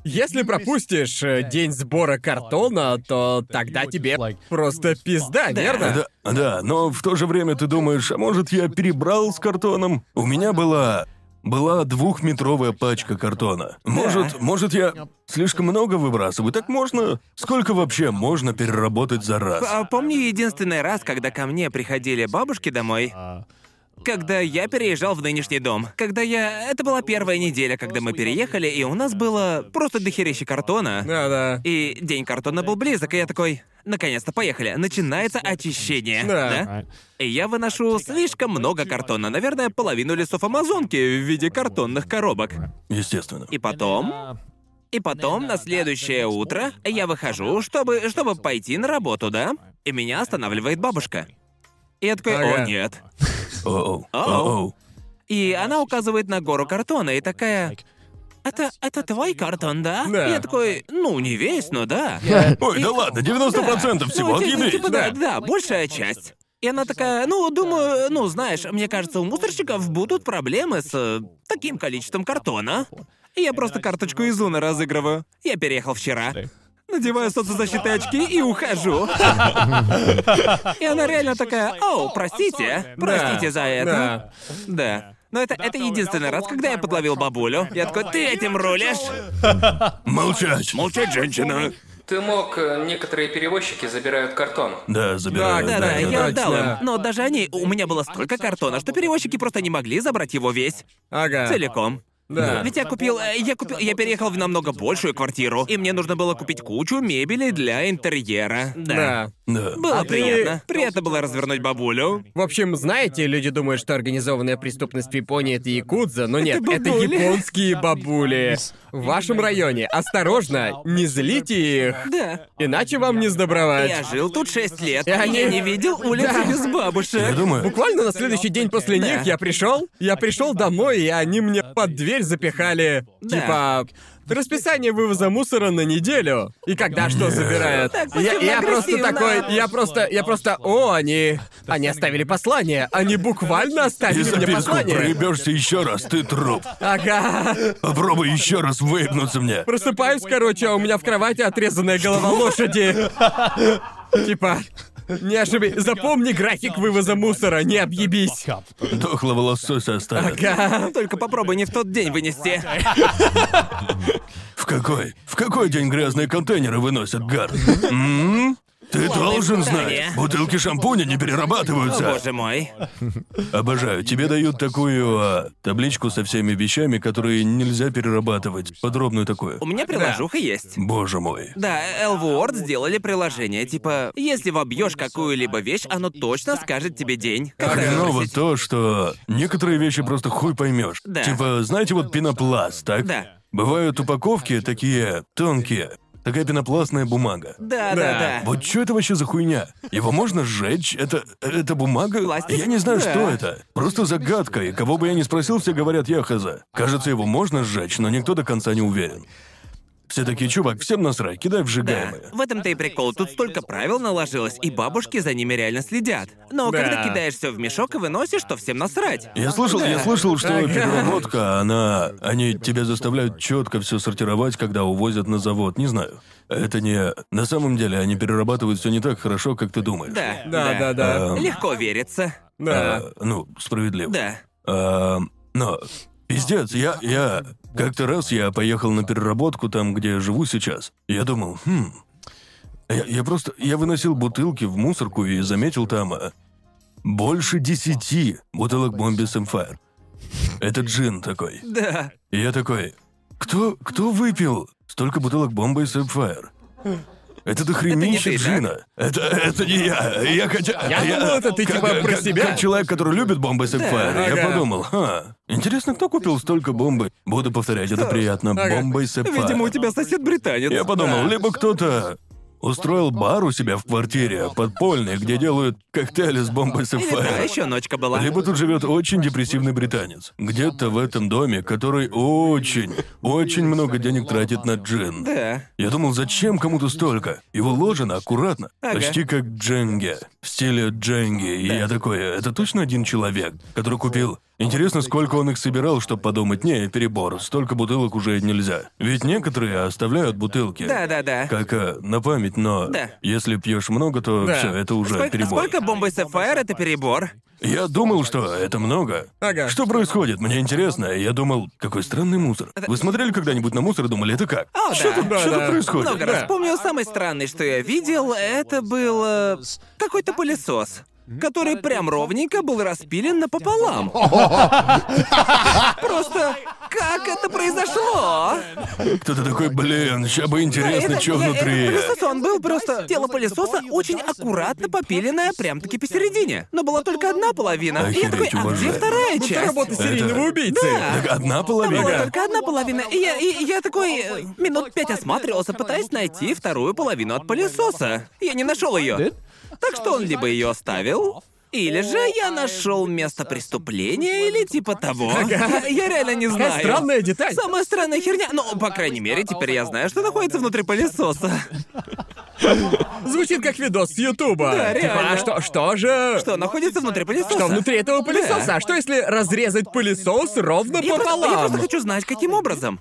B: если пропустишь э, день сбора картона, то тогда тебе просто пизда, верно?
C: Да, да, но в то же время ты думаешь, а может я перебрал с картоном? У меня была... Была двухметровая пачка картона. Может, может я слишком много выбрасываю? Так можно? Сколько вообще можно переработать за раз?
A: А помню единственный раз, когда ко мне приходили бабушки домой,
B: А,
A: когда я переезжал в нынешний дом. Когда я... Это была первая неделя, когда мы переехали, и у нас было просто дохереща картона.
B: Да-да.
A: И день картона был близок, и я такой... Наконец-то, поехали. Начинается очищение.
B: Да.
A: И я выношу слишком много картона. Наверное, половину лесов Амазонки в виде картонных коробок.
C: Естественно.
A: И потом... И потом, на следующее утро, я выхожу, чтобы, чтобы пойти на работу, да? И меня останавливает бабушка. И я такой,
B: Ага.
A: о, нет.
C: Оу,
A: Оу.
C: оу.
A: И она указывает на гору картона и такая... Это, это твой картон, да?
B: Да.
A: Я такой, ну, не весь, но да.
C: Ой, да ладно, 90% всего
A: Ну,
C: от
A: ти-
C: еды.
A: типа, да,
B: Да.
A: да, большая часть. И она такая, ну, думаю, ну, знаешь, мне кажется, у мусорщиков будут проблемы с э, таким количеством картона. И Я просто карточку из Уна разыгрываю. Я переехал вчера. надеваю соцзащитные очки и ухожу. И она реально такая, о, простите, простите за это. Да. Но это, это единственный раз, когда я подловил бабулю. Я такой, ты этим рулишь?
C: Молчать!
A: Молчать, женщина.
E: Ты мог, э, некоторые перевозчики забирают картон.
C: Да, забираю.
A: Да, да, я
B: точно.
A: отдал им. Но даже они, у меня было столько картона, что перевозчики просто не могли забрать его весь.
B: Ага.
A: Целиком.
B: Э. Да.
A: Ведь я купил, э, я купил, я переехал в намного большую квартиру, и мне нужно было купить кучу мебели для интерьера.
B: Да. А
C: Да.
A: Было
B: ты-
A: приятно. Приятно было развернуть бабулю.
B: В общем, знаете, люди думают, что организованная преступность в Японии это якудза, но нет,
A: Это
B: это
A: бабули.
B: японские бабули. В вашем районе. Осторожно, не злите их,
A: Да.
B: иначе вам не
A: Я
B: сдобровать.
A: жил тут шесть лет, и
B: А Я не-
A: я не видел улицы
B: Да.
A: без
C: Я
A: бабушек.
C: думаю,
B: Буквально на следующий день после
A: Да.
B: них я пришел, я пришел домой, и они мне под дверь запихали,
A: Да.
B: типа, расписание вывоза мусора на неделю. И когда что забирают?
A: Так
B: Я,
A: почему
B: я просто
A: агрессивно?
B: такой, я просто, я просто, о, они, они оставили послание, они буквально оставили
C: если
B: мне
C: писку
B: послание.
C: проебешься еще раз, ты труп.
B: Ага.
C: Попробуй еще раз выебнуться мне.
B: Просыпаюсь, короче, а у меня в кровати отрезанная голова лошади. Типа, не ошиби. Запомни график вывоза мусора, не объебись.
C: Дохлого лосося оставят.
B: Ага.
A: Только попробуй не в тот день вынести.
C: В какой? В какой день грязные контейнеры выносят гар? М? Ты должен
A: испытание.
C: знать, бутылки шампуня не
A: О,
C: перерабатываются.
A: боже мой.
C: Обожаю. Тебе дают такую а, табличку со всеми вещами, которые нельзя перерабатывать. Подробную такую.
A: У меня приложуха есть.
C: Боже мой.
A: Да, Elword сделали приложение, типа, если вобьешь какую-либо вещь, оно точно скажет тебе день. когда
C: Хреново
A: выбросить.
C: то, что некоторые вещи просто хуй поймешь.
A: Да.
C: Типа, знаете, вот пенопласт, так?
A: Да.
C: Бывают упаковки такие тонкие, такая пенопластная бумага.
A: Да,
B: Да.
A: да, да.
C: Вот что это вообще за хуйня? Его можно сжечь? Это, это бумага?
A: Пластик?
C: Я не знаю,
A: Да.
C: что это. Просто загадка, и кого бы я ни спросил, все говорят яхаза. Кажется, его можно сжечь, но никто до конца не уверен. Все такие, чувак, всем насрать, кидай в
A: Да.
C: сжигаемое.
A: В этом-то и прикол. Тут столько правил наложилось, и бабушки за ними реально следят. Но
B: Да.
A: когда кидаешь все в мешок и выносишь, то всем насрать.
C: Я слышал, я слышал, что переработка, она... Они тебя заставляют четко все сортировать, когда увозят на завод. Не знаю. Это не... На самом деле, они перерабатывают все не так хорошо, как ты думаешь.
A: Да, Э,
B: Да, да, да.
A: Легко верится.
B: Да.
C: Э, ну, справедливо.
A: Да.
C: Эм, Но, пиздец, я, я... Как-то раз я поехал на переработку там, где я живу сейчас. Я думал, хм... Я, я просто... Я выносил бутылки в мусорку и заметил там... э, Больше десяти бутылок Бомби Сэмфайр. Это джин такой.
A: Да.
C: И я такой... Кто, кто выпил столько бутылок Бомбы и Сэмфайр? Это
A: ты,
C: дохренища
A: да?
C: джина. Это, это не я. Я хотя...
B: Я думал, это ты,
C: как-
B: типа, про
C: как-
B: себя.
C: Как человек, который любит бомбы Сэпфайр, я
B: Ага.
C: подумал, ха, интересно, кто купил столько бомбы? Буду повторять, это приятно.
B: Ага.
C: Бомбы Сэпфайр.
A: Видимо, у тебя сосед британец.
C: Я подумал, либо кто-то устроил бар у себя в квартире, подпольный, где делают коктейли с бомбой
A: Или та
C: Сэпфайр.
A: еще А ночка была.
C: Либо тут живет очень депрессивный британец. Где-то в этом доме, который очень, очень много денег тратит на джин.
A: Да.
C: Я думал, зачем кому-то столько? Его ложено аккуратно,
A: Ага.
C: почти как Дженге, в стиле Дженги. И я такой, это точно один человек, который купил? Интересно, сколько он их собирал, чтобы подумать, не, перебор, столько бутылок уже нельзя. Ведь некоторые оставляют бутылки.
A: Да, да, да.
C: Как э, на память, но
A: Да.
C: если пьешь много, то
B: Да.
C: все, это уже
A: Сколько,
C: перебор.
A: сколько бомбы Sapphire это перебор?
C: Я думал, что это много.
B: Ага.
C: Что происходит? Мне интересно. Я думал, какой странный мусор. Вы смотрели когда-нибудь на мусор и думали, это как?
A: Э, О,
C: что
A: да.
C: тут,
B: Да,
C: что тут
B: да.
C: происходит?
A: Много
B: Да.
A: раз помню, самый странный, что я видел, это был э, какой-то пылесос, который прям ровненько был распилен напополам. Просто как это произошло?
C: Кто-то такой, блин, ща бы интересно,
A: Это-
C: что
A: я- этот
C: внутри.
A: пылесос, он был просто... Тело пылесоса очень аккуратно попиленное прям-таки посередине. Но была только одна половина. И я такой,
C: Охереть,
A: а где
C: уважаю.
A: вторая
B: Это
A: часть?
B: работа серийного
C: Это-
B: убийцы.
A: Да.
C: Так одна
A: Там
C: половина.
A: была только одна половина, и я, и я такой э, минут пять осматривался, пытаясь найти вторую половину от пылесоса. Я не нашел ее. Так что он либо ее оставил, или же я нашел место преступления или типа того. Я реально не
B: Какая
A: знаю.
B: странная деталь.
A: Самая странная херня. Ну, по крайней мере, теперь я знаю, что находится внутри пылесоса.
B: Звучит как видос с Ютуба.
A: Да,
B: Типа,
A: реально.
B: а что, что же?
A: Что находится внутри пылесоса.
B: Что внутри этого пылесоса? А что если разрезать пылесос ровно
A: Я просто, я
B: пополам?
A: просто хочу знать, каким образом.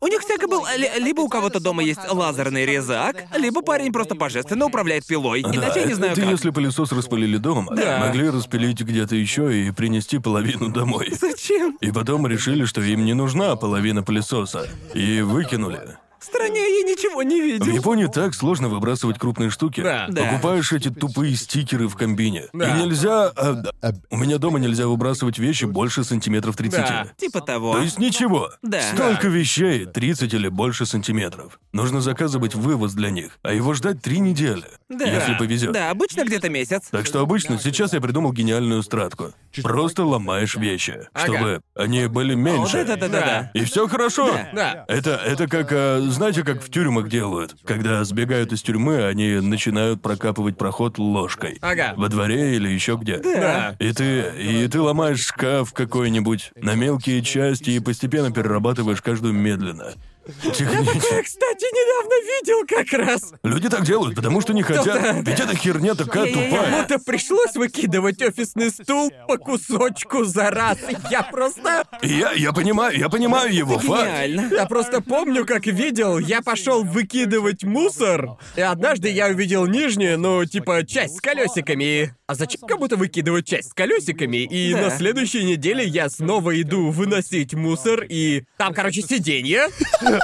A: У них всяко был... ли- Либо у кого-то дома есть лазерный резак, либо парень просто божественно управляет пилой. Иначе я не знаю
C: это
A: как.
C: если пылесос распылили дома,
A: Да.
C: могли распилить где-то еще и принести половину домой.
A: Зачем?
C: И потом решили, что им не нужна половина пылесоса. И выкинули.
A: В стране я ничего не
C: В
A: видел.
C: Японии так сложно выбрасывать крупные штуки.
B: Да.
A: Да.
C: Покупаешь эти тупые стикеры в комбине.
B: Да.
C: И нельзя... а, да. У меня дома нельзя выбрасывать вещи больше сантиметров 30.
B: Да.
A: Типа того.
C: То есть ничего.
A: Да.
C: Столько вещей, 30 или больше сантиметров. Нужно заказывать вывоз для них, а его ждать три недели,
A: Да.
C: если повезет.
A: Да, обычно где-то месяц.
C: Так что обычно сейчас я придумал гениальную стратку. Просто ломаешь вещи,
B: Ага.
C: чтобы они были
A: О,
C: меньше.
A: да-да-да-да.
C: И все хорошо.
B: Да.
C: Это, это как, а, знаете, как в тюрьмах делают. Когда сбегают из тюрьмы, они начинают прокапывать проход ложкой.
B: Ага.
C: Во дворе или еще где.
B: Да.
C: И ты, и ты ломаешь шкаф какой-нибудь на мелкие части и постепенно перерабатываешь каждую медленно. Технически.
B: Кстати, недавно видел как раз.
C: Люди так делают, потому что не хотят. Ведь эта херня такая тупая.
B: Кому-то пришлось выкидывать офисный стул по кусочку за раз. Я просто...
C: И я, я понимаю, я понимаю его факт.
A: Гениально.
B: Я просто помню, как видел, я пошел выкидывать мусор, и однажды я увидел нижнюю, ну, типа, часть с колесиками. и- А зачем кому-то выкидывать часть с колесиками? И
A: Да.
B: на следующей неделе я снова иду выносить мусор, и там, короче, сиденье,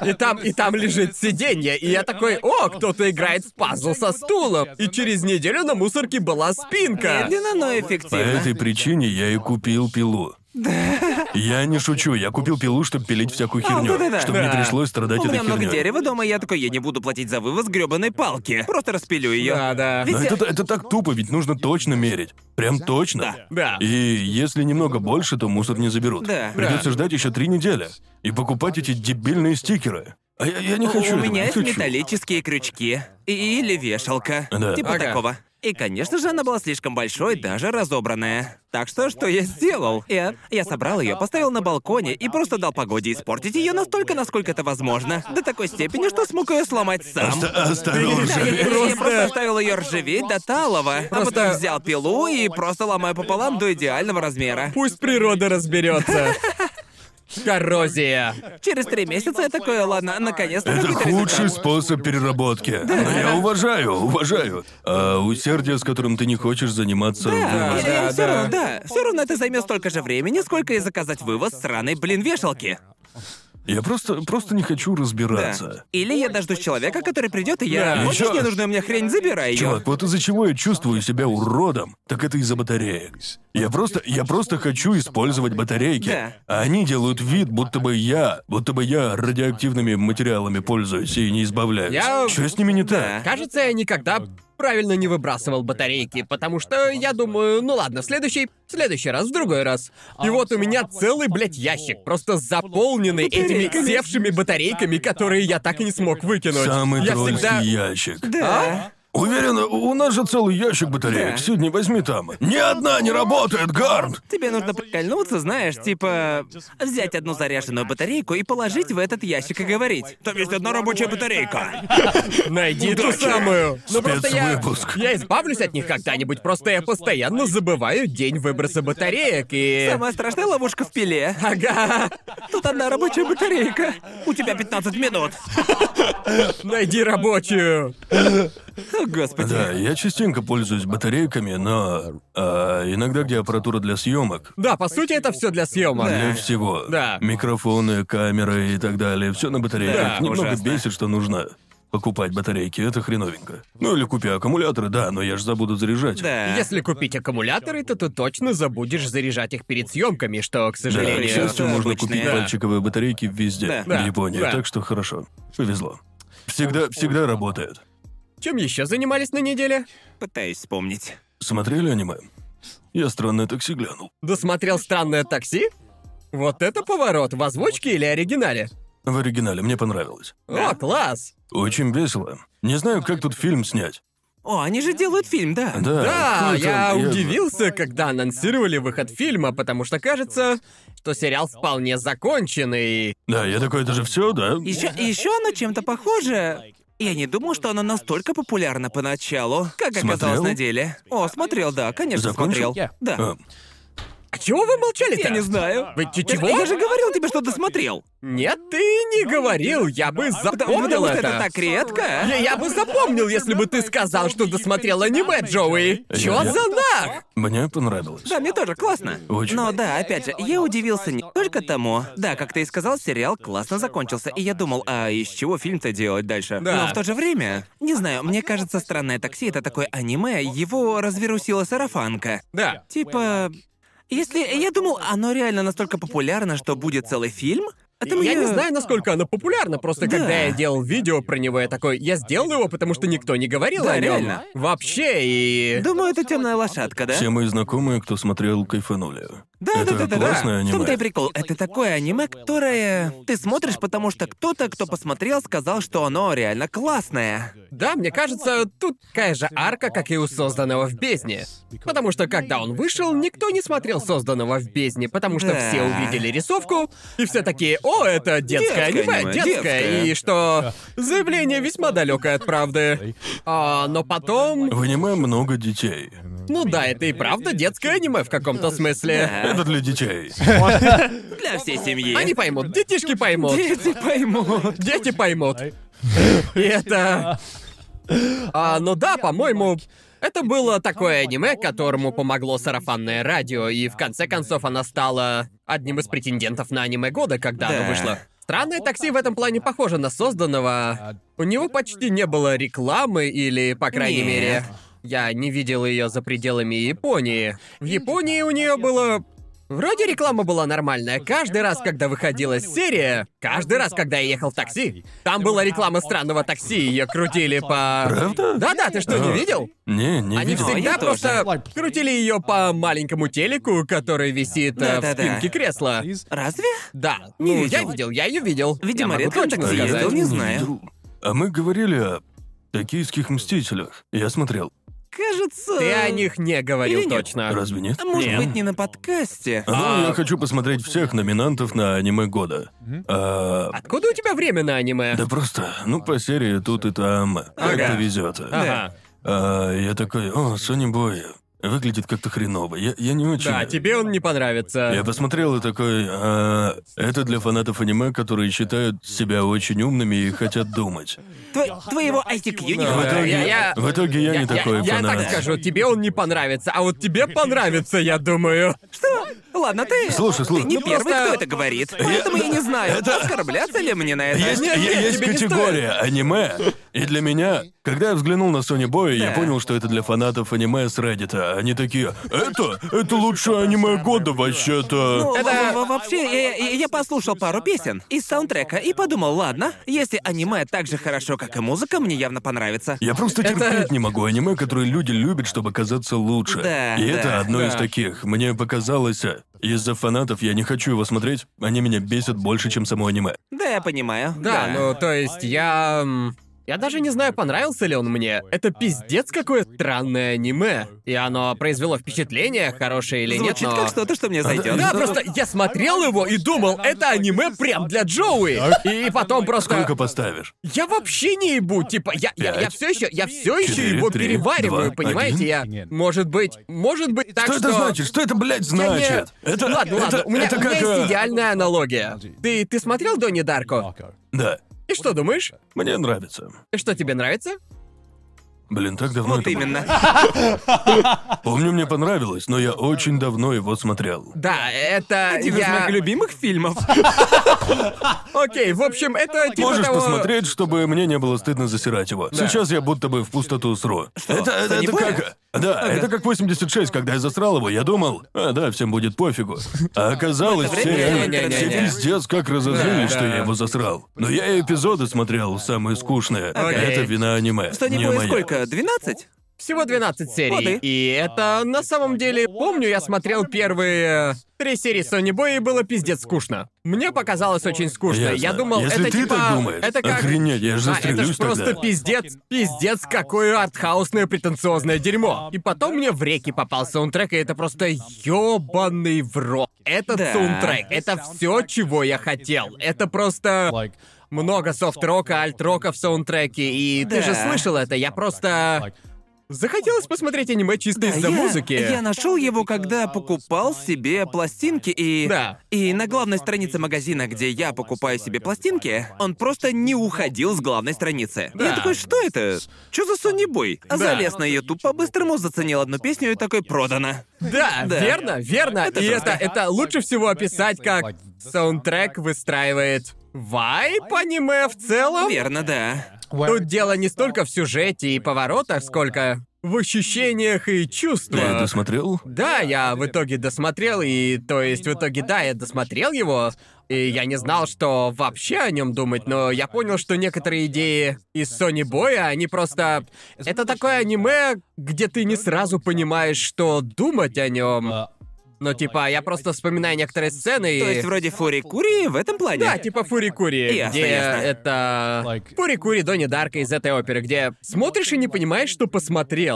B: и там, и там лежит сиденье, и я такой, о, кто-то играет в пазл со стулом. И через неделю на мусорке была спинка.
A: Медленно, но
C: По
A: эффективно.
C: этой причине я и купил пилу. Я не шучу, я купил пилу, чтобы пилить всякую херню,
A: А, да-да-да.
C: чтобы не
B: Да.
C: пришлось страдать
A: У
C: этой
A: меня много
C: херней.
A: дерева дома, и я такой, я не буду платить за вывоз грёбаной палки. Просто распилю ее.
B: Да, да.
A: Ведь
C: Но это, это так тупо, ведь нужно точно мерить. Прям точно.
B: Да.
C: И если немного больше, то мусор не заберут.
A: Да.
C: Придется ждать еще три недели и покупать эти дебильные стикеры. А я, я не хочу.
A: У
C: этого,
A: меня
C: не
A: есть
C: хочу.
A: металлические крючки. И- Или вешалка.
C: Да.
A: Типа
B: Ага.
A: такого. И, конечно же, она была слишком большой, даже разобранная. Так что, что я сделал? Я, я собрал ее, поставил на балконе и просто дал погоде испортить ее настолько, насколько это возможно. До такой степени, что смог ее сломать сам.
C: Оста-
A: Да, я, я-
C: Осторожно.
A: я просто оставил ее ржаветь до талого, а потом взял пилу и просто ломаю пополам до идеального размера.
B: Пусть природа разберется. Коррозия.
A: Через три месяца я такой, ладно, наконец-то
C: Это
A: какой-то
C: худший
A: результат».
C: способ переработки. Но я уважаю, уважаю. А усердие, с которым ты не хочешь заниматься,
A: Да,
C: вывоз-
B: да,
A: все
B: да.
A: равно, да. Все равно это займет столько же времени, сколько и заказать вывоз сраной, блин, вешалки.
C: Я просто, просто не хочу
A: Да.
C: разбираться.
A: Или я дождусь человека, который придет, и
B: Да.
A: я.
B: И
A: Хочешь
C: чё?
A: ненужную мне хрень, забирай ее.
C: Чувак, вот из-за чего я чувствую себя уродом, так это из-за батареек. Я просто, я просто хочу использовать батарейки.
A: Да.
C: А они делают вид, будто бы я, будто бы я радиоактивными материалами пользуюсь и не избавляюсь.
B: Я-
C: Что с ними не так?
B: Кажется, я никогда правильно не выбрасывал батарейки, потому что я думаю, ну ладно, в следующий, в следующий раз, в другой раз. И вот у меня целый, блядь, ящик, просто заполненный этими
A: Батарейками.
B: севшими батарейками, которые я так и не смог выкинуть.
C: Самый
B: я
C: тролльский
B: всегда...
C: ящик.
A: Да.
C: Уверен, у нас же целый ящик
A: Да.
C: батареек. Сегодня возьми там. Ни одна не работает, Гарн!
A: Тебе нужно прикольнуться, знаешь, типа взять одну заряженную батарейку и положить в этот ящик и говорить. Там есть одна рабочая батарейка.
B: Найди ту самую. Ну просто я...
C: Спецвыпуск.
B: Я избавлюсь от них когда-нибудь, просто я постоянно забываю день выброса батареек и...
A: Самая страшная ловушка в пиле.
B: Ага,
A: Тут одна рабочая батарейка. У тебя 15 минут.
B: найди рабочую.
A: О, господи.
C: Да, я частенько пользуюсь батарейками, но а, иногда где аппаратура для съемок,
B: Да, по сути, это все для съемок.
C: для всего.
B: Да.
C: Микрофоны, камеры и так далее. Все на батарейках.
B: Да,
C: Немного
A: ужасно.
C: бесит, что нужно покупать батарейки. Это хреновенько. Ну или купи аккумуляторы, да, но я же забуду заряжать.
A: Да.
B: Если купить аккумуляторы, то ты точно забудешь заряжать их перед съемками, что, к
A: Блин,
C: Да, к
B: сожалению.
C: счастью,
A: это
C: можно
A: обычные.
C: купить
B: Да.
C: пальчиковые батарейки везде,
A: Да.
C: в
B: Да.
C: Японии,
B: Да.
C: так что хорошо. Повезло. Всегда, всегда работает.
B: Чем еще занимались на неделе?
A: Пытаюсь вспомнить.
C: Смотрели аниме? Я странное такси глянул.
B: Досмотрел странное такси? Вот это поворот в озвучке или оригинале?
C: В оригинале мне понравилось.
B: О, класс!
C: Очень весело. Не знаю, как тут фильм снять.
A: О, они же делают фильм, да.
C: Да,
B: Да,
C: какой-то-
B: я удивился, когда анонсировали выход фильма, потому что кажется, что сериал вполне закончен и...
C: Да, я такой, это же все, да?
A: Еще, еще оно чем-то похоже. Я не думал, что оно настолько популярно поначалу, как оказалось
C: Смотрел?
A: на деле. О, смотрел, да, конечно,
C: Закончил?
A: смотрел. Да.
C: А,
B: А Чего вы молчали-то?
A: Я не знаю.
B: Вы ч- чего?
A: Я же говорил тебе, что досмотрел.
B: Нет, ты не говорил, я бы
A: Ну, Потому,
B: запомнил
A: потому что
B: это.
A: это так редко.
B: Я, я бы запомнил, если бы ты сказал, что досмотрел аниме, Джоуи. Чё
C: Я-
B: за нах?
C: Мне понравилось.
A: Да, А мне тоже классно.
C: Очень.
A: Но да, опять же, я удивился не только тому. Да, как ты и сказал, сериал классно закончился, и я думал, а из чего фильм-то делать дальше?
B: Да.
A: Но в то же время, не знаю, мне кажется, странное такси это такое аниме, его разверусила сарафанка.
B: Да.
A: Типа, если я думал, оно реально настолько популярно, что будет целый фильм, это
B: Я
A: мне-
B: не знаю, насколько оно популярно, просто
A: Да.
B: когда я делал видео про него, я такой, я сделал его, потому что никто не говорил
A: Да,
B: о нем.
A: реально.
B: Вообще, и...
A: Думаю, это темная лошадка, да?
C: Все мои знакомые, кто смотрел, кайфанули.
A: Да, да,
C: это
A: да, да, да.
C: классное
A: В том-то и
C: аниме.
A: прикол. Это такое аниме, которое ты смотришь, потому что кто-то, кто посмотрел, сказал, что оно реально классное.
B: Да, мне кажется, тут такая же арка, как и у созданного в бездне. Потому что когда он вышел, никто не смотрел созданного в бездне, потому что
A: Да.
B: все увидели рисовку, и все такие, о, это детское,
A: Детское
B: аниме,
A: аниме,
B: детское.
A: детское.
B: И что заявление весьма далекое от правды. А, но потом.
C: В аниме много детей.
B: Ну да, это и правда детское аниме в каком-то смысле.
C: Это для детей.
A: Э, Для всей семьи.
B: Они поймут, детишки поймут.
A: Дети поймут.
B: Дети поймут. И это... А, ну да, по-моему, это было такое аниме, которому помогло сарафанное радио, и в конце концов она стала одним из претендентов на аниме года, когда оно
A: Да.
B: вышло. Странное такси в этом плане похоже на созданного. У него почти не было рекламы, или, по крайней
A: Нет.
B: мере, я не видел ее за пределами Японии. В Японии у нее было Вроде реклама была нормальная. Каждый раз, когда выходила серия, каждый раз, когда я ехал в такси, там была реклама странного такси, ее крутили по...
C: Правда? А.
B: Да-да, ты
A: А.
B: что, не видел?
C: Не, не
B: Они
C: видел.
B: всегда
A: я
B: просто крутили ее по маленькому телеку, который висит э, в
A: Да-да-да.
B: спинке кресла.
A: Разве?
B: Да.
A: Не
B: ну, я
A: видел.
B: видел, я ее видел.
A: Видимо,
B: я могу
A: редко на
C: А
B: точно
A: такси
B: сказать.
A: ездил, не знаю.
C: видел. А мы говорили о токийских мстителях. Я смотрел.
A: Кажется...
B: Ты о них не говорил
A: Или нет?
B: точно.
C: Разве нет?
A: Может
B: Нет.
A: быть, не на подкасте.
C: А, ну, я хочу посмотреть всех номинантов на аниме года. А,
B: Откуда у тебя время на аниме?
C: да просто, ну по серии тут и там. Как-то везет.
B: Ага.
C: А, я такой, о, Сони Бой, выглядит как-то хреново. Я, я не очень.
B: Да, типа, тебе он не понравится.
C: Я посмотрел и такой, «А, это для фанатов аниме, которые считают себя очень умными и хотят думать.
A: Тво- Твоего ITQ не
B: Да.
C: В
A: хватает.
C: итоге
B: я- я-
C: в итоге я, не такой
B: я
C: фанат.
B: так скажу, тебе он не понравится, а вот тебе понравится, я думаю.
A: Что? Ладно, А ты...
C: Слушай, слушай,
A: Ты не
C: ну
A: первый,
B: просто-
A: кто это говорит. Поэтому я не знаю, оскорбляться ли мне на это.
C: Есть,
B: нет,
C: е-
B: нет,
C: есть
B: тебе не
C: категория аниме. И для меня, когда я взглянул на Сони Боя, я
A: Да.
C: понял, что это для фанатов аниме с Reddit. Они такие, это, это лучшее аниме года вообще-то.
A: Ну,
B: Это-
A: во- во- вообще, я, я- я послушал пару песен из саундтрека и подумал, ладно, если аниме так же хорошо, как и музыка, мне явно понравится.
C: Я просто терпеть не могу аниме, которые люди любят, чтобы казаться лучше.
A: Да,
C: и
A: да,
C: это одно
B: да.
C: из таких. Мне показалось, а, из-за фанатов я не хочу его смотреть, они меня бесят больше, чем само аниме.
A: Да, я понимаю.
B: Да, ну то есть я... м, Я даже не знаю, понравился ли он мне. Это пиздец какое странное аниме. И оно произвело впечатление, хорошее или нет,
A: Звучит
B: но-
A: как что-то, что мне зайдет.
B: Да, просто я смотрел его и думал, это аниме прям для Джоуи. И потом просто...
C: Сколько поставишь?
B: Я вообще не ебу, типа, я, я,
C: Пять,
B: все еще, я все еще
C: четыре,
B: его
C: три,
B: перевариваю,
C: два,
B: понимаете? Я,
F: один.
B: может быть, может быть так,
C: Что,
B: что...
C: это значит? Что это, блядь,
B: Я не- Ну
C: значит? Это,
B: ладно,
C: это,
B: ладно, у меня,
C: это
B: у меня
C: как... а,
B: есть идеальная аналогия. Ты, ты смотрел Донни Дарко?
C: Да,
B: И что думаешь?
C: мне нравится.
B: Что тебе нравится?
C: Блин, так давно
A: Вот
C: это было.
A: именно.
C: Помню, мне понравилось, но я очень давно его смотрел.
B: Да, это
A: Один из
B: я...
A: моих любимых фильмов.
B: Окей, в общем, это типа
C: Можешь
B: того-
C: посмотреть, чтобы мне не было стыдно засирать его. Сейчас я будто бы в пустоту сру. Это, это, это
A: Санебоя?
C: как... Да, это как 86, когда я засрал его, я думал, а, да, всем будет пофигу. А оказалось,
A: В это
C: все
A: время
C: реально,
A: интернет
C: все
A: не-
C: пиздец как разозлились,
B: Да,
C: что
B: да.
C: я его засрал. Но я и эпизоды смотрел, самые скучные.
B: Окей.
C: Это вина аниме,
A: Что не
C: не
A: было
C: моя.
A: сколько? 12?
B: Всего 12 серий.
A: Вот и-
B: и это
C: А,
B: на самом деле, помню, я смотрел первые э, три серии Сони Боя и было пиздец скучно. Мне показалось очень скучно.
C: Ясно.
B: Я думал,
C: Если
B: это
C: ты
B: типа-
C: так думаешь,
B: это как...
C: охренеть, я же
B: Да, А, это
C: застрелюсь
B: ж просто
C: тогда.
B: пиздец, пиздец, какое артхаусное претенциозное дерьмо. И потом мне в реке попал саундтрек, и это просто ёбаный в рот. Этот
A: Да.
B: саундтрек, это все, чего я хотел. Это просто... Много софт-рока, альт-рока в саундтреке, и ты
A: Да.
B: же слышал это, я просто... Захотелось посмотреть аниме чисто из-за
A: я,
B: музыки.
A: Я нашел его, когда покупал себе пластинки и.
B: Да.
A: И на главной странице магазина, где я покупаю себе пластинки, он просто не уходил с главной страницы.
B: Да.
A: Я такой, что это? Чё за соннибой?
B: Да.
A: А Залез на YouTube по-быстрому, заценил одну песню и такой продано.
B: Да,
A: Да.
B: верно, верно.
A: Это
B: и
A: же
B: это,
A: так.
B: это лучше всего описать, как саундтрек выстраивает вайп аниме в целом.
A: Верно, да.
B: Тут дело не столько в сюжете и поворотах, сколько в ощущениях и
C: Ты это
B: чувствах.
C: смотрел?
B: Да, я в итоге досмотрел, и то есть в итоге, да, я досмотрел его, и я не знал, что Ну, вообще о нем думать, но я понял, что некоторые идеи из Сони Боя, они просто... Это такое аниме, где ты не сразу понимаешь, что думать о нем. Но типа, я просто вспоминаю некоторые сцены и...
A: То есть вроде Фури Кури в этом плане.
B: Да, типа Фури-Кури,
A: Ясно,
B: где
A: ясно.
B: это... Фури-Кури, Дони Дарка из этой оперы, где смотришь и не понимаешь, что посмотрел.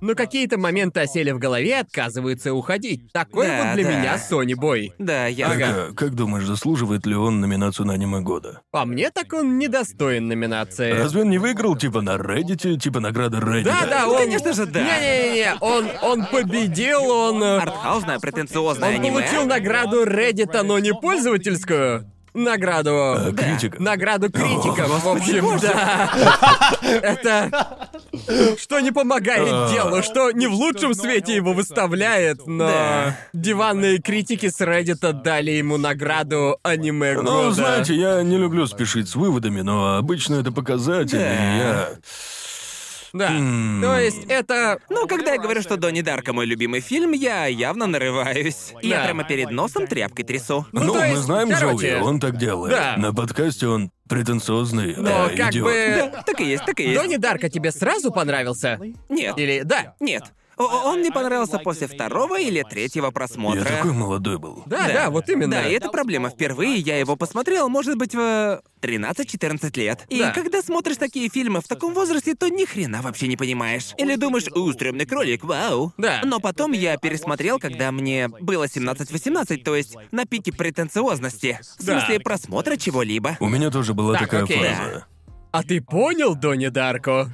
B: Но какие-то моменты осели в голове и отказываются уходить. Такой
A: Да,
B: вот для
A: да.
B: меня Сони Бой.
A: Да, я.
B: Ага.
C: Как, э, как думаешь, заслуживает ли он номинацию на аниме года?
B: По мне, так он недостоин номинации.
C: Разве он не выиграл типа на Reddit, типа награда Reddit?
B: Э. Да, да,
A: Ну,
B: он...
A: конечно же, да.
B: Не-не-не, он, он победил, он... э,
A: Артхаузное, претенциозное
B: Он
A: аниме.
B: получил награду Reddit, но не пользовательскую.
C: А,
B: Награду...
C: Критика.
B: Награду критиков, в общем, да. Это... Что не
C: Э.
B: помогает делу, что не в лучшем свете его выставляет, но...
A: Да.
B: Диванные критики с Reddit дали ему награду аниме
C: Ну,
B: года.
C: знаете, я не люблю спешить с выводами, но обычно это показатель, и я...
B: Да. То есть это...
A: Ну, когда я говорю, что Донни Дарка мой любимый фильм, я явно нарываюсь. Я
B: Да.
A: прямо перед носом тряпкой трясу.
B: Ну,
C: Ну,
B: то
C: мы
B: есть,
C: знаем
B: короче,
C: Джоуи, он так делает.
B: да.
C: На подкасте он претенциозный,
B: Но
C: э,
B: как
C: идиот.
B: бы...
A: Да, так и есть, так и есть.
B: Донни Дарка тебе сразу понравился?
A: Нет,
B: Или... Да.
A: нет. О- о- Он мне понравился после второго или третьего
C: Я
A: просмотра.
C: такой молодой был.
B: А, Да, да, вот именно.
A: Да, и это проблема. Впервые я его посмотрел, может быть, в 13-14 лет. И
B: Да.
A: когда смотришь такие фильмы в таком возрасте, то ни хрена вообще не понимаешь. Или думаешь, у, стрёмный кролик, вау.
B: Да.
A: Но потом я пересмотрел, когда мне было 17-18, то есть на пике претенциозности. В
B: Да.
A: смысле просмотра чего-либо.
C: У меня тоже была
B: Так,
C: такая
B: окей.
C: фраза.
B: А ты понял, Донни Дарко?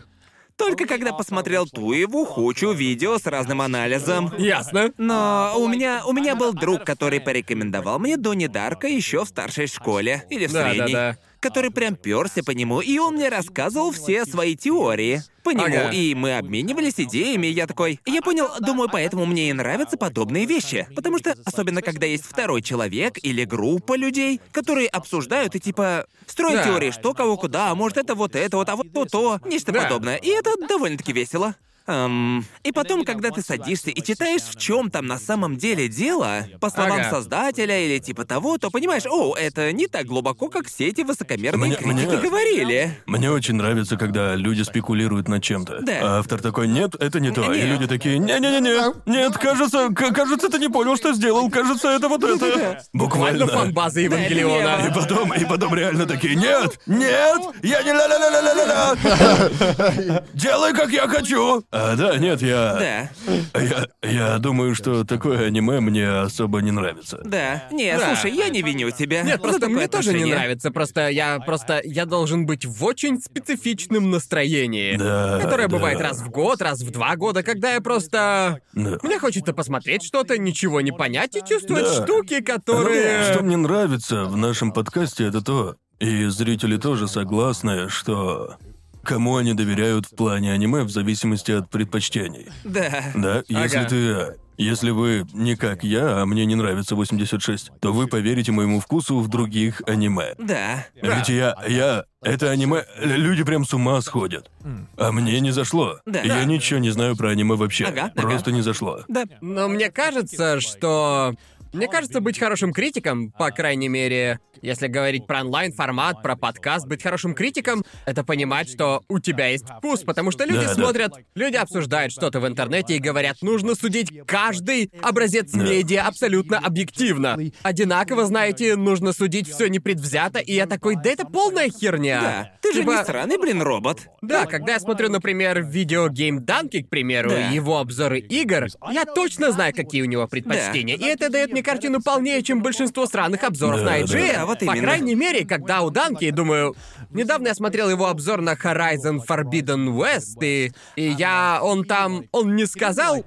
A: Только когда посмотрел ту его хучу видео с разным анализом.
B: Ясно. А,
A: Но у меня у меня был друг, который порекомендовал мне Донни Дарка еще в старшей школе или в
B: Да, да,
A: средней,
B: да.
A: который прям перся по нему, и он мне рассказывал все свои теории по нему,
B: Ага.
A: и мы обменивались идеями. и Я такой, я понял, думаю, поэтому мне и нравятся подобные вещи, потому что особенно когда есть второй человек или группа людей, которые обсуждают и типа строят
B: Да.
A: теории, что кого куда, а может это вот это вот, а вот то то, нечто
B: Да.
A: подобное, и это довольно-таки весело. Эм, и потом, когда ты садишься и читаешь, в чем там на самом деле дело, по словам
B: Ага.
A: создателя или типа того, то понимаешь, о, это не так глубоко, как все эти высокомерные
C: Мне-
A: критики
C: мне-
A: говорили.
C: Мне очень нравится, когда люди спекулируют над чем-то.
A: Да.
C: А автор такой, нет, это не то. И
A: Нет.
C: люди такие, не-не-не-не, нет, кажется, к- кажется, ты не понял, что сделал, кажется, это вот это.
B: Буквально
C: Буквально.
B: фанбаза
C: И
B: Евангелиона.
C: потом, и потом реально такие, нет, нет, я не ля-ля-ля-ля-ля-ля. Делай, как я хочу. А, да, нет, я...
A: Да,
C: Я, я думаю, что такое аниме мне особо не нравится.
A: да. Не,
B: Да.
A: слушай, я не виню тебя.
C: Ну,
B: Нет,
A: за
B: просто
A: такое
B: мне тоже не
A: отношение.
B: нравится. Просто я просто я должен быть в очень специфичном настроении,
C: Да,
B: которое
C: да.
B: бывает раз в год, раз в два года, когда я просто
C: Да.
B: мне хочется посмотреть что-то, ничего не понять и чувствовать
C: Да. Ну,
B: штуки, которые
C: Что мне нравится в нашем подкасте, это то, и зрители тоже согласны, что кому они доверяют в плане аниме в зависимости от предпочтений.
A: Да.
C: Да, если
B: Ага.
C: ты... Если вы не как я, а мне не нравится 86, то вы поверите моему вкусу в других аниме.
A: Да.
C: Ведь я, я, это аниме, люди прям с ума сходят. А мне не зашло.
A: Да.
C: Я
A: Да.
C: ничего не знаю про аниме вообще.
A: Ага, ага.
C: Просто не зашло.
A: Да.
B: Но мне кажется, что... Мне кажется, быть хорошим критиком, по крайней мере, если говорить про онлайн-формат, про подкаст, быть хорошим критиком — это понимать, что у тебя есть вкус, потому что люди
C: Да, да.
B: смотрят, люди обсуждают что-то в интернете и говорят, нужно судить каждый образец медиа абсолютно объективно. Одинаково, знаете, нужно судить все непредвзято, и я такой, да это полная херня.
A: Да. Ты же
B: Типа,
A: не сраный, блин, робот.
B: да, когда я смотрю, например, видео Game Данки, к примеру,
A: Да.
B: его обзоры игр, я точно знаю, какие у него предпочтения. И это дает мне мне картину полнее, чем большинство сраных обзоров на
C: Да,
B: IG.
A: да. Вот
B: По
A: именно.
B: крайней мере, когда у Данки, думаю... Недавно я смотрел его обзор на Horizon Forbidden West, и, и я... Он там... Он не сказал,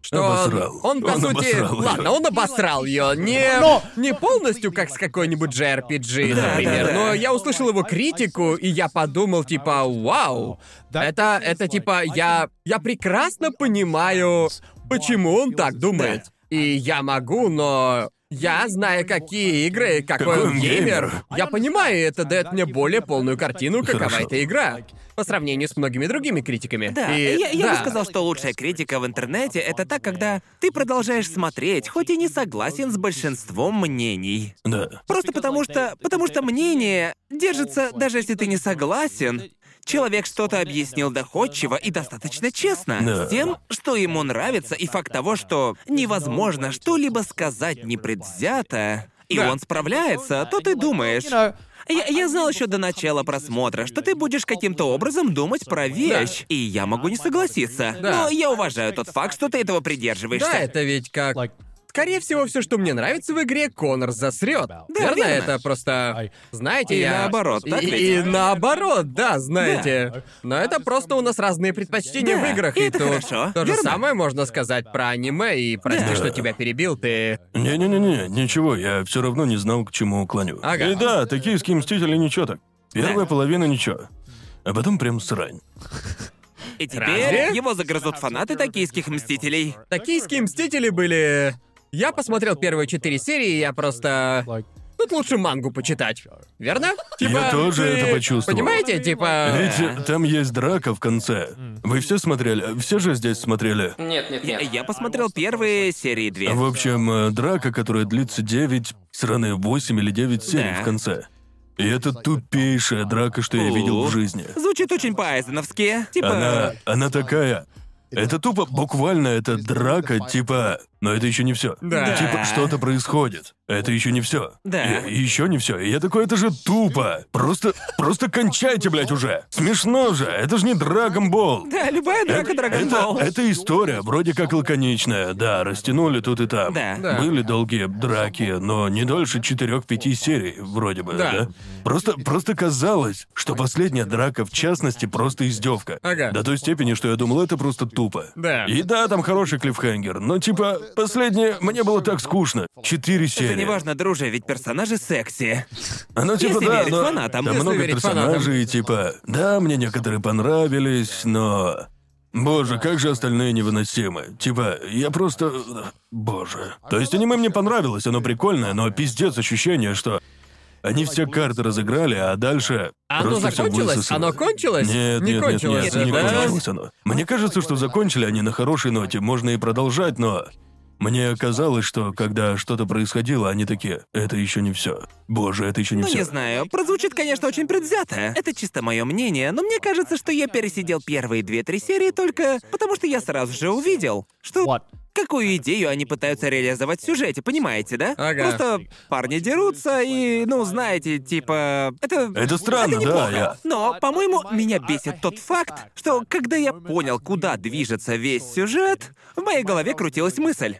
B: что он-
C: Обосрал.
B: он, по
C: Он
B: сути...
C: обосрал её.
B: Ладно, он обосрал ее. Не, не полностью, как с какой-нибудь JRPG,
A: Да,
B: например.
A: да, да.
B: Но я услышал его критику, и я подумал, типа, вау, это, это типа, я, я прекрасно понимаю, почему он так думает. И я могу, но я, зная, какие игры, какой
C: Какой
B: он
C: он
B: геймер,
C: геймер.
B: я понимаю, и это дает мне более полную картину, какова
C: Хорошо.
B: эта игра. По сравнению с многими другими критиками.
A: Да,
B: И-
A: я, я
B: да.
A: бы сказал, что лучшая критика в интернете это та, когда ты продолжаешь смотреть, хоть и не согласен с большинством мнений.
C: Да.
A: Просто потому что. потому что мнение держится, даже если ты не согласен. Человек что-то объяснил доходчиво и достаточно честно
C: Да.
A: с тем, что ему нравится, и факт того, что невозможно что-либо сказать непредвзято, и
B: Да.
A: он справляется, то ты думаешь.
B: а,
A: Я, я знал еще до начала просмотра, что ты будешь каким-то образом думать про вещь, и я могу не согласиться.
B: Да.
A: Но я уважаю тот факт, что ты этого придерживаешься.
B: Да, это ведь как... Скорее всего, все, что мне нравится в игре, Конор засрет. верно,
A: верно.
B: это просто. Знаете,
A: И
B: я.
A: наоборот,
B: и,
A: так ведь?
B: и наоборот, да, знаете. Но это просто у нас разные предпочтения
A: Да,
B: в играх,
A: и
B: и,
A: это
B: то,
A: хорошо,
B: то же
A: верно?
B: самое можно сказать про аниме, и прости,
A: Да.
B: что тебя перебил, ты.
C: Не-не-не-не, ничего, я все равно не знал, к чему клоню.
B: Ага.
C: И да, токийские мстители ничего так. Первая половина ничего. А потом прям срань.
A: И теперь
B: Разве?
A: его загрызут фанаты токийских мстителей.
B: Токийские мстители были. Я посмотрел первые четыре серии, и я просто. Тут лучше мангу почитать, верно? Типа,
C: Я тоже
B: ты-
C: это почувствовал.
B: Понимаете, типа.
C: Видите, э, там есть драка в конце. Вы все смотрели? Все же здесь смотрели?
E: Нет, нет,
A: Я,
E: нет.
A: я посмотрел первые серии две.
C: В общем, э, драка, которая длится 9, сраные 8 или 9 серий
A: Да.
C: в конце. И это тупейшая драка, что я видел в
A: Ух.
C: жизни.
A: Звучит очень по-айзеновски. Типа...
C: Она, она такая. Это тупо, буквально, это драка, типа. Но это еще не все.
B: Да.
C: Типа что-то происходит. Это еще не все.
A: Да.
C: еще не все. И я такой, это же тупо. Просто, просто кончайте, блядь, уже. Смешно же. Это же не Драгонбол.
A: Да, любая драка
C: Это,
A: Драгонбол.
C: это история, вроде как лаконичная. Да, растянули тут и там.
A: Да.
B: Да.
C: Были долгие драки, но не дольше 4-5 серий, вроде бы,
B: Да.
C: да? Просто, просто казалось, что последняя драка, в частности, просто издевка.
B: Ага.
C: До той степени, что я думал, это просто тупо.
B: Да.
C: И да, там хороший клиффхенгер, но типа, последнее, мне было так скучно. Четыре серии.
A: Это неважно, друже, ведь персонажи секси.
C: Оно типа
A: Если
C: да,
A: верить
C: но
A: фанатам.
C: там
A: Если
C: много
B: верить
C: персонажей, типа да, мне некоторые понравились, но Боже, как же остальные невыносимы. Типа, я просто... Боже. То есть аниме мне понравилось, оно прикольное, но пиздец ощущение, что они все карты разыграли, а дальше...
B: Оно
C: просто всё
B: закончилось?
C: высосало.
B: Оно кончилось?
C: Нет,
B: не
C: нет,
B: кончилось.
C: нет,
B: же,
C: нет, не
B: да?
C: кончилось оно. Мне кажется, что закончили они на хорошей ноте, можно и продолжать, но... Мне казалось, что когда что-то происходило, они такие, это еще не все. Боже, это еще не
A: Ну,
C: все.
A: не знаю, прозвучит, конечно, очень
C: Э?
A: предвзято. Это чисто мое мнение, но мне кажется, что я пересидел первые две-три серии только потому, что я сразу же увидел, что... Какую идею они пытаются реализовать в сюжете, понимаете, да?
B: Ага.
A: Просто парни дерутся и, ну, знаете, типа... Это...
C: Это странно,
A: это неплохо.
C: да, я.
A: Но, по-моему, меня бесит тот факт, что когда я понял, куда движется весь сюжет, в моей голове крутилась мысль.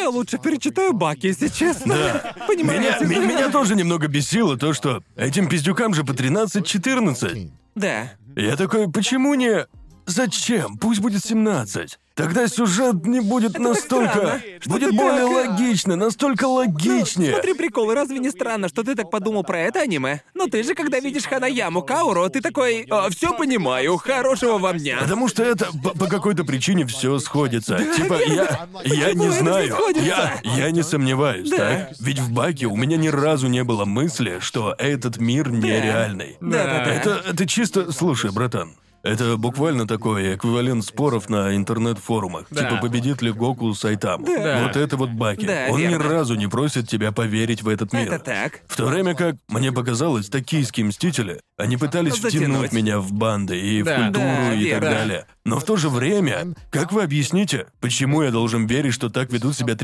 A: Я лучше перечитаю Баки, если честно.
C: Меня,
A: Понимаете?
C: ме- меня тоже немного бесило то, что этим пиздюкам же по 13-14.
A: Да.
C: Я такой, почему не... Зачем? Пусть будет 17. Тогда сюжет не будет
A: странно,
C: настолько...
A: что
C: Будет
A: ты
C: более
A: так, э,
C: логично, настолько логичнее.
A: Смотри, прикол, разве не странно, что ты так подумал про это аниме? Но ты же, когда видишь Ханаяму Кауру, ты такой, все понимаю, хорошего вам дня.
C: Потому что это по, по какой-то причине все сходится. типа я, я
A: Почему
C: не
A: это всё
C: знаю.
A: сходится?
C: Я, я не сомневаюсь,
A: Да.
C: так? Ведь в Баке у меня ни разу не было мысли, что этот мир нереальный.
A: Да, да, да.
C: Это, это чисто... Слушай, братан, это буквально такой эквивалент споров на интернет-форумах. Типа, победит ли Гоку Сайтаму.
B: Да.
C: Вот это вот Баки.
A: Да,
C: Он ни
A: верно.
C: разу не просит тебя поверить в этот мир.
A: Это так.
C: В то время как, мне показалось, токийские мстители, они пытались
A: Затянуть.
C: втянуть меня в банды и
B: Да.
C: в культуру
A: Да,
C: и так
A: верно.
C: далее. Но в то же время, как вы объясните, почему я должен верить, что так ведут себя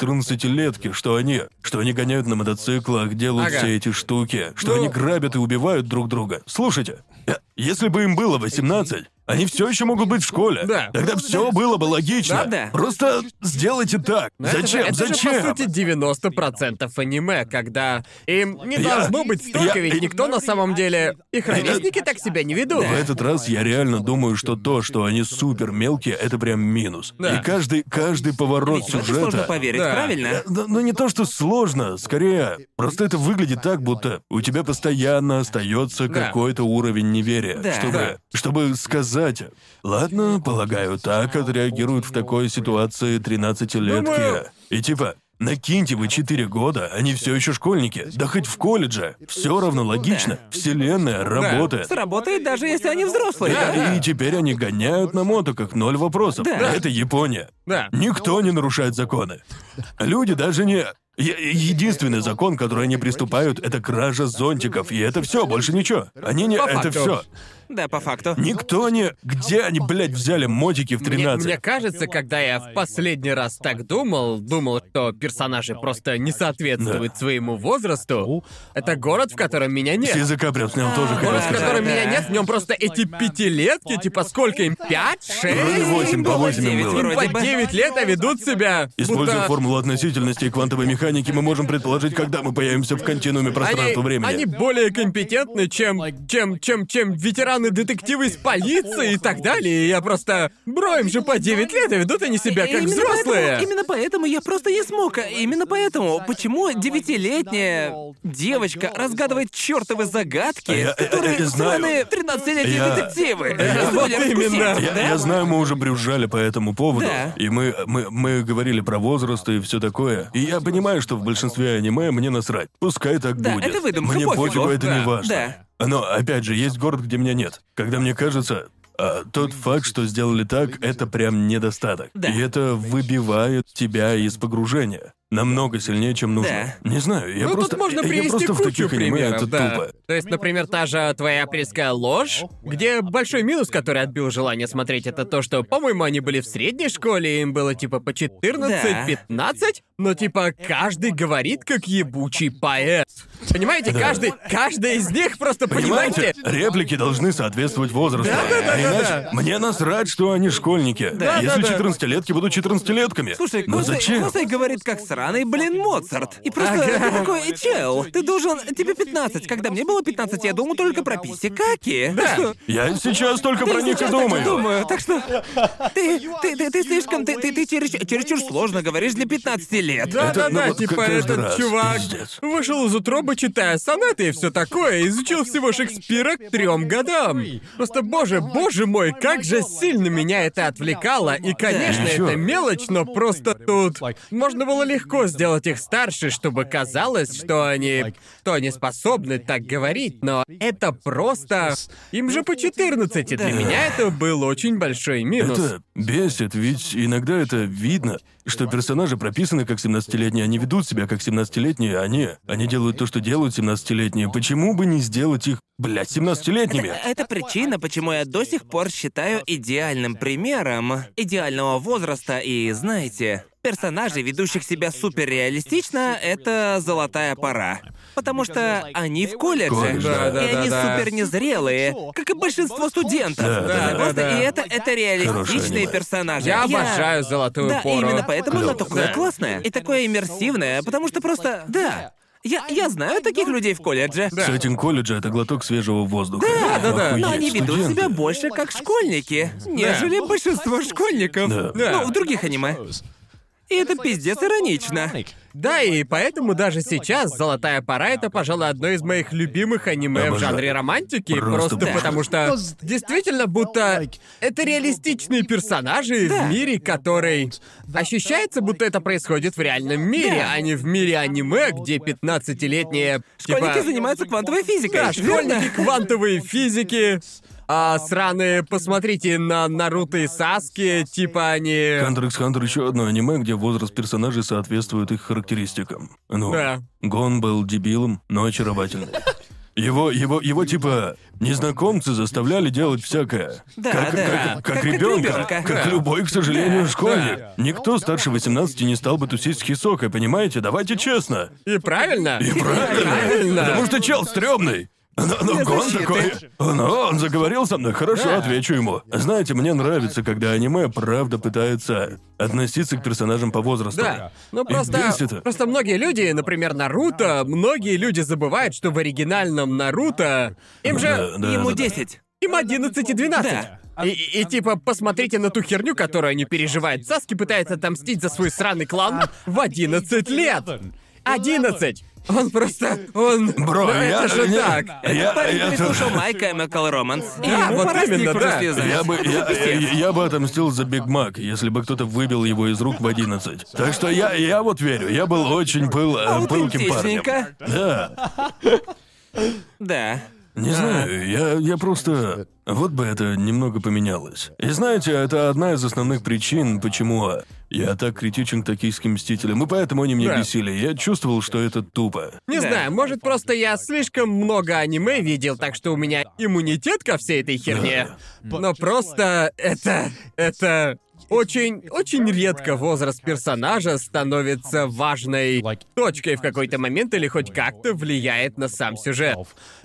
C: 13-14-летки, что они, что они гоняют на мотоциклах, делают
B: Ага. Ну.
C: все эти штуки, что они грабят и убивают друг друга? Слушайте, э, если бы им было 18, Они все еще могут быть в школе.
B: Да.
C: Тогда все было бы логично.
A: Да-да.
C: Просто сделайте так.
B: Но
C: Зачем?
B: Ну, Это же, это
C: Зачем?
B: же, по сути, 90% аниме, когда им не
C: Я-
B: должно быть столько,
C: я-
B: ведь никто на самом деле... Их ровесники так себя не ведут.
C: В этот раз я реально думаю, что то, что они супер мелкие, это прям минус.
B: Да.
C: И каждый, каждый поворот
A: В это сложно
C: Ну, сюжета...
A: поверить,
B: Да.
A: правильно?
C: Да, но не то, что сложно, скорее, просто это выглядит так, будто у тебя постоянно остается
B: Да.
C: какой-то уровень неверия,
A: Да.
C: чтобы,
B: Да.
C: чтобы сказать. Ладно, полагаю, так отреагируют в такой ситуации 13-летки.
B: Думаю-
C: И типа, накиньте вы 4 года, они все еще школьники, да хоть в колледже. Все равно логично. Вселенная работает.
A: Сработает даже если они взрослые.
B: Да.
A: да?
C: И теперь они гоняют на мото, как ноль вопросов.
A: Да.
C: Это Япония.
B: Да.
C: Никто не нарушает законы. Люди даже не... Е- Единственный закон, который они приступают, это кража зонтиков, и это все, больше ничего. Они не...
B: По факту.
C: это все.
A: Да, по факту.
C: Никто не... Где они, блядь, взяли мотики в
B: Мне,
C: 13?
B: мне кажется, когда я в последний раз так думал, думал, что персонажи просто не соответствуют своему
C: Ну,
B: возрасту, это город, в котором меня
C: С
B: нет.
C: языка прям снял тоже, хотел
B: Город, в
A: Да,
C: сказать.
B: котором
A: да.
B: меня нет, в нем просто эти пятилетки, типа сколько им? Пять? Шесть?
C: Вроде восемь, по
A: было
C: восемь им
A: девять,
C: было.
A: вроде
B: По
A: бы.
B: 9 лет, а ведут себя
C: Используя
B: будто-
C: формулу относительности и квантовой механики, мы можем предположить, когда мы появимся в континууме пространства времени.
B: они более компетентны, чем, чем, чем, чем ветераны-детективы из полиции и так далее. И я просто... Бро, им же по 9 лет, и ведут они себя как
A: Именно
B: взрослые.
A: Поэтому, именно поэтому я просто не смог. А Именно поэтому, почему девятилетняя девочка разгадывает чертовы загадки,
C: А я- я- я
A: которые
C: знаю.
A: сраные 13-летние
C: Я- э,
A: детективы.
B: Я- Вот
A: Вот
B: именно.
C: Я, я знаю, мы уже брюзжали по этому поводу.
A: Да.
C: И мы, мы, мы говорили про возраст и все такое. И я понимаю, что в большинстве аниме мне насрать. Пускай так
A: Да,
C: будет.
A: это выдумка,
C: Мне
A: пофигу.
C: пофигу, это не
B: Да,
C: важно.
A: да.
C: Но опять же, есть город, где меня нет. Когда мне кажется, а, тот факт, что сделали так, это прям недостаток.
A: Да.
C: И это выбивает тебя из погружения. Намного сильнее, чем нужно. Не знаю, я
B: ну,
C: просто.
B: тут можно
C: я
B: привести
C: просто в
B: кучу
C: таких аниме
B: примеров,
C: это
B: да.
C: тупо.
B: То есть, например, та же твоя апрельская ложь, где большой минус, который отбил желание смотреть, это то, что, по-моему, они были в средней школе, им было типа по 14-15, но типа каждый говорит как ебучий поэт. Понимаете, каждый, каждый из них просто,
C: Понимаете,
B: понимаете,
C: реплики должны соответствовать возрасту.
B: Да-да-да-да-да.
C: А иначе мне насрать, что они школьники. Если
B: Да-да-да.
C: 14-летки будут 14-летками.
A: Слушай,
C: Но
A: Косай,
C: Ну, зачем?
A: Косай говорит как сраный, блин, Моцарт. И просто
B: Ага.
A: ты такой, «Э, чел, ты должен... Тебе 15. Когда мне было 15, я думал только про писикаки.
B: Да.
A: Так что...
C: Я сейчас только про
A: я
C: них и
A: сейчас так
C: думаю.
A: думаю, так что... Ты, ты, ты, ты слишком... Ты, ты, ты чересчур, чересчур сложно говоришь для 15 лет.
C: Это, ну,
B: Да-да-да,
C: вот
B: типа
C: как каждый
B: этот
C: раз,
B: чувак
C: пиздец.
B: вышел из утробы, читая сонаты и все такое, изучил всего Шекспира к трем годам. Просто, боже, боже мой, как же сильно меня это отвлекало. И, конечно,
C: Ещё.
B: это мелочь, но просто тут можно было легко сделать их старше, чтобы казалось, что они... что они способны так говорить, но это просто... Им же по 14, и для
A: Да.
B: меня это был очень большой минус.
C: Это бесит, ведь иногда это видно, что персонажи прописаны как 17-летние, они ведут себя как 17-летние, они, они делают то, что делают 17-летние. Почему бы не сделать их, блядь, 17-летними?
A: Э, Это причина, почему я до сих пор считаю идеальным примером идеального возраста и, знаете, персонажей, ведущих себя суперреалистично, это золотая пора. Потому что они в колледже,
C: Колледж, да.
A: и они
B: Да-да-да.
A: супер незрелые, как и большинство студентов.
C: Да, да,
A: Это
C: да.
A: просто-
B: Да-да-да.
A: И это, это
C: Хорошее
A: реалистичные
C: аниме.
A: персонажи.
B: Я обожаю золотую
A: да,
B: пору.
A: именно поэтому
C: Клёво.
A: оно такое
B: Да.
A: классное и такое иммерсивное, потому что просто... Да, я, я знаю таких людей в колледже.
C: Сеттинг колледжа — это глоток свежего воздуха.
A: Да, да, да.
C: Охуеть,
A: Но они ведут
C: студенты.
A: себя больше как школьники, нежели большинство школьников.
C: Да.
B: Да.
A: Ну, в других аниме. И это пиздец иронично.
B: Да, и поэтому даже сейчас «Золотая пора» — это, пожалуй, одно из моих любимых аниме в
C: Обожаю.
B: жанре романтики,
C: Просто
B: просто,
C: да.
B: потому что действительно будто это реалистичные персонажи
F: Да.
B: в мире, который ощущается, будто это происходит в реальном мире,
A: Да.
B: а не в мире аниме, где 15-летние...
A: Школьники
B: типа-
A: занимаются квантовой физикой.
B: Да, школьники
A: верно?
B: квантовые физики, а сраные, посмотрите на Наруто и Саски, типа они...
C: Хантер x Хантер еще одно аниме, где возраст персонажей соответствует их характеристикам. Ну,
B: Да.
C: Гон был дебилом, но очаровательным. Его, его, его типа незнакомцы заставляли делать всякое.
A: Да,
C: как,
A: да.
C: Как, как
A: Как
C: ребенка,
A: ребёнка.
C: как
A: Да.
C: любой, к сожалению, школьник.
B: да.
C: Никто старше 18 не стал бы тусить с Хисокой, понимаете? Давайте честно.
B: И правильно?
C: И правильно.
B: Правильно.
C: Потому что чел стрёмный. Но, но Гон такой... Ну, он заговорил со мной, хорошо, отвечу ему. Знаете, мне нравится, когда аниме правда пытается относиться к персонажам по возрасту.
B: Да. Ну
C: И
B: просто,
C: бесит это.
B: просто многие люди, например, Наруто, многие люди забывают, что в оригинальном Наруто им же
C: Да, да,
A: Ему
C: да, да.
A: 10.
B: им 11 и 12. И, и- и типа, посмотрите на ту херню, которую они переживают. Саски пытается отомстить за свой сраный клан в 11 лет. 11! Он просто... Он...
C: Бро,
B: Ну,
C: я-
B: это же
C: я-
B: так.
C: Я,
A: Парень
C: я
A: переслушал
C: тоже-
A: My Chemical Romance. И
B: Да,
A: ему
B: вот
A: пора с ней
B: именно,
A: кружку
B: да.
A: связать.
C: Я бы, я, я- я бы отомстил за Биг Мак, если бы кто-то выбил его из рук в 11. Так что я, я вот верю, я был очень пыл, э, пылким парнем.
A: Аутентичненько.
C: Да.
A: Да.
C: Не знаю, я, я просто... Вот бы это немного поменялось. И знаете, это одна из основных причин, почему я так критичен к токийским мстителям, и поэтому они меня
B: Да.
C: бесили. Я чувствовал, что это тупо.
B: Не
A: Да.
B: знаю, может, просто я слишком много аниме видел, так что у меня иммунитет ко всей этой херне. Но просто это... это... Очень, очень редко возраст персонажа становится важной точкой в какой-то момент или хоть как-то влияет на сам сюжет.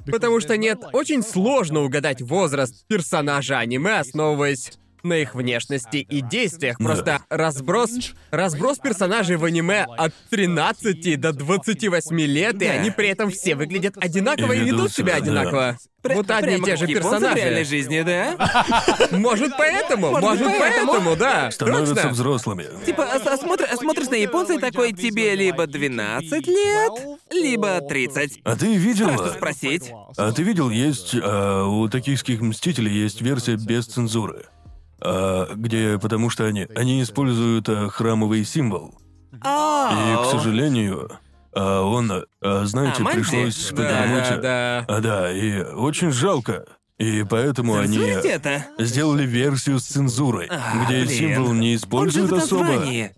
B: Потому что нет, очень сложно угадать возраст персонажа аниме, основываясь на их внешности и действиях. Просто разброс... Разброс персонажей в аниме от 13 до 28 лет, и
A: Да.
B: они при этом все выглядят одинаково и
C: И ведут
B: ведут себя
C: себя, да.
B: одинаково.
A: Пря-
B: Вот одни и
A: прямо
B: те же
A: как японцы в реальной
B: персонажи.
A: жизни, да?
B: Может, поэтому,
A: Может,
B: может,
A: поэтому.
B: поэтому, да.
C: Становятся
B: Точно.
C: взрослыми.
A: Типа, а- а смотр- а смотришь на японца и такой, тебе либо 12 лет, либо 30.
C: А ты видела?
A: Просто спросить.
C: А ты видел, есть а, у токийских мстителей есть версия без цензуры, А, где потому что они они используют а, храмовый символ, и к
A: Ау.
C: сожалению, а, он, а, знаете,
A: А, манди?
C: пришлось
A: Да,
C: повернуть.
B: Да, да.
C: А да, и очень жалко, и поэтому они
A: Цензурить это?
C: сделали версию с цензурой,
A: А,
C: где
A: блин.
C: символ не
A: Он же
C: используют
A: в
C: особо.
A: названии.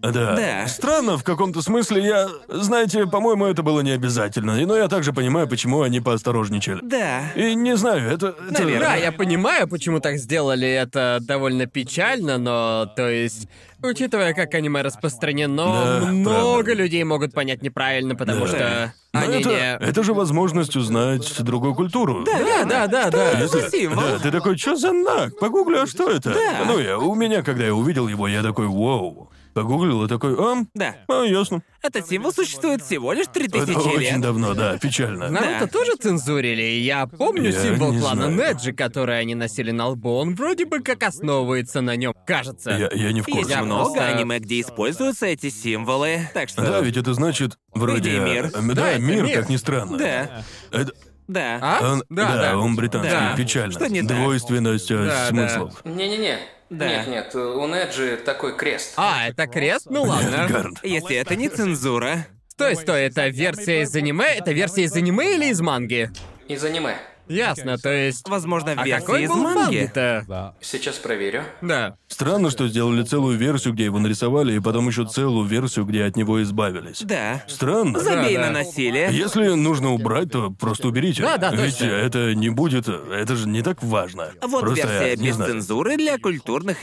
C: А, Да.
A: Да.
C: Странно в каком-то смысле. Я, знаете, по-моему, это было не обязательно. Но я также понимаю, почему они поосторожничали.
A: Да.
C: И не знаю, это... это-
B: Да, я понимаю, почему так сделали, это довольно печально, но, то есть, учитывая, как аниме распространено,
C: Да,
B: много
C: правда.
B: людей могут понять неправильно, потому
C: Да.
B: что
C: Но
B: они
C: это,
B: не...
C: это же возможность узнать другую культуру.
B: Да, да, да, да.
A: это за символ?
C: Да, ты такой, что за нак? Погугли, а что это?
A: Да.
C: Ну, я, у меня, когда я увидел его, я такой, вау. Погуглил и такой, а,
A: Да.
C: а ясно.
A: Этот символ существует всего лишь
C: Это
A: 3000
C: очень
A: лет. Ну,
C: давно, да, печально.
B: Наруто
A: Да.
B: тоже цензурили, я помню
C: Я
B: символ
C: не
B: клана
C: знаю.
B: Неджи, который они носили на лбу, он вроде бы как основывается на нем, кажется.
C: Я, я не в
A: Есть
C: курсе.
B: Я
A: много
B: просто-
A: аниме, где используются эти символы. Так что...
C: Да, ведь это значит, вроде...
A: Иди, мир.
C: э, Да,
B: Да, это
C: мир,
B: мир.
C: как ни странно.
A: Да,
C: Это-
A: да.
B: А?
C: он-
B: да, да.
C: он британский,
A: Да.
C: печально.
A: Что не так?
C: Двойственность э,
B: Да, да.
C: смыслов.
E: Не-не-не.
A: Да.
E: Нет-нет, у Неджи такой крест.
B: А, это крест? Ну ладно.
C: Гарнт.
A: Если это не цензура.
B: Стой, стой, это версия из аниме? Это версия из аниме или из манги?
E: Из аниме.
B: Ясно, то есть...
A: Возможно,
B: А
A: версия
B: какой
A: из
B: был в
A: манги.
B: манге-то?
E: Сейчас проверю.
B: Да.
C: Странно, что сделали целую версию, где его нарисовали, и потом еще целую версию, где от него избавились.
A: Да.
C: Странно.
A: Забей
B: Да,
A: на
B: да.
A: насилие.
C: Если нужно убрать, то просто уберите.
B: Да, да,
C: Ведь
B: точно.
C: это не будет, это же не так важно.
A: Вот
C: просто
A: версия
C: я не
A: без
C: знаю.
A: цензуры для культурных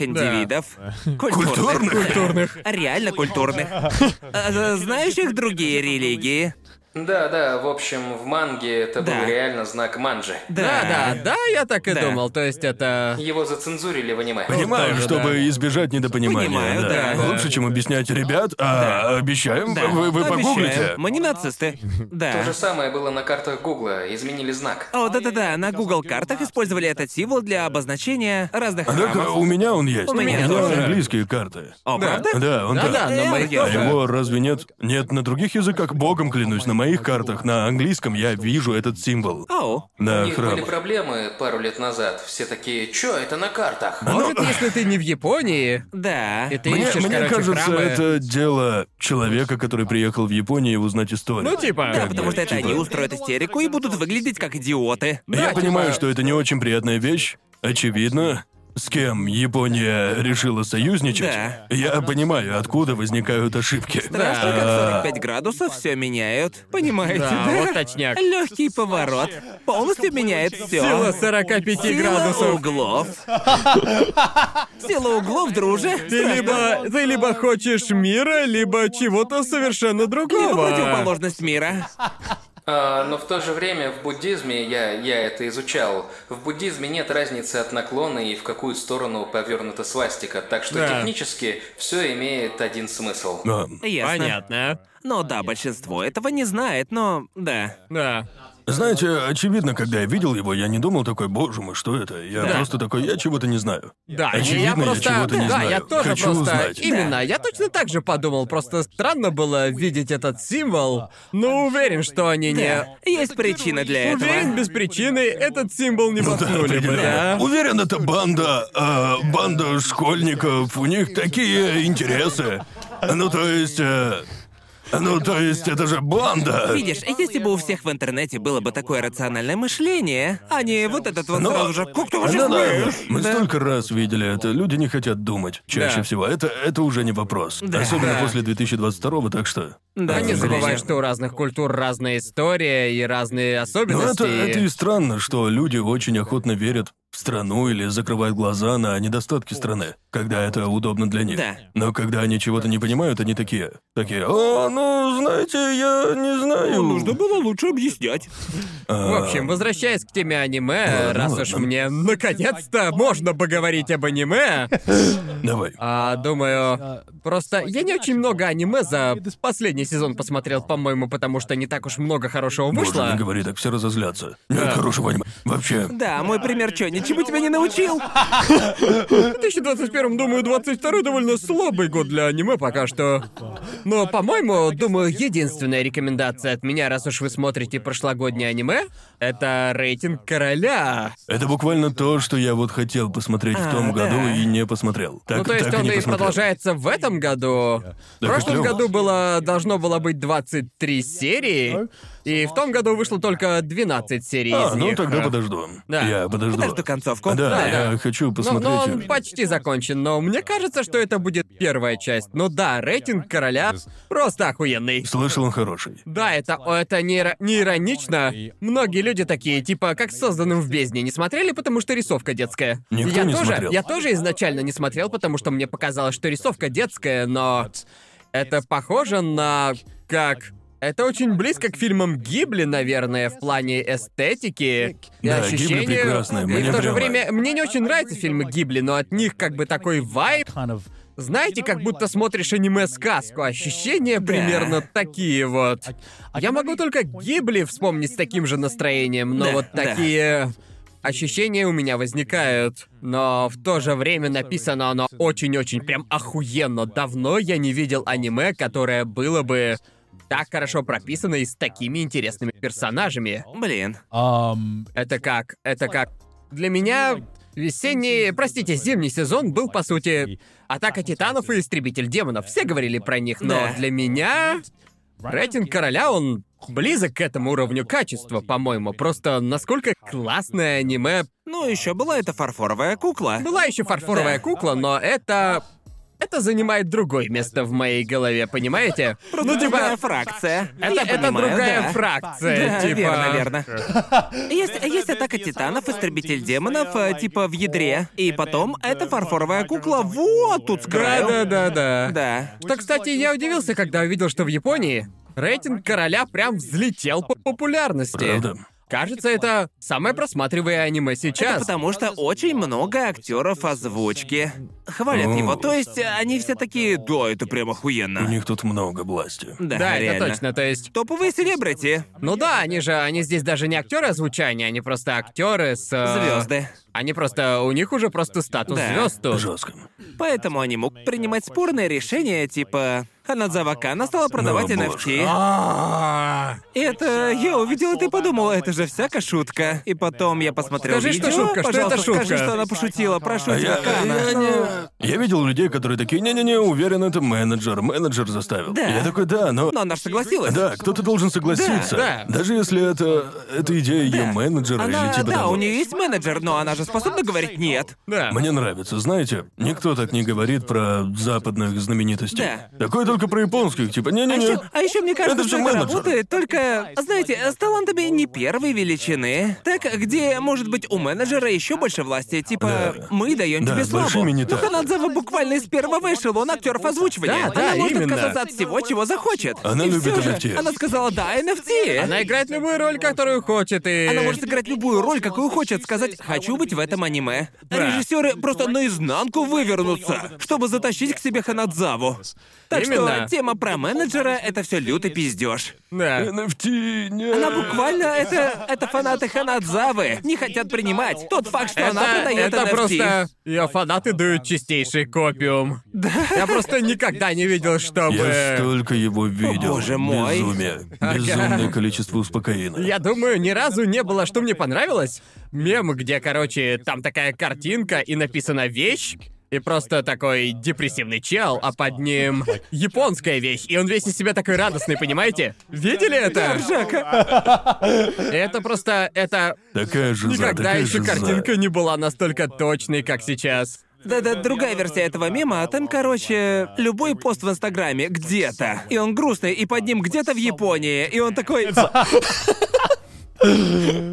A: индивидов.
C: Культурных?
A: Культурных. Реально культурных. А, Знающих другие религии.
E: Да-да, в общем, в манге это
A: Да.
E: был реально знак манджи.
B: Да, да, да, я так и
A: Да.
B: думал. То есть это...
E: Его зацензурили в аниме.
C: Понимаю,
B: тоже,
C: чтобы
B: да.
C: избежать недопонимания.
A: Понимаю, да, да.
C: Лучше, чем объяснять, ребят, а обещаем,
A: Да.
C: вы, вы
A: Обещаю,
C: погуглите.
A: Мы не нацисты.
E: То
A: Да.
E: же самое было на картах Гугла, изменили знак.
A: О, да-да-да, на Google картах использовали этот символ для обозначения разных
C: Так а,
A: храмов.
C: у меня он есть. Ну,
A: У меня тоже.
C: английские карты.
A: О, правда?
C: Да, он
B: Да,
C: так.
B: да, на
A: Э,
B: моих
A: я-
C: А
B: тоже.
C: его разве нет? Нет, на других языках, богом клянусь, на моих картах, на английском я вижу этот символ.
A: Оу.
E: У
C: На
E: них были
C: храмах.
E: проблемы пару лет назад. Все такие, чё, это на картах?
B: Может, если ты не в Японии,
A: Да.
B: и ты
C: Мне,
B: ищешь,
C: мне
B: короче,
C: кажется,
B: храмы...
C: это дело человека, который приехал в Японию и узнать историю.
B: Ну, типа...
A: Да, потому что это они устроят истерику и будут выглядеть как идиоты.
C: Я
B: Да,
C: понимаю,
B: типа-
C: что это не очень приятная вещь, очевидно. С кем Япония решила союзничать?
A: Да.
C: Я понимаю, откуда возникают ошибки.
A: Страшно, как
C: А,
A: 45 градусов все меняют. Понимаете,
B: Да,
A: да?
B: вот точняк.
A: Легкий поворот. Полностью меняет все.
B: Сила 45 градусов.
A: углов. Сила углов, друже.
B: Ты либо, ты либо хочешь мира, либо чего-то совершенно
A: Либо
B: другого.
A: противоположность мира.
E: А, но в то же время в буддизме, я, я это изучал, в буддизме нет разницы от наклона и в какую сторону повернута свастика, так что
B: Да.
E: технически все имеет один смысл.
C: А,
A: Ясно.
B: Понятно.
A: Ну да, большинство этого не знает, но да.
B: Да.
C: а, знаете, очевидно, когда я видел его, я не думал такой, боже мой, что это? Я просто такой, я чего-то не знаю.
B: Да,
C: Очевидно,
B: я
C: я
B: просто...
C: чего-то не
B: да,
C: знаю.
B: я тоже
C: Хочу
B: просто...
C: узнать.
B: Именно, я точно так же подумал. Просто странно было видеть этот символ, но уверен, что они
A: Да,
B: не...
A: есть причина для этого.
B: Уверен, без причины этот символ не
A: Ну,
B: воткнули бы,
C: Определенно.
B: да?
C: Уверен, это банда, э, банда школьников, у них такие интересы. Ну то есть, э, ну то есть это же банда.
A: Видишь, если бы у всех в интернете было бы такое рациональное мышление, а не вот этот вот
C: Ну,
A: сразу же «Как ты вообще
C: Да, да,
A: знаешь?»
C: мы
A: Да.
C: столько раз видели это, люди не хотят думать чаще
B: Да.
C: всего. Это, это уже не вопрос. Особенно
B: Да.
C: после 2022 так что...
A: Да,
C: э,
B: Не забывай,
A: Конечно.
B: что у разных культур разная история и разные
C: Но
B: особенности.
C: Ну, это, это и странно, что люди очень охотно верят в страну или закрывают глаза на недостатки страны, когда это удобно для них.
A: Да.
C: Но когда они чего-то не понимают, они такие, такие, о, ну, знаете, я не знаю.
A: было лучше объяснять.
C: А, ну
B: В общем, возвращаясь к теме аниме,
C: Ладно,
B: раз уж
C: ладно.
B: мне наконец-то можно поговорить об аниме,
C: Давай.
B: а, думаю, просто я не очень много аниме за последний сезон посмотрел, по-моему, потому что не так уж много хорошего
C: Боже,
B: вышло.
C: не говори так, все разозлятся. Нет хорошего аниме. Вообще.
A: Да, мой пример что, ничему тебя не научил?
B: В 2021, думаю, 22 довольно слабый год для аниме пока что. Но, по-моему, думаю, единственная рекомендация от меня, раз уж вы смотрите прошлогоднее аниме, это рейтинг короля.
C: Это буквально то, что я вот хотел посмотреть в том
A: А, да.
C: году и не посмотрел. Так,
B: Ну, то есть
C: так и
B: он
C: не
B: и
C: посмотрел.
B: продолжается в этом году. В
C: Так и
B: прошлом
C: клёво.
B: году было, должно было быть 23 серии, и в том году вышло только 12 серий
C: А,
B: из
C: ну
B: них.
C: тогда подожду.
B: Да. Ну,
C: Я подожду.
A: Подожду концовку.
C: Да,
B: Да,
C: я
B: да.
C: хочу
B: Ну,
C: посмотреть.
B: но он почти закончен, но мне кажется, что это будет первая часть. Ну да, рейтинг короля просто охуенный.
C: Слышал, он хороший.
B: Да, это, о, это не, иро- не иронично. Многие люди такие, типа, как созданным в бездне, не смотрели, потому что рисовка детская.
C: Никто
B: я
C: не
B: тоже,
C: смотрел.
B: я тоже изначально не смотрел, потому что мне показалось, что рисовка детская, но это похоже на как это очень близко к фильмам Гибли, наверное, в плане эстетики и
C: Да, Гибли
B: ощущения.
C: прекрасные,
B: и
C: мне
B: в то же
C: прямо-
B: время мне не очень нравятся фильмы Гибли, но от них как бы такой вайб. Знаете, как будто смотришь аниме-сказку, ощущения примерно такие вот. Я могу только Гибли вспомнить с таким же настроением, но
A: Да,
B: вот
A: да.
B: такие ощущения у меня возникают. Но в то же время написано оно очень-очень прям охуенно. Давно я не видел аниме, которое было бы так хорошо прописано и с такими интересными персонажами.
A: Блин.
B: Это как? Это как? Для меня весенний, простите, зимний сезон был, по сути, Атака Титанов и Истребитель Демонов. Все говорили про них, но
A: Да.
B: для меня рейтинг Короля, он близок к этому уровню качества, по-моему. Просто насколько классное аниме.
A: Ну, еще была эта фарфоровая кукла.
B: Была еще фарфоровая
A: Да.
B: кукла, но это... Это занимает другое место в моей голове, понимаете?
A: Просто
B: Ну,
A: другая
B: типа,
A: фракция.
B: это,
A: Я
B: это
A: понимаю,
B: другая
A: да.
B: фракция,
A: Да,
B: типа... э,
A: верно, верно. Есть, есть атака титанов, истребитель демонов, э, типа в ядре. И потом это фарфоровая кукла вот тут с краю.
B: Да, да, да, да.
A: Да.
B: Что, кстати, я удивился, когда увидел, что в Японии рейтинг короля прям взлетел по популярности.
C: Правда?
B: Кажется, это самое просматриваемое аниме
A: Это
B: сейчас.
A: потому что очень много актеров озвучки хвалят
C: О.
A: его. То есть э, они все такие, да, это прям охуенно.
C: У них тут много власти.
A: Да,
B: Да,
A: реально.
B: это точно, то есть.
A: Топовые селебрити.
B: Ну да, они же, они здесь даже не актеры озвучания, они просто актеры с. э,
A: Звезды.
B: Они просто. У них уже просто статус
A: Да.
B: звезд тут.
C: Жестко.
A: Поэтому они могут принимать спорные решения, типа Ханадзава Кана стала продавать
C: О,
A: NFT.
B: А-а-а.
A: И это я увидел это и подумал, это же всяка шутка. И потом я посмотрел
B: Скажи, что
A: видео,
B: шутка, что это
A: пожалуйста,
B: шутка.
A: скажи, что она пошутила, прошу
C: А
A: тебя,
C: я,
A: Кана.
C: я не... Я видел людей, которые такие, не-не-не, уверен, это менеджер, менеджер заставил.
A: Да.
C: Я такой, да, но...
A: Но Ну, она же согласилась.
C: Да, кто-то должен согласиться.
B: Ну, Да, да.
C: Даже если это, это идея ее менеджера
A: Она,
C: или типа
A: да,
C: того.
A: у нее есть менеджер, но она же способна говорить нет.
B: Да.
C: Мне нравится, знаете, никто так не говорит про западных знаменитостей.
A: Да.
C: Такое только только про японских, типа,
A: А
C: не-не-не.
A: еще, а еще, мне кажется,
C: же
A: что это
C: менеджер.
A: работает только, знаете, э, с талантами не первой величины. Так, где, может быть, у менеджера еще больше власти, типа,
C: Да.
A: мы даем
C: Да,
A: тебе
C: с
A: славу.
C: большими не
A: Но
C: так.
A: Ханадзава буквально из первого эшелона актеров озвучивания.
B: Да, да,
A: она может
B: именно.
A: отказаться от всего, чего захочет.
C: Она
A: И
C: любит
A: всё же
C: NFT.
A: Она сказала, да, NFT.
B: Она играет любую роль, которую хочет, и...
A: Она может сыграть любую роль, какую хочет, сказать «хочу быть в этом аниме». А режиссеры просто наизнанку вывернутся, чтобы затащить к себе Ханадзаву. Так
B: Именно.
A: что тема про менеджера — это все лютый пиздеж.
B: Да.
C: NFT, не.
A: Она буквально это, это фанаты Ханадзавы не хотят принимать тот факт, что она
B: Это,
A: продает
B: это
A: NFT.
B: просто... Ее фанаты дают чистейший копиум. Да. Я просто никогда не видел, чтобы...
C: Я столько его видел.
A: боже мой.
C: Безумие. Безумное количество успокоена.
B: Я думаю, ни разу не было, что мне понравилось. Мем, где, короче, там такая картинка и написана вещь. И просто такой депрессивный чел, а под ним японская вещь. И он весь из себя такой радостный, понимаете? Видели это? Это просто... Это...
C: Такая же за,
B: Никогда
C: такая
B: еще
C: же за.
B: картинка не была настолько точной, как сейчас.
A: Да-да, другая версия этого мема, а там, короче, любой пост в Инстаграме где-то. И он грустный, и под ним где-то в Японии. И он такой...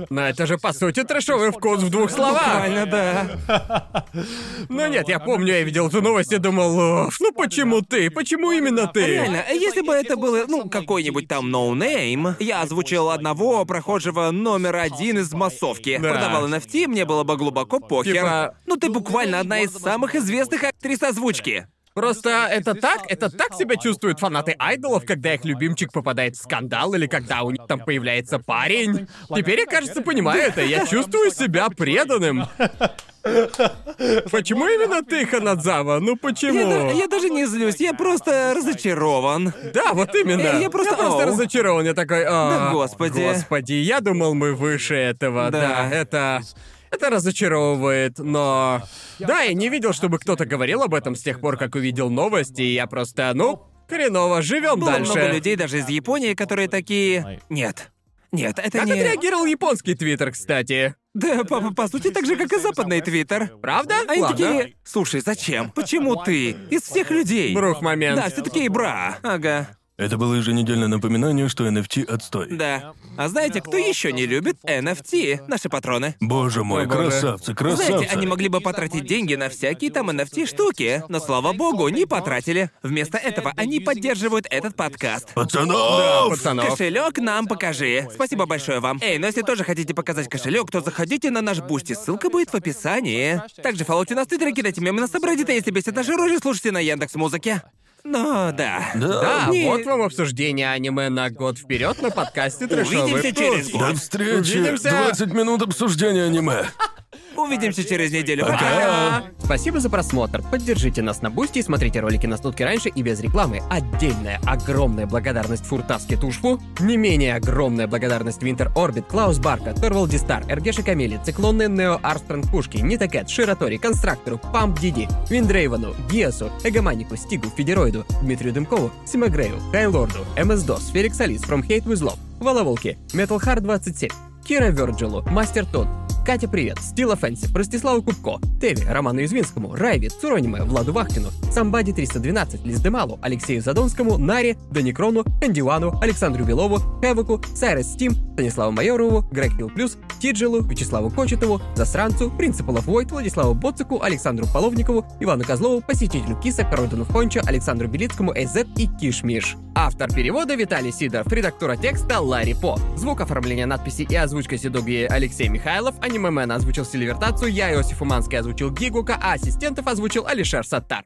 B: Но это же, по сути, трэшовый вкус в двух словах.
A: Буквально, да.
B: Но нет, я помню, я видел эту новость и думал, «Уф, ну почему ты? Почему именно ты?
A: Реально, если бы это было, ну, какой-нибудь там ноунейм, я озвучил одного прохожего номер один из массовки.
B: Да.
A: Продавал NFT, мне было бы глубоко похер.
B: Типа-
A: Ну ты буквально одна из самых известных актрис озвучки.
B: Просто это так, это так себя чувствуют фанаты айдолов, когда их любимчик попадает в скандал или когда у них там появляется парень. Теперь я, кажется, понимаю это. Я чувствую себя преданным. Почему именно ты, Ханадзава? Ну
A: Я, да-
B: почему?
A: я даже не злюсь, я просто разочарован.
B: Да, вот именно.
A: Я- я просто- оу.
B: разочарован. Я такой, «А,
A: Да господи».
B: Господи, я думал, мы выше этого. Да,
A: Да.
B: это... Это разочаровывает, но... Да, я не видел, чтобы кто-то говорил об этом с тех пор, как увидел новости, и я просто, ну, хреново, живем
A: Было
B: дальше.
A: много людей даже из Японии, которые такие... Нет. Нет, это
B: Как
A: не...
B: отреагировал японский твиттер, кстати?
A: Да, по, по- по сути, так же, как и западный твиттер.
B: Правда?
A: Они
B: Ладно.
A: такие... Слушай, зачем? Почему ты? Из всех людей.
B: Брух момент.
A: Да, все такие бра. Ага.
C: Это было еженедельное напоминание, что NFT отстой.
A: Да. А знаете, кто еще не любит NFT? Наши патроны.
C: Боже мой,
B: О, боже.
C: красавцы,
B: Ну,
C: красавцы.
A: Знаете, они могли бы потратить деньги на всякие там NFT штуки, но слава богу, не потратили. Вместо этого они поддерживают этот подкаст.
C: Пацанов!
B: Пацанов.
A: Кошелек нам покажи. Спасибо большое вам. Эй, но если тоже хотите показать кошелек, то заходите на наш бусти. Ссылка будет в описании. Также фоллоуте нас в Твиттере, кидайте мемы на Сабреддит, а если бесит наши рожи, слушайте на Яндекс Музыке. Ну да.
B: Да,
A: Не-
B: А, вот вам обсуждение аниме на год вперед на подкасте Трэшовый
A: Увидимся
B: вкус».
A: через год.
C: До встречи!
B: Увидимся.
C: 20 минут обсуждения аниме.
A: Увидимся через неделю. Пока.
B: Спасибо за просмотр. Поддержите нас на Бусти и смотрите ролики на сутки раньше и без рекламы. Отдельная огромная благодарность Фуртаске Тушфу. Не менее огромная благодарность Винтер Орбит, Клаус Барка, Торвал Дистар, Эргеша Камели, Циклонные Нео Арстронг Пушки, Нитакет, Ширатори, Констрактору, Памп Диди, Виндрейвану, Гиасу, Эгоманику, Стигу, Федероиду, Дмитрию Дымкову, Симагрею, Кайлорду, МС Дос, Феликс Алис, From Hate With Love, Воловолки, Metal Hard 27, Кира Верджилу, Мастер Тот, Катя, привет! Стила Фэнси, Ростиславу Кубко, Теви, Роману Извинскому, Райве, Цурониме, Владу Вахтину, Самбади 312, Лиздемалу, Алексею Задонскому, Наре, Даникрону, Эндивану, Александру Белову, Хэвоку, Сайрес Стим, Станиславу Майорову, Грег Хилл Плюс, Тиджилу, Вячеславу Кочетову, Засранцу, Принципу Войт, Владиславу Боцику, Александру Половникову, Ивану Козлову, Посетителю Киса, Кородину Конча, Александру Белицкому, Эйзет и Киш Миш. Автор перевода Виталий Сидоров, редактора текста Ларри По. Звук оформления надписи и озвучка Сидуги Алексей Михайлов, анимемен озвучил Сильвертацию, я Иосиф Уманский озвучил Гигука, а ассистентов озвучил Алишер Саттар.